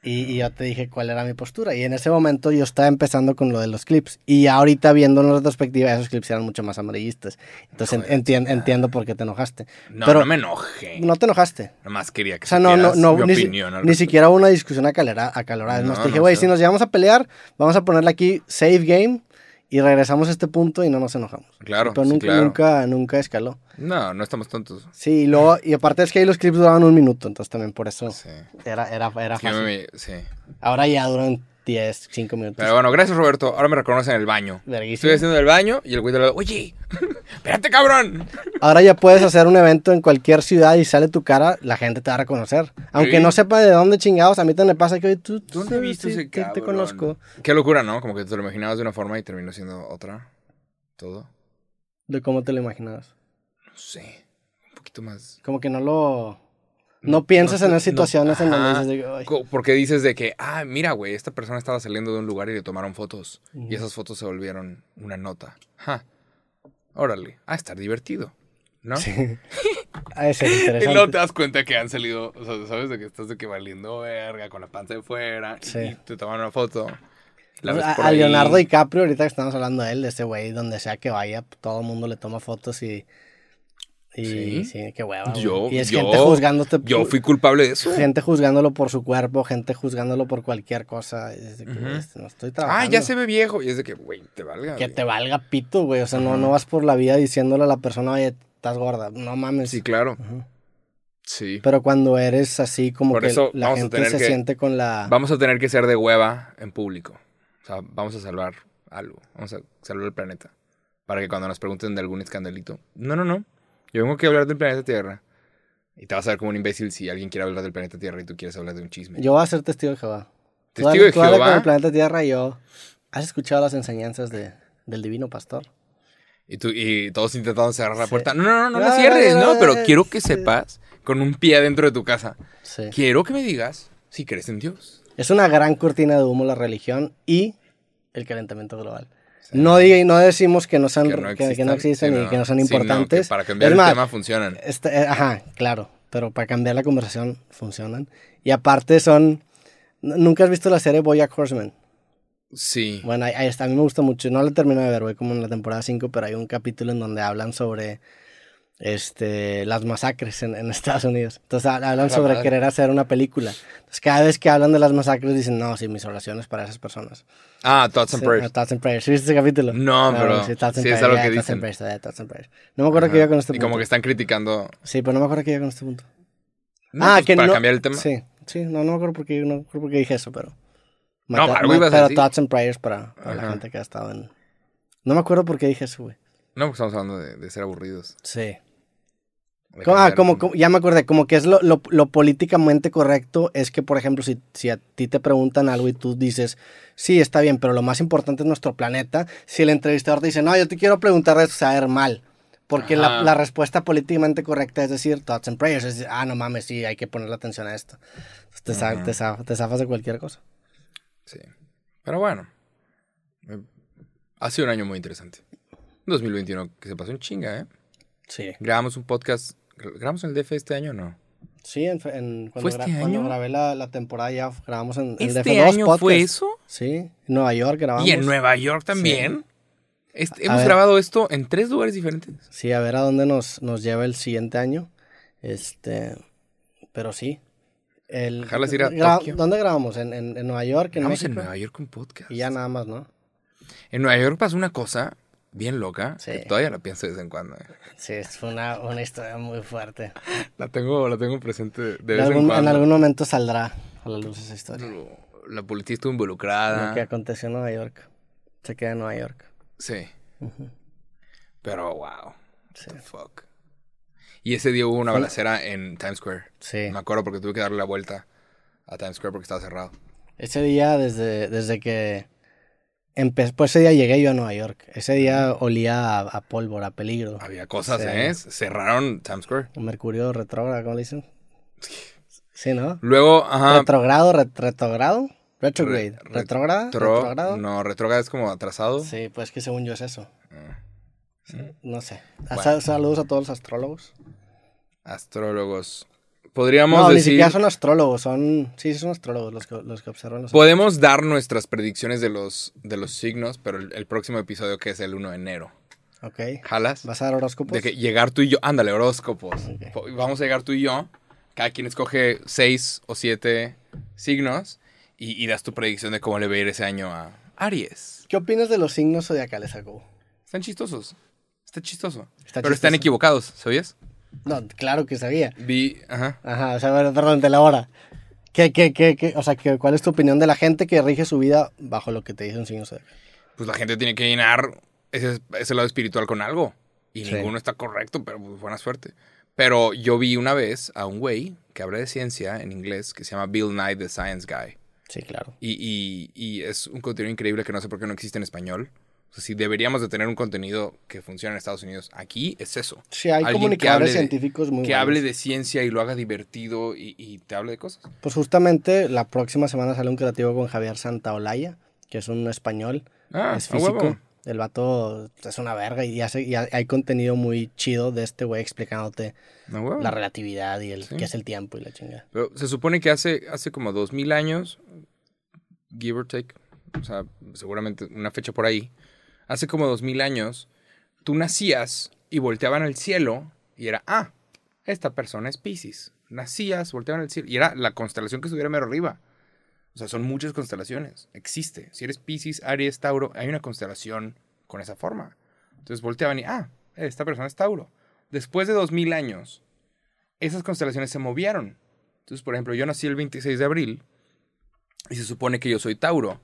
A: Y, y yo te dije cuál era mi postura. Y en ese momento yo estaba empezando con lo de los clips. Y ya ahorita viendo en retrospectiva, esos clips eran mucho más amarillistas. Entonces
B: Hijo de
A: entien- entiendo por qué te enojaste.
B: no,
A: pero-
B: no me enoje.
A: No te enojaste.
B: Nomás quería que
A: O sea, no, no,
B: supieras
A: no,
B: mi
A: ni, si-
B: opinión. al
A: ni
B: respecto.
A: siquiera hubo una discusión acalera- acalorada. Es más,
B: No,
A: te dije,
B: no
A: güey,
B: sé.
A: si nos llevamos a pelear, vamos a ponerle aquí save game y regresamos a este punto y no nos enojamos.
B: Claro,
A: Pero
B: sí,
A: nunca,
B: claro.
A: nunca, nunca escaló.
B: No, no estamos tontos.
A: Sí, y luego, y aparte es que ahí los clips duraban un minuto, entonces también por eso
B: Sí.
A: era, era, era
B: Es que yo
A: fácil.
B: me- sí.
A: Ahora ya duran 10, 5 minutos.
B: Pero bueno, gracias Roberto. Ahora me reconocen en el baño. Estoy
A: Verguísima.
B: haciendo el baño y el güey de al lado, oye, espérate, cabrón.
A: Ahora ya puedes hacer un evento en cualquier ciudad y sale tu cara, la gente te va a reconocer. Aunque
B: Sí.
A: no sepa de dónde chingados, a mí también me pasa que oye, tú, tú
B: ¿Dónde
A: sí,
B: viste
A: sí,
B: ese
A: te-
B: cabrón?
A: Te conozco.
B: Qué locura, ¿no? Como que te lo imaginabas de una forma y terminó siendo otra. Todo.
A: De cómo te lo imaginabas.
B: No sé. Un poquito más.
A: Como que no lo... No piensas en
B: No,
A: esas situaciones en donde
B: ajá.
A: dices, de que, "Ay".
B: Co- Porque dices de que, ah, mira, güey, esta persona estaba saliendo de un lugar y le tomaron fotos. Y esas fotos se volvieron una nota. Ja. Órale. Ah, estar divertido. ¿No?
A: Ah, ese es
B: Y luego te
A: interesante.
B: das cuenta que han salido, o sea, sabes de que estás de que valiendo verga, con la panza de fuera, y-
A: Sí.
B: y te toman una foto. la ves
A: A,
B: por
A: a
B: ahí.
A: Leonardo DiCaprio, ahorita que estamos hablando de él, de ese güey, donde sea que vaya, todo el mundo le toma fotos y. Y
B: Sí.
A: sí, qué hueva. güey.
B: Yo,
A: y es
B: yo-
A: gente juzgándote.
B: Yo
A: por-
B: fui culpable de eso.
A: Gente juzgándolo por su cuerpo, gente juzgándolo por cualquier cosa. y es de que, güey, este, no estoy trabajando.
B: Ah, ya se ve viejo. Y es de que, güey, te valga.
A: Que
B: güey.
A: te valga pito, güey. O sea, no, no vas por la vida diciéndole a la persona, oye, estás gorda. No mames.
B: Sí, claro. Sí.
A: Pero cuando eres así, como
B: Por
A: que
B: eso
A: la
B: vamos a
A: gente
B: tener
A: se
B: que-
A: siente con la.
B: Vamos a tener que ser de hueva en público. O sea, vamos a salvar algo. Vamos a salvar el planeta. Para que cuando nos pregunten de algún escandalito. No, no, no. Yo vengo aquí a hablar del planeta Tierra. Y te vas a ver como un imbécil si alguien quiere hablar del planeta Tierra y tú quieres hablar de un chisme.
A: Yo voy a ser testigo de Jehová. Tú
B: Testigo
A: dale-
B: de
A: tú dale con
B: Jehová.
A: el planeta Tierra y yo. ¿Has escuchado las enseñanzas de, del divino pastor?
B: Y, tú, y todos intentando cerrar la
A: Sí.
B: puerta. No, no, no, no
A: No,
B: la
A: no,
B: cierres,
A: no,
B: ¿no?
A: no,
B: Pero
A: no,
B: quiero que
A: sí.
B: sepas, con un pie adentro de tu casa,
A: Sí.
B: quiero que me digas si crees en Dios.
A: Es una gran cortina de humo la religión y el calentamiento global. No, diga, no decimos que no, sean, que, que no existen y que no son
B: Sí,
A: importantes.
B: que para
A: Es
B: cambiar el
A: más,
B: tema funcionan.
A: Este, eh, ajá, claro. Pero para cambiar la conversación funcionan. Y aparte son... n- ¿Nunca has visto la serie Boyack Horseman?
B: Sí.
A: Bueno, ahí, ahí está. A mí me gusta mucho. No la termino de ver, voy como en la temporada 5, pero hay un capítulo en donde hablan sobre este, las masacres en, en Estados Unidos. Entonces ha-
B: Ah,
A: hablan sobre querer hacer una película. Entonces cada vez que hablan de las masacres dicen, no, sí, mis oraciones para esas personas.
B: Ah, Thoughts and
A: Sí,
B: Prayers.
A: no, Thoughts and Prayers. ¿Sí viste ese capítulo? Ah,
B: No, pero
A: Sí, Thoughts and
B: sí es
A: Prayers,
B: algo
A: ya,
B: que
A: Thoughts and
B: dicen.
A: Prayers, ya, Thoughts and Prayers. No me acuerdo que
B: Ajá.
A: iba con este
B: Y
A: punto.
B: como que están criticando.
A: Sí, pero no me acuerdo que iba con este punto.
B: No, pues, para cambiar el tema.
A: Ah, Sí, sí, no, no me acuerdo por qué, no me acuerdo por qué dije eso, pero...
B: No,
A: Mata-
B: algo
A: ma-
B: ibas a
A: Pero
B: decir.
A: Thoughts and Prayers para, para la
B: Ajá.
A: gente que ha estado en... No me acuerdo por qué dije eso, güey.
B: No, porque estamos hablando de, de ser aburridos.
A: Sí.
B: de
A: Como- ah,
B: cambiar el
A: como,
B: tema.
A: como- ya me acordé, como que es lo, lo- lo políticamente correcto es que, por ejemplo, si, si a ti te preguntan algo y tú dices, sí, está bien, pero lo más importante es nuestro planeta, si el entrevistador te dice, no, yo te quiero preguntar de eso, se va a ver mal. Porque la,
B: Ajá.
A: la respuesta políticamente correcta es decir, thoughts and prayers, es decir, ah, no mames, sí, hay que ponerle atención a esto. Entonces, te, za- te za- te zafas de cualquier cosa.
B: Sí. Pero bueno. Eh, Ha sido un año muy interesante. 2021 que se pasó en chinga, ¿eh?
A: Sí.
B: Grabamos un podcast. gra- ¿Grabamos en el DF este año o no?
A: Sí, en, fe- en- cuando,
B: ¿Fue este
A: gra- cuando
B: año?
A: grabé la, la temporada ya grabamos en, en
B: ¿Este
A: DF2
B: año fue
A: podcast.
B: eso?
A: Sí, en Nueva York grabamos.
B: Y en Nueva York también. Este-
A: A
B: hemos
A: ver.
B: grabado esto en tres lugares diferentes.
A: Sí, a ver a dónde nos, nos lleva el siguiente año. Este, pero sí. El,
B: Ojalá ir a
A: gra-
B: Tokio.
A: ¿Dónde grabamos? ¿En, en, en Nueva York? ¿En
B: Grabamos en
A: México?
B: Nueva York un podcast.
A: Y ya nada más, ¿no?
B: En Nueva York pasó una cosa bien loca
A: Sí.
B: que todavía la pienso de vez en cuando. ¿eh?
A: Sí, es- fue una, una historia muy fuerte.
B: La tengo, la tengo presente de
A: En
B: vez en
A: algún, en
B: cuando.
A: algún momento saldrá a la luz esa historia.
B: Lo- La policía estuvo involucrada.
A: Lo que aconteció en Nueva York. Se queda en Nueva York.
B: Sí. Pero wow.
A: Sí.
B: What the fuck. Y ese día hubo una balacera en Times Square.
A: Sí.
B: Me acuerdo porque tuve que darle la vuelta a Times Square porque estaba cerrado.
A: Ese día, desde, desde que empezó, pues ese día llegué yo a Nueva York. Ese día olía a, a pólvora, a peligro.
B: Había cosas,
A: Sí.
B: ¿eh? Cerraron Times Square.
A: Mercurio retrógrado, ¿cómo le dicen? Sí, ¿no?
B: Luego, ajá.
A: Retrogrado, ret- retrogrado, retrograde,
B: Ah. re-
A: retrograda,
B: retro-
A: retrogrado.
B: No, retrograda es como atrasado.
A: Sí, pues que según yo es eso. Sí, No sé. Ah,
B: Ah, Bueno.
A: sal- Saludos a todos los astrólogos.
B: Astrólogos. Podríamos
A: No, ni
B: decir.
A: siquiera son astrólogos, son. Sí, sí son astrólogos los que, los que observan los.
B: Podemos dar nuestras predicciones de los, de los signos, pero el, el próximo episodio que es el 1 de enero.
A: Ok.
B: ¿Jalas?
A: ¿Vas a dar horóscopos?
B: De que llegar tú y yo, ándale, horóscopos.
A: Ok.
B: Po- Vamos a llegar tú y yo, cada quien escoge seis o siete signos y, y das tu predicción de cómo le va a ir ese año a Aries.
A: ¿Qué opinas de los signos zodiacales, Jacobo?
B: Están chistosos. Está chistoso.
A: Está
B: Pero están
A: chistoso.
B: equivocados, ¿sabías?
A: No, claro que sabía.
B: Vi, ajá.
A: Ajá, o sea, bueno, perdón, de la hora. ¿Qué, qué, qué, qué? O sea, que- ¿cuál es tu opinión de la gente que rige su vida bajo lo que te dice un signo zodiacal?
B: Pues la gente tiene que llenar ese, ese lado espiritual con algo. Y
A: Sí.
B: ninguno está correcto, pero pues, buena suerte. Pero yo vi una vez a un güey que habla de ciencia en inglés que se llama Bill Nye, The Science Guy.
A: Sí, claro.
B: Y, y- y es un contenido increíble que no sé por qué no existe en español. O sea, si deberíamos de tener un contenido que funcione en Estados Unidos, aquí es eso.
A: Sí, hay
B: Alguien que
A: comunicadores
B: hable de-
A: científicos muy
B: que hable
A: buenos.
B: de ciencia y lo haga divertido y, y te hable de cosas.
A: Pues justamente la próxima semana sale un creativo con Javier Santaolalla, que es un español,
B: Ah,
A: es
B: a huevo.
A: físico. El vato es una verga y, hace, y ha- hay contenido muy chido de este güey explicándote
B: No, huevo.
A: la relatividad y el
B: Mm. Sí.
A: qué es el tiempo y la chingada.
B: Pero se supone que hace, hace como dos mil años, give or take, o sea, seguramente una fecha por ahí, hace como dos mil años, tú nacías y volteaban al cielo y era, ah, esta persona es Pisces. Nacías, volteaban al cielo y era la constelación que estuviera mero arriba. O sea, son muchas constelaciones, existe. Si eres Pisces, Aries, Tauro, hay una constelación con esa forma. Entonces volteaban y, ah, esta persona es Tauro. Después de dos mil años, esas constelaciones se movieron. Entonces, por ejemplo, yo nací el 26 de abril y se supone que yo soy Tauro.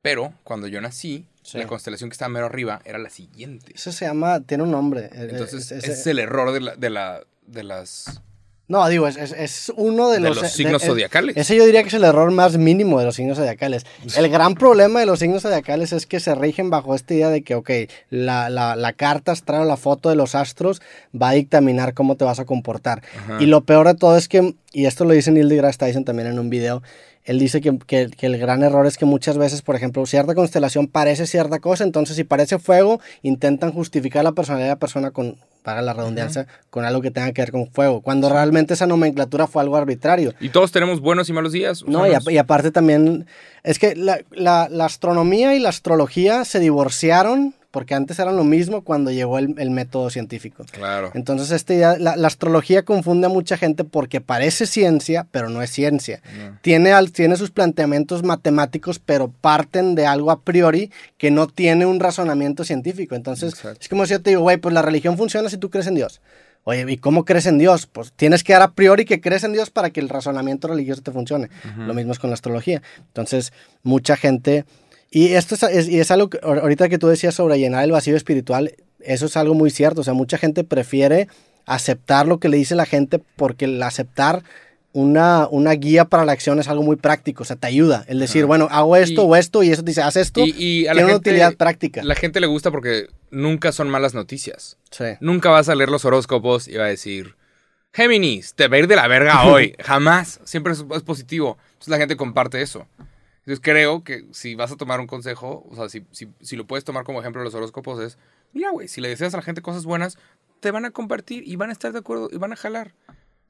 B: Pero cuando yo nací,
A: Sí.
B: la constelación que estaba mero arriba era la siguiente.
A: Eso se llama, tiene un nombre. eh, eh,
B: Entonces,
A: es-
B: ese
A: es-
B: es el error de, la- de, la- de las...
A: No, digo, es, es- es uno de
B: De
A: los,
B: los signos
A: es-
B: zodiacales.
A: Ese yo diría que es el error más mínimo de los signos zodiacales. El gran problema de los signos zodiacales es que se rigen bajo esta idea de que, ok, la, la, la carta astral o la foto de los astros va a dictaminar cómo te vas a comportar.
B: Ah.
A: Y lo peor de todo es que, y esto lo dice Neil deGrasse Tyson también en un video, él dice que, que- que el gran error es que muchas veces, por ejemplo, cierta constelación parece cierta cosa, entonces si parece fuego, intentan justificar la personalidad de la persona con, para la redundancia, con algo que tenga que ver con fuego, cuando realmente esa nomenclatura fue algo arbitrario.
B: Y todos tenemos buenos y malos días.
A: No, y, a- y aparte también, es que la, la- la astronomía y la astrología se divorciaron porque antes eran lo mismo cuando llegó el, el método científico.
B: Claro.
A: Entonces, este ya- la, la astrología confunde a mucha gente porque parece ciencia, pero no es ciencia. Tiene, al- tiene sus planteamientos matemáticos, pero parten de algo a priori que no tiene un razonamiento científico. Entonces,
B: Exacto.
A: es como si yo te digo, güey, pues la religión funciona si tú crees en Dios. Oye, ¿y cómo crees en Dios? Pues tienes que dar a priori que crees en Dios para que el razonamiento religioso te funcione. Lo mismo es con la astrología. Entonces, mucha gente... Y esto es, es- y es algo que ahor- ahorita que tú decías sobre llenar el vacío espiritual, eso es algo muy cierto. O sea, mucha gente prefiere aceptar lo que le dice la gente porque el aceptar una, una guía para la acción es algo muy práctico. O sea, te ayuda. El decir, bueno, hago esto
B: Y-
A: o esto y eso te dice, haz esto.
B: Y, y a la
A: tiene una
B: gente-
A: utilidad práctica.
B: La gente le gusta porque nunca son malas noticias.
A: Sí.
B: Nunca vas a leer los horóscopos y va a decir, Géminis, te va a ir de la verga hoy. Jamás. Siempre es, es positivo. Entonces la gente comparte eso. Entonces creo que si vas a tomar un consejo, o sea, si, si- si lo puedes tomar como ejemplo de los horóscopos, es, mira, güey, si le deseas a la gente cosas buenas, te van a compartir y van a estar de acuerdo y van a jalar.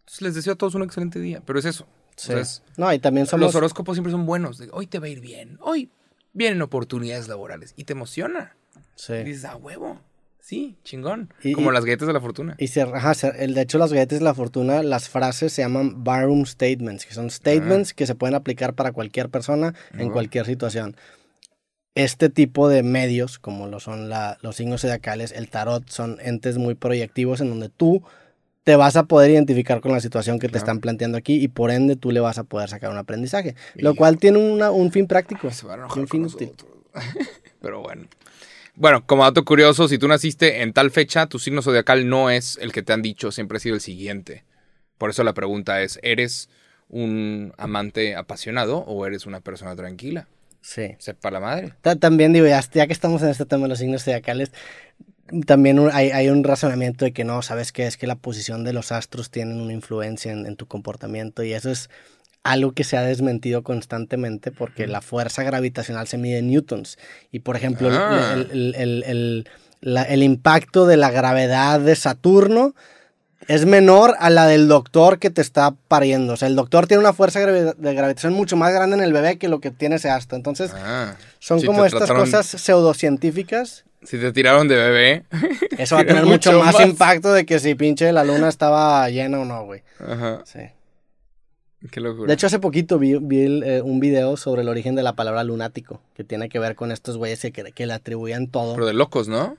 B: Entonces les deseo a todos un excelente día. Pero es eso.
A: Sí.
B: O sea, es-
A: no, y también somos...
B: los horóscopos siempre son buenos. de, hoy te va a ir bien. Hoy vienen oportunidades laborales. Y te emociona.
A: sí.
B: Y dices, a huevo. Sí, chingón.
A: Y-
B: Como
A: y-
B: las galletas de la fortuna.
A: Y se, ajá, se- el, de hecho, las galletas de la fortuna, las frases se llaman barroom statements, que son statements que se pueden aplicar para cualquier persona en
B: Ujú.
A: cualquier situación. Este tipo de medios, como lo son la- los signos zodiacales, el tarot, son entes muy proyectivos en donde tú te vas a poder identificar con la situación que te
B: Claro.
A: están planteando aquí y por ende tú le vas a poder sacar un aprendizaje, lo
B: Hijo.
A: cual tiene una- un fin práctico
B: Se van a
A: y
B: enojar
A: un
B: con
A: fin útil.
B: nosotros. Pero bueno. Bueno, como dato curioso, si tú naciste en tal fecha, tu signo zodiacal no es el que te han dicho, siempre ha sido el siguiente. Por eso la pregunta es, ¿eres un amante apasionado o eres una persona tranquila?
A: Sí.
B: Sepa la madre.
A: Ta- También digo, ya, ya que estamos en este tema de los signos zodiacales, también un- hay, hay un razonamiento de que no, ¿sabes qué? Es que la posición de los astros tienen una influencia en, en tu comportamiento y eso es algo que se ha desmentido constantemente porque la fuerza gravitacional se mide en newtons y por ejemplo el-
B: Ah.
A: el, el- el- el- la- el impacto de la gravedad de Saturno es menor a la del doctor que te está pariendo. O sea, el doctor tiene una fuerza gravi- de gravitación mucho más grande en el bebé que lo que tiene ese astro. Entonces,
B: Ah.
A: son
B: Si
A: como
B: te
A: estas
B: trataron-
A: cosas pseudocientíficas.
B: Si te tiraron de bebé.
A: Eso va a
B: Tiene
A: tener mucho,
B: mucho
A: más,
B: más.
A: impacto de que si pinche la luna estaba llena o no, güey.
B: Ajá.
A: Sí.
B: Qué locura.
A: De hecho, hace poquito vi, vi el, eh, un video sobre el origen de la palabra lunático, que tiene que ver con estos güeyes que, cre- que le atribuían todo.
B: Pero de locos, ¿no?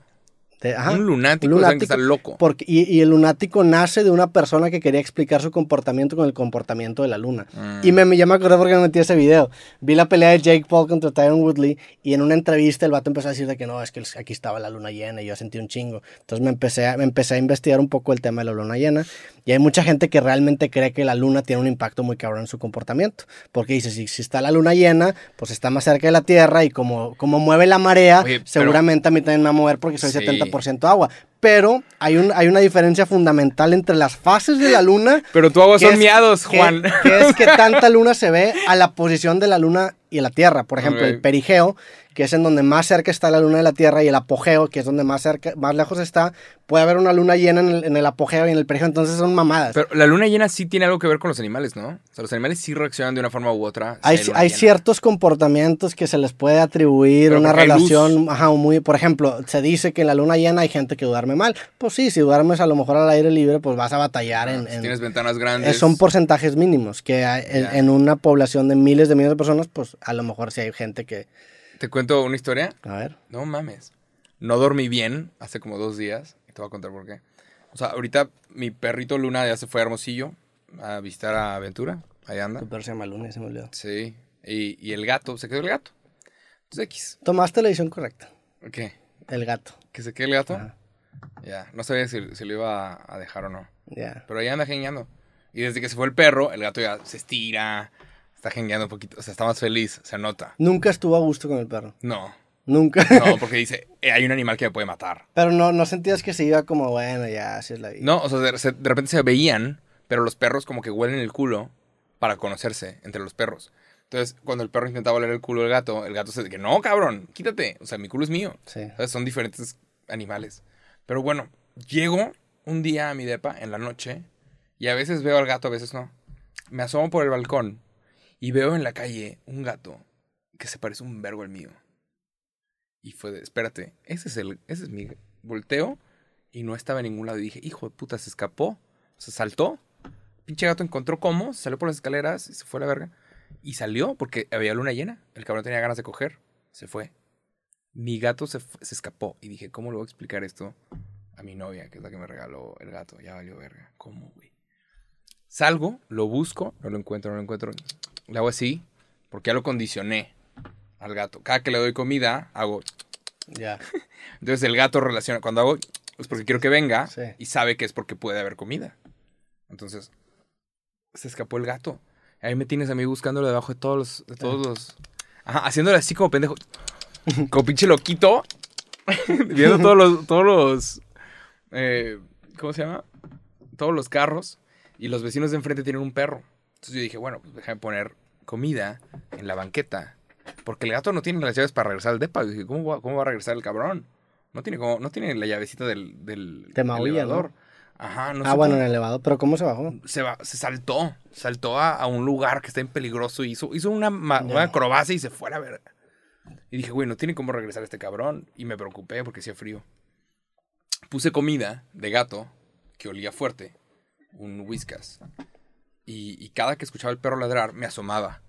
A: De- ajá,
B: un lunático, o sea, que está loco.
A: Porque, y, y el lunático nace de una persona que quería explicar su comportamiento con el comportamiento de la luna.
B: Ah. Mm.
A: Y me, me, ya me acordé porque me metí a ese video. Vi la pelea de Jake Paul contra Tyron Woodley y en una entrevista el vato empezó a decir de que no, es que el- aquí estaba la luna llena y yo sentí un chingo. Entonces me empecé, a, me empecé a investigar un poco el tema de la luna llena y hay mucha gente que realmente cree que la luna tiene un impacto muy cabrón en su comportamiento. Porque dice, si, si está la luna llena, pues está más cerca de la Tierra y como, como mueve la marea,
B: Oye, pero-
A: seguramente a mí también me va a mover porque soy
B: Sí.
A: 70% agua. Pero hay, un, hay una diferencia fundamental entre las fases de la luna
B: Pero tu agua
A: ¿Qué
B: son
A: es-
B: miados,
A: qué-
B: Pues, Juan.
A: qué es que tanta luna se ve a la posición de la luna y la Tierra? Por ejemplo,
B: Ok.
A: el perigeo, que es en donde más cerca está la luna de la Tierra, y el apogeo, que es donde más, cerca, más lejos está, puede haber una luna llena en el, en el apogeo y en el perigeo, entonces son mamadas.
B: Pero la luna llena sí tiene algo que ver con los animales, ¿no? O sea, los animales sí reaccionan de una forma u otra. si
A: hay
B: luna
A: hay
B: llena.
A: ciertos comportamientos que se les puede atribuir
B: Pero
A: una
B: porque hay luz.
A: relación, ajá, muy, por ejemplo, se dice que en la luna llena hay gente que duerme mal. Pues sí, si duermes a lo mejor al aire libre, pues vas a batallar en,
B: Ah, Si
A: en-
B: tienes ventanas
A: Eh,
B: grandes.
A: Son porcentajes mínimos, que hay- en,
B: Ya.
A: en una población de miles de millones de personas, pues a lo mejor sí hay gente que...
B: ¿Te cuento una historia?
A: A ver.
B: No mames. No dormí bien hace como dos días. y Te voy a contar por qué. O sea, ahorita mi perrito Luna ya se fue a Hermosillo a visitar a Aventura. Ahí anda.
A: Tu perro se llama Luna, se me olvidó.
B: Sí. Y, y el gato, se quedó el gato. Entonces, X.
A: Tomaste la edición correcta,
B: ¿Qué?
A: el gato.
B: ¿Que se quede el gato?
A: Ajá.
B: Ya. No sabía si, si lo iba a- a dejar o no.
A: Ya.
B: Pero ahí anda jengueando. Y desde que se fue el perro, el gato ya se estira, está jengueando un poquito, o sea, está más feliz, se nota.
A: Nunca estuvo a gusto con el perro,
B: No,
A: nunca.
B: no, porque dice, "Eh, hay un animal que me puede matar.
A: Pero no, no sentías que se iba como, bueno, ya, así es la vida.
B: No, o sea, de, se- de repente se veían, pero los perros como que huelen el culo para conocerse entre los perros. Entonces, cuando el perro intentaba oler el culo del gato, el gato se dice, no, cabrón, quítate, o sea, mi culo es mío.
A: Sí.
B: O sea, son diferentes animales. Pero bueno, llego un día a mi depa en la noche y a veces veo al gato, a veces no. Me asomo por el balcón y veo en la calle un gato que se parece un vergo al mío. Y fue de, espérate, ese es el, ese es mi volteo. Y no estaba en ningún lado. Y dije, hijo de puta, se escapó. Se saltó. Pinche gato encontró cómo. Salió por las escaleras y se fue a la verga. Y salió porque había luna llena. El cabrón tenía ganas de coger. Se fue. Mi gato se, fu- se escapó. Y dije, ¿cómo le voy a explicar esto a mi novia, que es la que me regaló el gato? Ya valió verga. ¿Cómo, güey? Salgo, lo busco, no lo encuentro, no lo encuentro. Le hago así, porque ya lo condicioné al gato. Cada que le doy comida, hago.
A: Ya.
B: Entonces el gato relaciona. Cuando hago, es porque quiero que venga
A: Sí.
B: y sabe que es porque puede haber comida. Entonces, se escapó el gato. Ahí me tienes a mí buscándolo debajo de todos los. De todos los ajá, haciéndole así como pendejo. Como pinche loquito. viendo todos los. Todos los eh, ¿Cómo se llama? Todos los carros. Y los vecinos de enfrente tienen un perro. Entonces yo dije, bueno, pues déjame poner comida en la banqueta. Porque el gato no tiene las llaves para regresar al depa. Yo dije, ¿cómo va, cómo va a regresar el cabrón? No tiene, como, no tiene la llavecita del, del
A: Te maulla, ¿no?
B: Ajá, no sé
A: ah, bueno,
B: cómo-
A: en el elevador. Pero ¿cómo se bajó?
B: se, va- se saltó, saltó a, a un lugar que está en peligroso y hizo, hizo una, ma- una
A: Ya.
B: acrobacia y se fue a la verga. Y dije, güey, no tiene cómo regresar este cabrón. Y me preocupé porque hacía frío. Puse comida de gato que olía fuerte, un whiskas. Y, y cada que escuchaba el perro ladrar, me asomaba.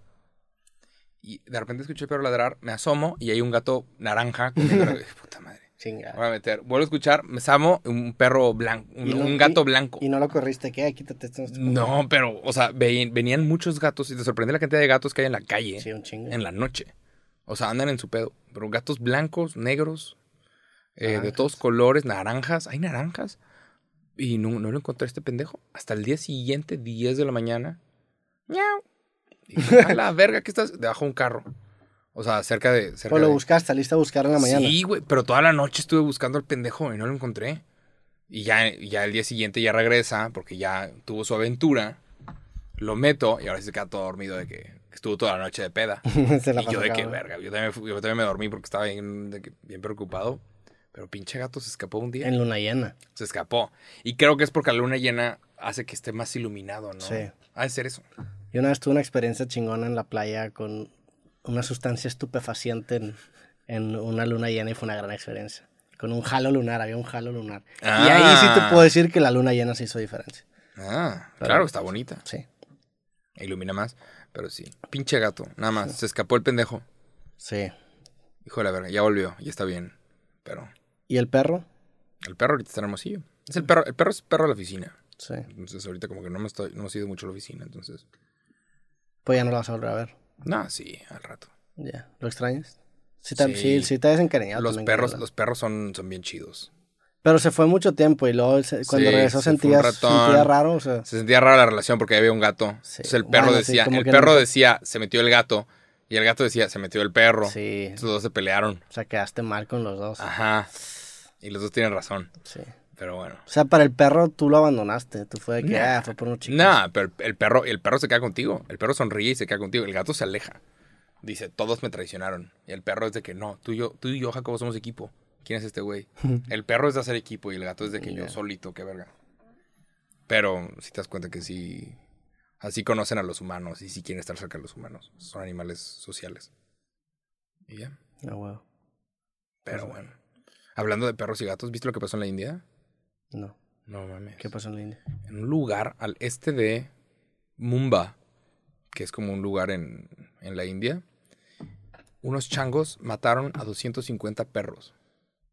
B: Y de repente escuché el perro ladrar, me asomo y hay un gato naranja. comiendo. Y dije, Puta madre. me
A: Chinga.
B: Voy a meter. Vuelvo a escuchar, me asamo, un perro blanco, un,
A: Y no-
B: un gato
A: y-
B: blanco.
A: Y no lo corriste. ¿Qué? Quítate esto.
B: No, pero, o sea, ve- venían muchos gatos y te sorprende la cantidad de gatos que hay en la calle
A: Sí, un chingo.
B: en la noche. O sea, andan en su pedo. Pero gatos blancos, negros, eh, de
A: Naranjas.
B: todos colores, naranjas. Hay naranjas. Y no, no lo encontré a este pendejo. Hasta el día siguiente, 10 de la mañana. Miau. Dije, a la verga, ¿qué estás? Debajo de un carro. O sea, cerca de. Cerca
A: O Pues lo
B: de-
A: buscaste, saliste a buscar en la mañana.
B: Sí, güey, pero toda la noche estuve buscando al pendejo y no lo encontré. Y ya, ya el día siguiente ya regresa porque ya tuvo su aventura. Lo meto y ahora sí se queda todo dormido de que estuvo toda la noche de peda.
A: se la
B: y yo de
A: pasó
B: que
A: cabrón.
B: verga, yo también, fu- yo también me dormí porque estaba bien, de que- bien preocupado. Pero pinche gato se escapó un día.
A: En luna llena.
B: Se escapó. Y creo que es porque la luna llena hace que esté más iluminado, ¿no?
A: Sí.
B: Ha de ser eso.
A: Yo una vez tuve una experiencia chingona en la playa con una sustancia estupefaciente en, en una luna llena y fue una gran experiencia. Con un halo lunar, había un halo lunar. Y ahí sí
B: Ah.
A: te puedo decir que la luna llena se hizo diferencia.
B: Ah,
A: Claro.
B: claro, está bonita.
A: Sí,
B: Ilumina más, pero sí. Pinche gato, nada más. Se escapó el pendejo.
A: sí.
B: Hijo de la verga, ya volvió, ya está bien. Pero
A: ¿Y el perro?
B: el perro ahorita está en hermosillo. Es el perro, el perro es perro de la oficina.
A: Sí.
B: Entonces ahorita como que no me estoy, no he ido mucho a la oficina, entonces.
A: Pues ya no lo vas a volver a ver.
B: No, sí, al rato.
A: Ya. ¿Lo extrañas? Sí, te,
B: Sí.
A: sí. sí te has encariñado.
B: los
A: también con
B: perros,
A: él.
B: los perros son, son bien chidos.
A: Pero se fue mucho tiempo y luego se- cuando
B: Sí,
A: regresó
B: se fue un
A: sentías,
B: ratón.
A: sentías raro. O sea,
B: Se sentía rara la relación porque había un gato.
A: Sí.
B: Entonces el perro
A: Bueno, sí,
B: decía,
A: como
B: el
A: que
B: perro
A: nunca-
B: decía, se metió el gato. Y el gato decía, se metió el perro. Ah.
A: sí.
B: Entonces los dos se pelearon.
A: O sea, quedaste mal con los dos.
B: Ajá. Y los dos tienen razón.
A: Sí.
B: Pero bueno.
A: O sea, para el perro tú lo abandonaste. Tú fue de que,
B: Nah.
A: ah, fue por unos chicos.
B: Nah, pero el perro, el perro se queda contigo. El perro sonríe y se queda contigo. El gato se aleja. Dice, todos me traicionaron. Y el perro es de que no, tú y yo, tú y yo Jacobo, somos equipo. ¿Quién es este güey? El perro es de hacer equipo y el gato es de que yo solito, qué verga. Pero si te das cuenta que sí. Así conocen a los humanos y sí quieren estar cerca de los humanos. Son animales sociales. Y ya.
A: Ah, huevo.
B: Pero bueno. Hablando de perros y gatos, ¿viste lo que pasó en la India?
A: No.
B: No mames.
A: ¿Qué pasó en la India?
B: en un lugar al este de Mumba, que es como un lugar en, en la India, unos changos mataron a 250 perros.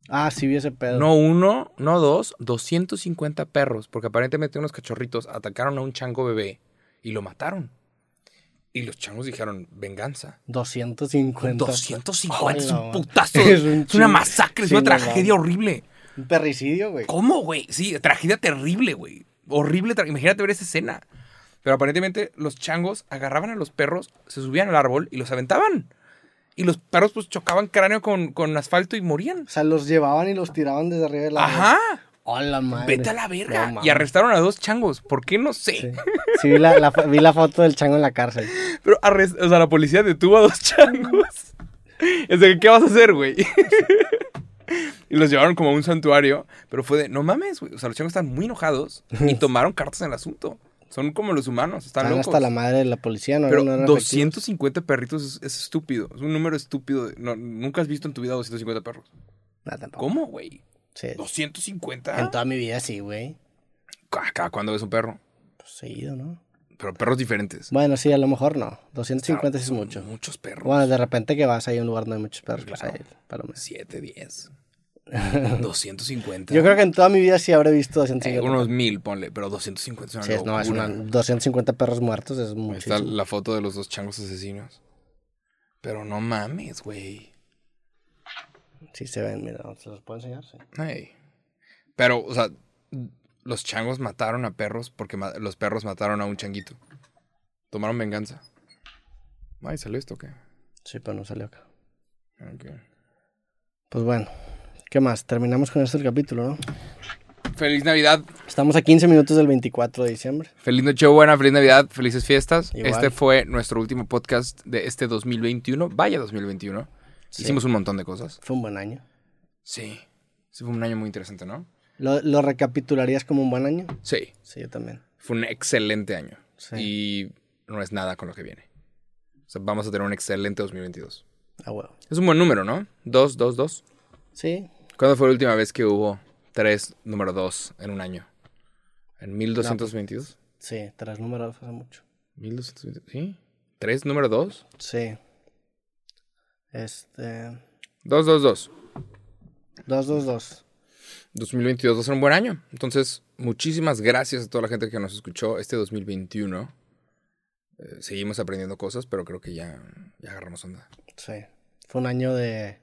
A: Ah, sí vi ese pedo.
B: No uno, no dos, 250 perros, porque aparentemente unos cachorritos atacaron a un chango bebé y lo mataron. Y los changos dijeron, venganza.
A: 250.
B: 250 es
A: Hola,
B: un
A: man.
B: putazo,
A: Es
B: es,
A: un
B: una
A: chingo.
B: masacre, es
A: Sí,
B: una
A: no
B: tragedia
A: mames.
B: horrible.
A: Un perricidio, güey.
B: ¿Cómo, güey? Sí, tragedia terrible, güey. Horrible. tra- Imagínate ver esa escena. Pero aparentemente los changos agarraban a los perros, se subían al árbol y los aventaban. Y los perros pues chocaban cráneo con, con asfalto y morían.
A: O sea, los llevaban y los tiraban desde arriba de la.
B: Ajá.
A: Hola, madre.
B: Vete a la verga.
A: No, mames.
B: y arrestaron a dos changos. ¿Por qué? No sé.
A: Sí, Sí, vi, la, la fo- vi la foto del chango en la cárcel.
B: Pero arres- o sea, la policía detuvo a dos changos. Es de que, ¿qué vas a hacer, güey? Y los llevaron como a un santuario. Pero fue de, no mames, güey. O sea, los changos están muy enojados y tomaron cartas en el asunto. Son como los humanos, están,
A: Están
B: locos.
A: hasta la madre de la policía, ¿no?
B: Pero
A: No eran efectivos.
B: 250 perritos es, es estúpido. Es un número estúpido. No, nunca has visto en tu vida 250 perros.
A: No, tampoco.
B: ¿Cómo, güey?
A: Sí. En
B: ¿250?
A: toda mi vida sí, güey.
B: Cada cada cuándo ves un perro.
A: Pues, seguido, ¿no?
B: Pero perros diferentes.
A: Bueno, sí, a lo mejor no. 250 sí es
B: Son
A: mucho.
B: Muchos perros.
A: Bueno, de repente que vas ahí a un lugar donde hay muchos perros, pues ahí, palomas.
B: 7, 10. 250.
A: Yo creo que en toda mi vida sí habré visto 250.
B: Eh, unos mil, ponle, pero 250 es una
A: Sí, es- no, es
B: locura.
A: una- 250 perros muertos es
B: Ahí Está
A: muchísimo.
B: la foto de los dos changos asesinos. Pero no mames, güey.
A: Sí, se ven, mira, ¿se los puedo enseñar? Sí.
B: Ay. Pero, o sea, los changos mataron a perros porque ma- los perros mataron a un changuito. Tomaron venganza. Ay, ¿salió esto o qué?
A: Sí, pero no salió acá.
B: Ok.
A: Pues bueno, ¿qué más? Terminamos con este el capítulo, ¿no?
B: Feliz Navidad,
A: Estamos a 15 minutos del 24 de diciembre.
B: feliz Nochebuena, feliz Navidad, felices fiestas.
A: Igual.
B: Este fue nuestro último podcast de este 2021. Vaya 2021.
A: Sí.
B: Hicimos un montón de cosas.
A: Fue un buen año.
B: Sí. Sí, fue un año muy interesante, ¿no?
A: ¿Lo, lo recapitularías como un buen año?
B: Sí.
A: Sí, yo también.
B: Fue un excelente año.
A: Sí.
B: Y no es nada con lo que viene. O sea, vamos a tener un excelente 2022.
A: A huevo.
B: Es un buen número, ¿no? Dos, dos, dos.
A: Sí.
B: ¿Cuándo fue la última vez que hubo tres número dos en un año? ¿En 1222?
A: Sí, tres números hace mucho.
B: ¿1222? ¿Sí? ¿Tres número dos?
A: Sí. Este.
B: Dos, dos, dos.
A: 222.
B: 2022 va a ser un buen año. Entonces, muchísimas gracias a toda la gente que nos escuchó este 2021. Eh, seguimos aprendiendo cosas, pero creo que ya, ya agarramos onda.
A: Sí. Fue un año de.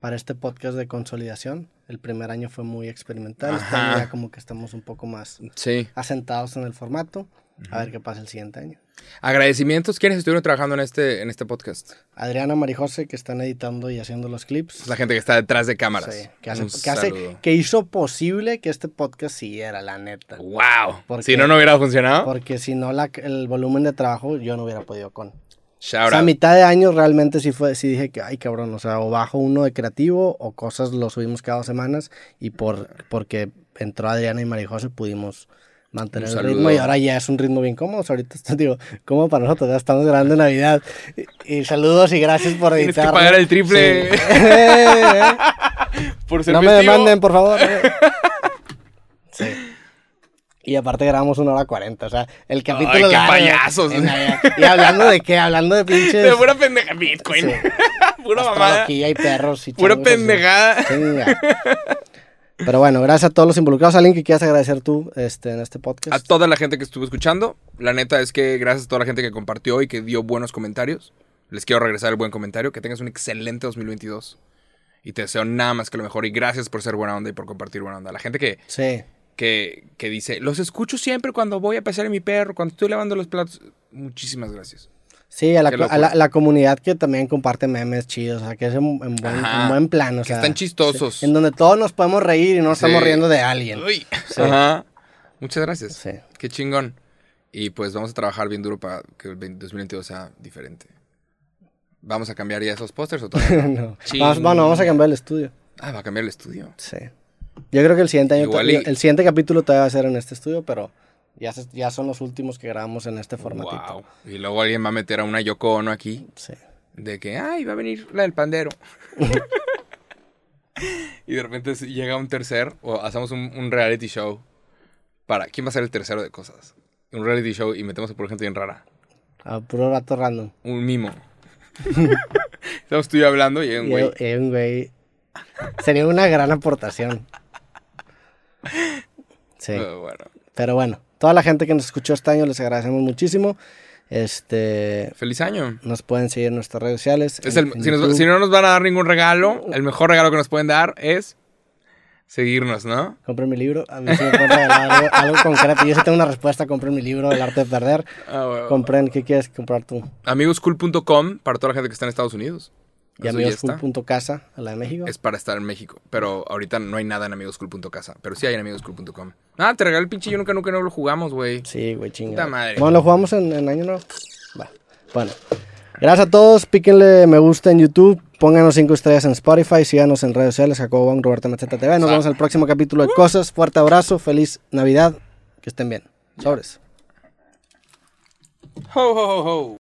A: Para este podcast de consolidación. El primer año fue muy experimental. Este
B: Ajá.
A: año ya como que estamos un poco más
B: Sí.
A: asentados en el formato. A ver qué pasa el siguiente año.
B: Agradecimientos. ¿Quiénes estuvieron trabajando en este, en este podcast?
A: Adriana Marijose, que están editando y haciendo los clips.
B: Es la gente que está detrás de cámaras.
A: Sí, que, hace-
B: Un
A: que hace-
B: saludo.
A: que hizo posible que este podcast siguiera, la neta.
B: ¡Wow!
A: ¿Por
B: si
A: qué?
B: no, no hubiera funcionado.
A: Porque si no, la- el volumen de trabajo yo no hubiera podido con. o
B: Shout
A: sea, a
B: out.
A: mitad de año realmente sí fue, sí dije que, ay cabrón, o sea, o bajo uno de creativo o cosas lo subimos cada dos semanas y por, porque entró Adriana y Marijose pudimos mantener el
B: Un saludo.
A: ritmo y ahora ya es un ritmo bien cómodo. O sea, ahorita está- digo, cómodo para nosotros, ya estamos grabando en Navidad. Y, y saludos y gracias por
B: Tienes
A: editar.
B: que pagar el triple. Por
A: eh, no me demanden, por favor. sí. Y aparte grabamos una hora cuarenta, o sea, el capítulo
B: qué
A: largo.
B: payasos.
A: En Navidad. y hablando de qué, hablando de pinches...
B: De pura pendeja. Bitcoin.
A: pues. Sí.
B: pura mamada.
A: Astrología y perros y
B: Pura
A: changos, así.
B: pendejada.
A: Chinga. Pero bueno, gracias a todos los involucrados. ¿Alguien que quieras agradecer tú este, en este
B: A
A: podcast?
B: toda la gente que estuvo escuchando. La neta es que gracias a toda la gente que compartió y que dio buenos comentarios. Les quiero regresar el buen comentario. Que tengas un excelente 2022. Y te deseo nada más que lo mejor. Y gracias por ser buena onda y por compartir buena onda. La gente que,
A: Sí,
B: que, que dice, los escucho siempre cuando voy a pasear a mi perro, cuando estoy lavando los platos. Muchísimas gracias.
A: sí, a la,
B: Qué
A: co- a
B: locura.
A: la- la comunidad que también comparte memes chidos, o sea, que es en, en buen,
B: Ajá.
A: en buen plan, o
B: Que
A: sea,
B: están chistosos.
A: sí, en donde todos nos podemos reír y no estamos
B: Sí.
A: riendo de alguien.
B: Uy. Ajá. Muchas gracias.
A: Sí.
B: Qué chingón. Y pues vamos a trabajar bien duro para que el 20 2022 sea diferente. ¿Vamos a cambiar ya esos pósters o todavía? no?
A: No.
B: Chin.
A: Vamos, bueno, vamos a cambiar el estudio.
B: ah, va a cambiar el estudio.
A: Sí. Yo creo que el siguiente año,
B: Igual
A: to-
B: y-
A: el siguiente capítulo todavía va a ser en este estudio, pero ya, se- ya son los últimos que grabamos en este formatito.
B: Wow. Y luego alguien va a meter a una Yoko Ono aquí
A: Sí.
B: de que, ay, va a venir la del pandero. y de repente si llega un tercer o hacemos un, un reality show para quién va a ser el tercero de cosas. Un reality show y metemos a por gente bien rara.
A: A puro rato random.
B: Un mimo. Estamos tú y yo hablando y hay un
A: Y
B: güey.
A: el- y un güey. Sería una gran aportación. Sí.
B: Pero bueno.
A: Pero bueno, toda la gente que nos escuchó este año les agradecemos muchísimo. Este.
B: Feliz año.
A: Nos pueden seguir en nuestras redes sociales.
B: Es
A: en-
B: el-
A: en
B: si, nos-
A: YouTube,
B: si no nos van a dar ningún regalo, el mejor regalo que nos pueden dar es seguirnos, ¿no?
A: Compren mi libro. A mí sí me pueden regalar algo, algo concreto. Yo sí tengo una respuesta. Compren mi libro, El arte de perder.
B: Ah, bueno.
A: Compren, ¿qué quieres comprar tú?
B: Amigoscool.com para toda la gente que está en Estados Unidos.
A: Y
B: Eso ya está.
A: amigoscool.casa, a la de México.
B: Es para estar en México. Pero ahorita no hay nada en amigoscool.casa. Pero sí hay en amigoscool.com. Ah, te regalé el pinche yo nunca, nunca no lo jugamos, güey.
A: Sí, güey, chinga.
B: Puta madre.
A: Bueno, lo jugamos en, en año nuevo. Va. Bueno. Gracias a todos. Píquenle me gusta en YouTube. Pónganos 5 estrellas en Spotify. Síganos en redes sociales. Jacobo Wong, Roberto Macheta TV. Nos vemos en el próximo capítulo de Cosas. Fuerte abrazo. Feliz Navidad. Que estén bien. Sobres.
B: Ho, ho, ho, ho.